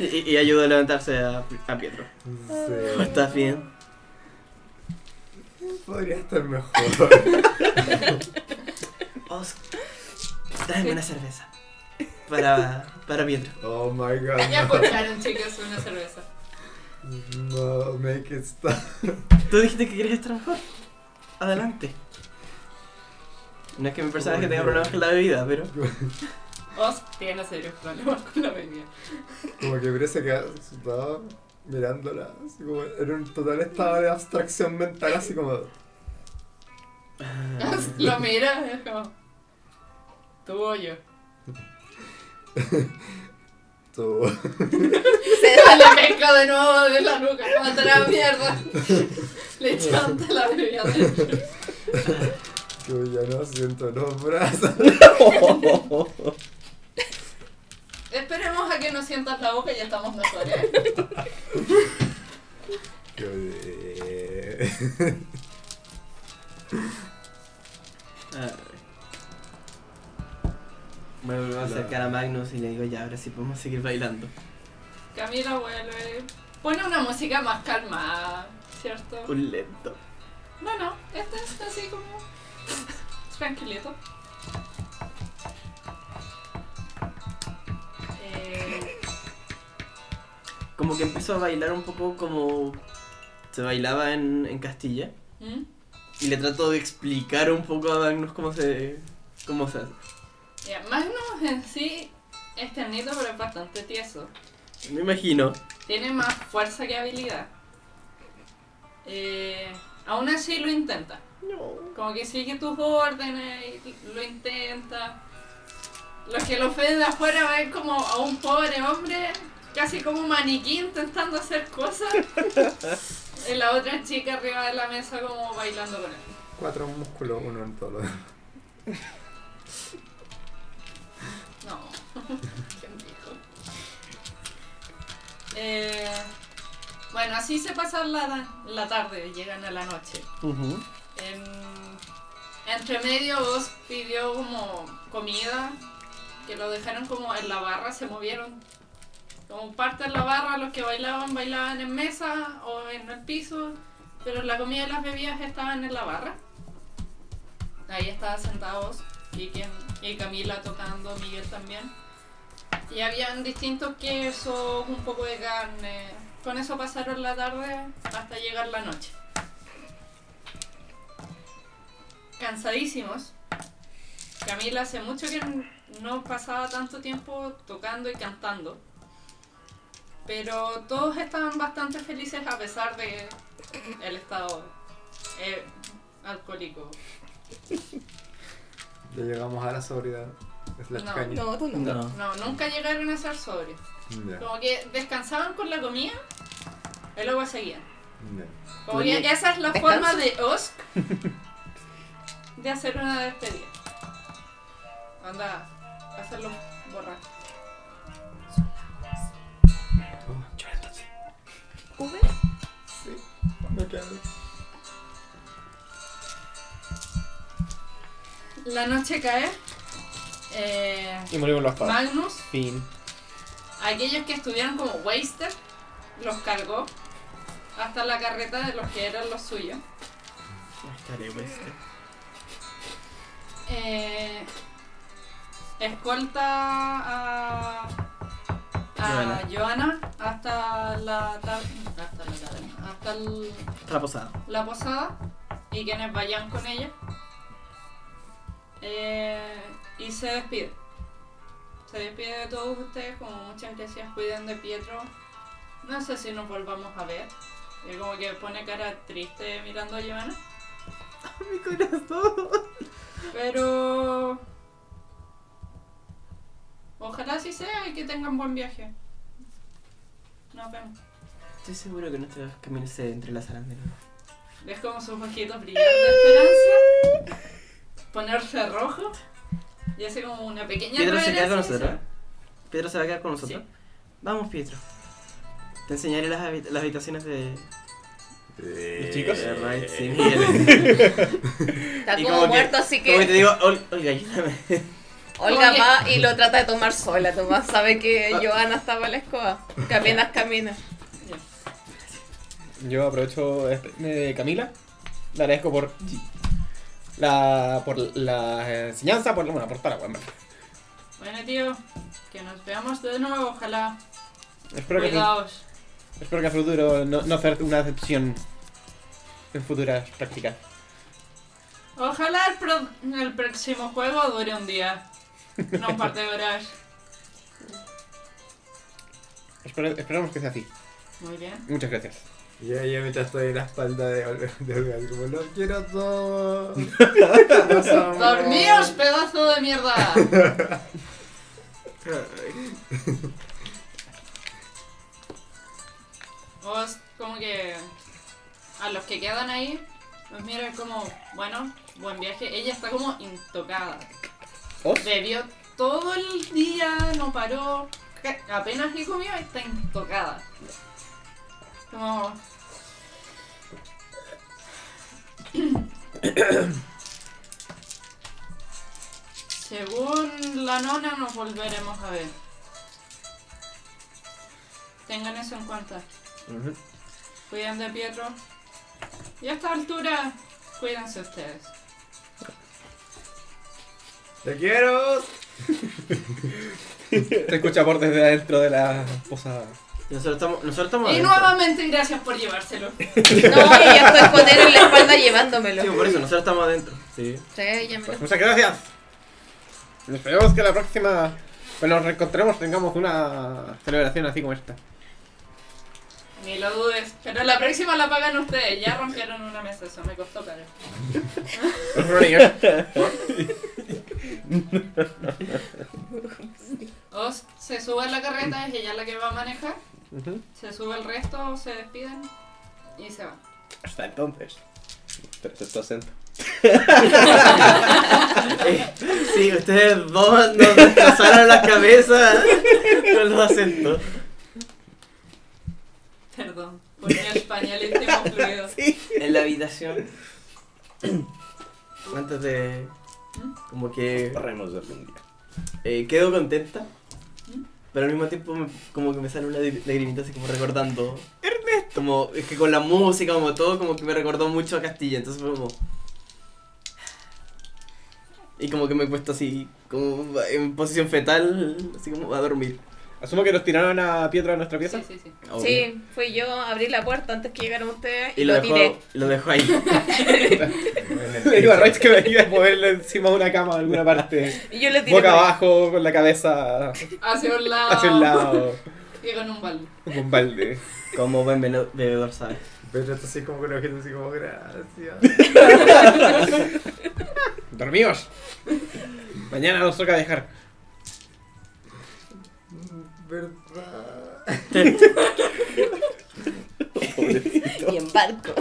Speaker 1: Y, y ayudo a levantarse a, a Pietro.
Speaker 6: Sí.
Speaker 1: ¿Estás bien?
Speaker 6: Podría estar mejor.
Speaker 1: Os, tráeme una cerveza. Para, para Pietro.
Speaker 6: Oh my god.
Speaker 2: Ya pues, escucharon, chicos, una cerveza.
Speaker 6: No, make it stop.
Speaker 1: Tú dijiste que querías estar mejor. Adelante. No es que mi personaje tenga problemas con la bebida, pero.
Speaker 2: Oz tiene serios problemas con la bebida.
Speaker 6: Como que Bre se queda asustado mirándola, así como en un total estado de abstracción mental, así como.
Speaker 2: Ah. Lo mira, es como. Tu hoyo.
Speaker 6: Tú.
Speaker 2: Se da la mezcla de nuevo de la nuca. Mata la mierda. Le chanta la bebida. adentro.
Speaker 6: Yo ya no siento los brazos.
Speaker 2: Esperemos a que no sientas la boca y ya estamos ¿eh? mejores.
Speaker 6: Yo, eh,
Speaker 1: Bueno, ah. me voy a acercar a Magnus y le digo, ya, ahora sí podemos seguir bailando.
Speaker 2: Camila vuelve. Pone una música más calmada, ¿cierto?
Speaker 1: Un lento.
Speaker 2: No, no, este es así como. tranquilito. Eh,
Speaker 1: Como que empiezo a bailar un poco como se bailaba en, en Castilla.
Speaker 2: ¿Mm?
Speaker 1: Y le trato de explicar un poco a Magnus cómo se, cómo se hace.
Speaker 2: ya, Magnus en sí es ternito, pero es bastante tieso.
Speaker 1: Me imagino.
Speaker 2: Tiene más fuerza que habilidad. Eh, aún así lo intenta. Como que sigue tus órdenes y lo intenta. Los que lo ven de afuera ven como a un pobre hombre, casi como un maniquí intentando hacer cosas. y la otra chica arriba de la mesa como bailando con él.
Speaker 6: Cuatro músculos, uno en todo lo demás.
Speaker 2: No. Qué rico. Eh, bueno, así se pasa la, la tarde, llegan a la noche. Em, entre medio vos pidió como comida, que lo dejaron como en la barra, se movieron. Como parte en la barra, los que bailaban, bailaban en mesa o en el piso, pero la comida y las bebidas estaban en la barra. Ahí estaban sentados y, quien- y Camila tocando, Miguel también. Y habían distintos quesos, un poco de carne. Con eso pasaron la tarde hasta llegar la noche. Cansadísimos. Camila hace mucho que n- no pasaba tanto tiempo tocando y cantando. Pero todos estaban bastante felices a pesar de el estado eh, alcohólico.
Speaker 6: Ya llegamos a la sobriedad. Es la
Speaker 2: No.
Speaker 6: caña.
Speaker 4: No, tú no.
Speaker 2: No, nunca llegaron a ser sobrios.
Speaker 6: Ya,
Speaker 2: Como que descansaban con la comida y luego seguían.
Speaker 6: ya.
Speaker 2: Como que esa es la forma de Osk de hacer una despedida. Anda, hacerlo borrar.
Speaker 13: Uber,
Speaker 6: Sí, me quedo.
Speaker 2: La noche cae. Eh,
Speaker 7: Y morimos los padres.
Speaker 2: Magnus,
Speaker 7: Fin.
Speaker 2: aquellos que estuvieron como wasted, los cargó hasta la carreta de los que eran los suyos.
Speaker 1: Estaré pues, este, puesto.
Speaker 2: Eh, escolta a, a Joana. hasta la tar- hasta la taberna, hasta el-
Speaker 1: La posada.
Speaker 2: la posada y quienes vayan con ella. Eh, y se despide. Se despide de todos ustedes, como muchas gracias, cuiden de Pietro. No sé si nos volvamos a ver. Y como que pone cara triste mirando a Giovanna.
Speaker 1: Mi corazón.
Speaker 2: Pero. Ojalá así sea y que tengan buen viaje. Nos vemos.
Speaker 1: Estoy seguro que nuestros caminos se entrelazarán de nuevo.
Speaker 2: ¿Ves cómo sus ojitos brillan de esperanza? Ponerse rojo y hace como una pequeña
Speaker 1: Pietro se queda con
Speaker 2: reverencia y
Speaker 1: nosotros. Pietro se va a quedar con
Speaker 2: se
Speaker 1: nosotros.
Speaker 2: va. Sí.
Speaker 1: Vamos, Pietro. Te enseñaré las, habi- las habitaciones de.
Speaker 6: Eh,
Speaker 7: chicos?
Speaker 1: de Wright, sí,
Speaker 6: eh,
Speaker 1: Miguel.
Speaker 4: Está
Speaker 1: Y
Speaker 4: como,
Speaker 1: como que-
Speaker 4: muerto, así
Speaker 1: Como que te
Speaker 4: que
Speaker 1: digo, Ol- Olga, ayúdame.
Speaker 4: Olga
Speaker 2: Oye.
Speaker 4: va y lo trata de tomar sola. Tomás sabe que
Speaker 1: Ah.
Speaker 4: Joana está para la escoba. Caminas, caminas.
Speaker 7: Yo aprovecho este- eh, Camila. Le agradezco por la por la enseñanza, por la bueno, por toda la wea, en verdad.
Speaker 2: Bueno, tío, que nos veamos de nuevo, ojalá.
Speaker 7: Espero que
Speaker 2: Cuidaos.
Speaker 7: espero que a futuro no, no hacer una excepción en futuras prácticas.
Speaker 2: Ojalá el, pro- el próximo juego dure un día. No un par de horas.
Speaker 7: Espero- esperamos que sea así.
Speaker 2: Muy bien.
Speaker 7: Muchas gracias.
Speaker 6: Ya, ya mientras estoy en la espalda de Olga, de Olga, así como, los quiero todos. Los amo".
Speaker 2: ¡Dormíos, pedazo de mierda! Vos, como que. A los que quedan ahí, los mira como, bueno, buen viaje. Ella está como intocada.
Speaker 7: ¿Os?
Speaker 2: Bebió todo el día, no paró. ca- Apenas que comió, está intocada. Como. Según la nona, nos volveremos a ver. Tengan eso en cuenta. Cuidan de Pietro. Y a esta altura, cuídense ustedes.
Speaker 6: ¡Te quiero!
Speaker 7: Se escucha por desde adentro de la posada.
Speaker 1: Nosotros estamos, nosotros estamos
Speaker 2: Y
Speaker 1: adentro.
Speaker 2: nuevamente, gracias por llevárselo.
Speaker 4: No, y yo estoy con él en la espalda llevándomelo.
Speaker 1: Sí, por eso, nosotros estamos adentro. Sí.
Speaker 4: Sí, ya me lo-
Speaker 7: Pues Muchas gracias. Nos esperemos que la próxima. Cuando nos reencontremos tengamos una celebración así como esta.
Speaker 2: Ni lo dudes. Pero la próxima la pagan ustedes. Ya rompieron una mesa, eso me costó caro. Os se sube a la carreta, es ella la que va a manejar.
Speaker 7: Ujú.
Speaker 2: Se sube el resto, se despiden y se van.
Speaker 8: Hasta entonces. Perfecto acento.
Speaker 1: Eh, Sí, ustedes dos nos destrozaron la cabeza ¿eh? con los acentos.
Speaker 2: Perdón, por mi español íntimo fluido.
Speaker 1: En la habitación. Antes de. Como que.
Speaker 8: Parremos de algún día.
Speaker 1: eh, quedo contenta. ¿Mm? Pero al mismo tiempo me- como que me sale una lagri- lagrimita así como recordando. ¡Ernesto! Como es que con la música, como todo, como que me recordó mucho a Castilla. Entonces fue como. Y como que me he puesto así, como en posición fetal, así como a dormir.
Speaker 7: Asumo que nos tiraron a Pietro a nuestra pieza.
Speaker 2: Sí, sí, sí.
Speaker 4: Sí, fui yo, abrí la puerta antes que llegaran ustedes y,
Speaker 1: Y lo
Speaker 4: lo,
Speaker 1: dejó,
Speaker 4: tiré.
Speaker 1: lo dejó ahí.
Speaker 7: Le digo a Rex que me ayude a moverlo encima de una cama de alguna parte.
Speaker 4: Y yo le tiré.
Speaker 7: Boca
Speaker 4: para-
Speaker 7: abajo, con la cabeza
Speaker 2: Hacia un lado.
Speaker 7: hacia un lado.
Speaker 2: Y con un balde.
Speaker 7: Con un balde.
Speaker 1: Como buen bebe- bebedor, ¿sabes?
Speaker 6: Pero esto así como con los ojitos así como, gracias.
Speaker 7: Dormimos. Mañana nos toca dejar.
Speaker 6: ¿Verdad?
Speaker 4: Y en barco.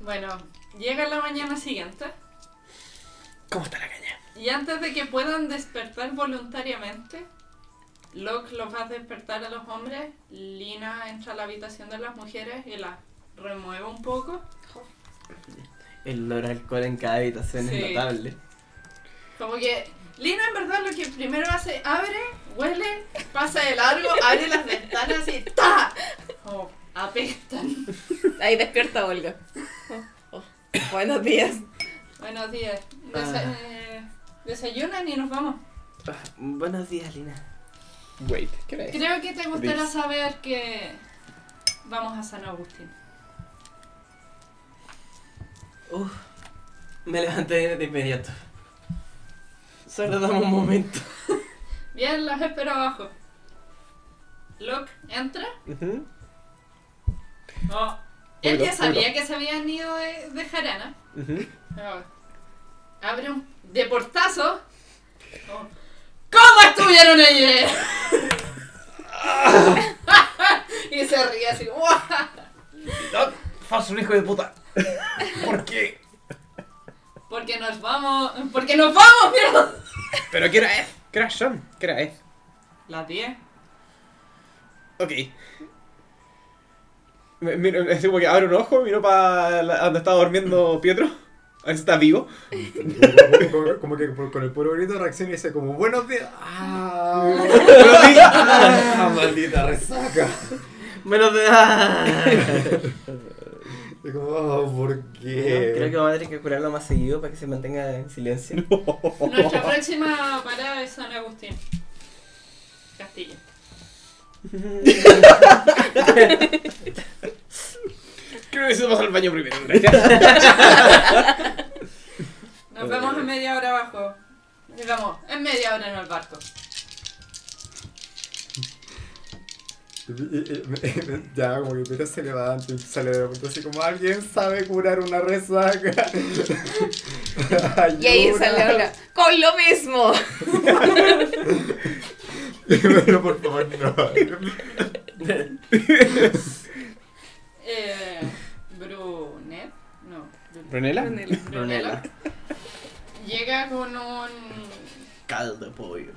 Speaker 2: Bueno, llega la mañana siguiente.
Speaker 7: ¿Cómo está la caña?
Speaker 2: Y antes de que puedan despertar voluntariamente, Locke los va a despertar a los hombres, Lina entra a la habitación de las mujeres y las remueve un poco,
Speaker 1: El olor a alcohol en cada habitación
Speaker 2: Sí.
Speaker 1: es notable.
Speaker 2: como que Lina en verdad lo que primero hace, abre, huele, pasa de largo, abre las ventanas y ¡ta! Como apestan.
Speaker 4: Ahí despierta Olga. Oh, oh. Buenos días.
Speaker 2: Buenos días. Desa-
Speaker 1: Ah.
Speaker 2: eh, desayunan y nos vamos.
Speaker 1: Buenos días, Lina.
Speaker 7: Wait, ¿qué hora es?
Speaker 2: Creo que te gustará
Speaker 8: Luis.
Speaker 2: saber que vamos a San Agustín.
Speaker 1: Uf, me levanté de inmediato. Solo dame un momento.
Speaker 2: Bien, los espero abajo. Locke entra.
Speaker 7: Ujú.
Speaker 2: Oh, Él
Speaker 7: Uy,
Speaker 2: ya
Speaker 7: lo-
Speaker 2: sabía que se habían ido de, de jarana.
Speaker 7: Ujú.
Speaker 2: Oh, Abre un de portazo. Oh, ¿Cómo estuvieron ayer? y se ríe así. ¡guau!
Speaker 14: Falso hijo de puta. ¿Por qué?
Speaker 2: Porque nos vamos. Porque nos vamos, mierda.
Speaker 7: ¿Pero qué hora es? ¿Qué hora son? ¿Qué hora es?
Speaker 2: Las 10.
Speaker 7: Ok. Me- Miro, es como que abro un ojo, miro para donde estaba durmiendo Pietro. A ver si está vivo.
Speaker 6: Como, como- como que por- con el puro grito reacciona y dice como, buenos días. ¡Ah! ¡Ah! ¡Maldita resaca!
Speaker 1: Menos de. ¡Ah!
Speaker 6: Y como, oh, ¿por qué?
Speaker 1: Creo que vamos a tener que curarlo más seguido para que se mantenga en silencio.
Speaker 2: Nuestra próxima parada es San Agustín. Castilla.
Speaker 8: Creo que se pasa al baño primero, gracias.
Speaker 2: Nos vemos en media hora abajo. Nos vemos en media hora en el barco.
Speaker 6: Y- y- y- y- Ya, como que Peter se levanta y sale de la puerta así como alguien sabe curar una resaca.
Speaker 4: Y ahí
Speaker 6: Ayuda.
Speaker 4: sale Olga. ¡Con lo mismo!
Speaker 6: Pero por favor, no.
Speaker 2: Eh, Brunet. No. Brunet.
Speaker 7: ¿Brunella?
Speaker 2: Brunella. Llega con un
Speaker 1: Caldo de pollo.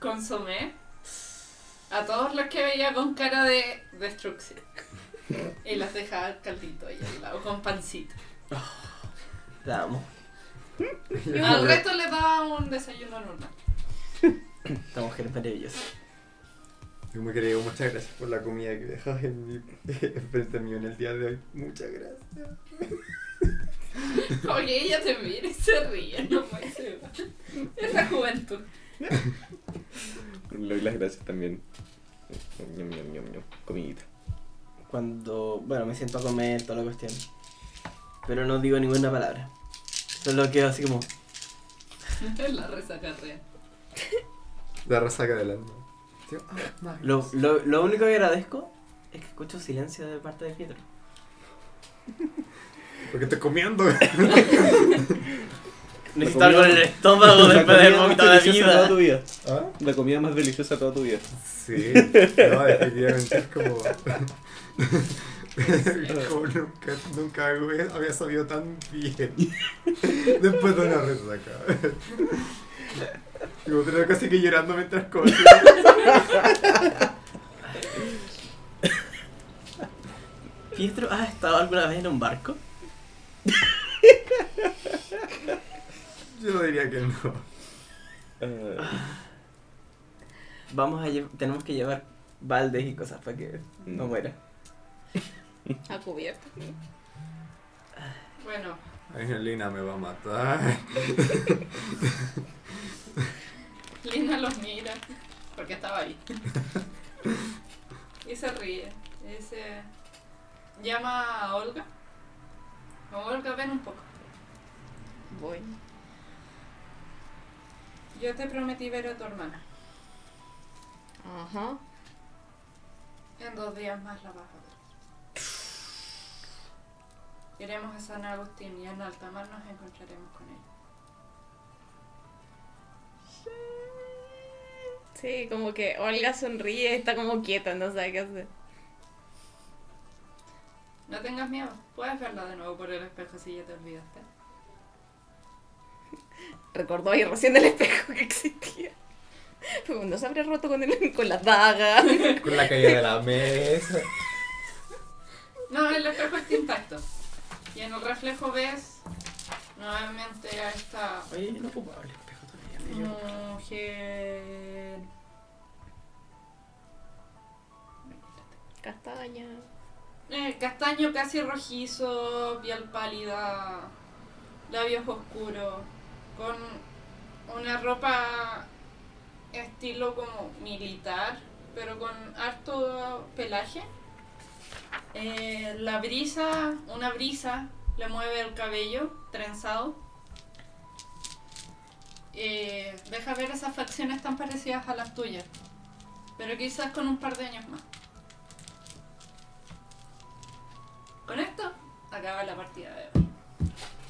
Speaker 2: consomé a todos los que veía con cara de destrucción. Y las deja al caldito ahí al lado, con pancito.
Speaker 1: Te amo.
Speaker 2: Al resto le daba un desayuno normal.
Speaker 1: Esta mujer es maravillosa.
Speaker 6: Yo me creo, muchas gracias por la comida que dejas en mi, frente mío en el día de hoy. Muchas gracias.
Speaker 2: Como que ella te mira y se ríe, no puede ser. Esa juventud.
Speaker 12: Le doy las gracias también. Ñam, ñam, ñam, ñam. Comidita.
Speaker 1: Cuando, bueno, me siento a comer, toda la cuestión. Pero no digo ninguna palabra. Solo quedo así como,
Speaker 2: La resaca real.
Speaker 6: La resaca del alma. Tío, ah, más
Speaker 1: Lo, lo- lo único que agradezco es que escucho silencio de parte de Pietro.
Speaker 6: Porque estoy comiendo.
Speaker 1: Necesito algo en el estómago después del vómito de vida.
Speaker 6: ¿Ah?
Speaker 12: La comida más deliciosa de toda tu vida.
Speaker 6: Sí, no, definitivamente es como. como nunca, nunca había- había sabido tan bien. Después de una resaca. Digo, pero casi que llorando mientras comía.
Speaker 1: Pietro, ¿has estado alguna vez en un barco?
Speaker 6: Yo no diría que no.
Speaker 1: Vamos a lle- tenemos que llevar baldes y cosas para que no
Speaker 12: Mm.
Speaker 1: muera.
Speaker 4: A cubierta.
Speaker 2: Bueno,
Speaker 6: Angelina me va a matar.
Speaker 2: Lina los mira porque estaba ahí. Y se ríe. Y dice, llama a Olga. Olga, ven un poco.
Speaker 4: Voy.
Speaker 2: Yo te prometí ver a tu hermana.
Speaker 4: Ajá.
Speaker 2: En dos días más la vas a ver. Iremos a San Agustín y en Altamar nos encontraremos con ella.
Speaker 4: Sí, como que Olga sonríe, está como quieta, no sabe qué hacer.
Speaker 2: No tengas miedo, puedes verla de nuevo por el espejo si ya te olvidaste.
Speaker 4: Recordó ahí recién el espejo que existía. Fue cuando se habría roto con, el, con las dagas.
Speaker 6: Con la caída de la mesa.
Speaker 2: No, el espejo está intacto. Y en el reflejo ves nuevamente a esta
Speaker 1: Oye, yo no ocupaba el espejo todavía. me llevo.
Speaker 2: mujer.
Speaker 4: Castaña.
Speaker 2: Eh, castaño casi rojizo, piel pálida, labios oscuros, con una ropa estilo como militar, pero con harto pelaje. Eh, la brisa, una brisa, le mueve el cabello trenzado. Eh, deja ver esas facciones tan parecidas a las tuyas, pero quizás con un par de años más. Con esto acaba la partida de hoy.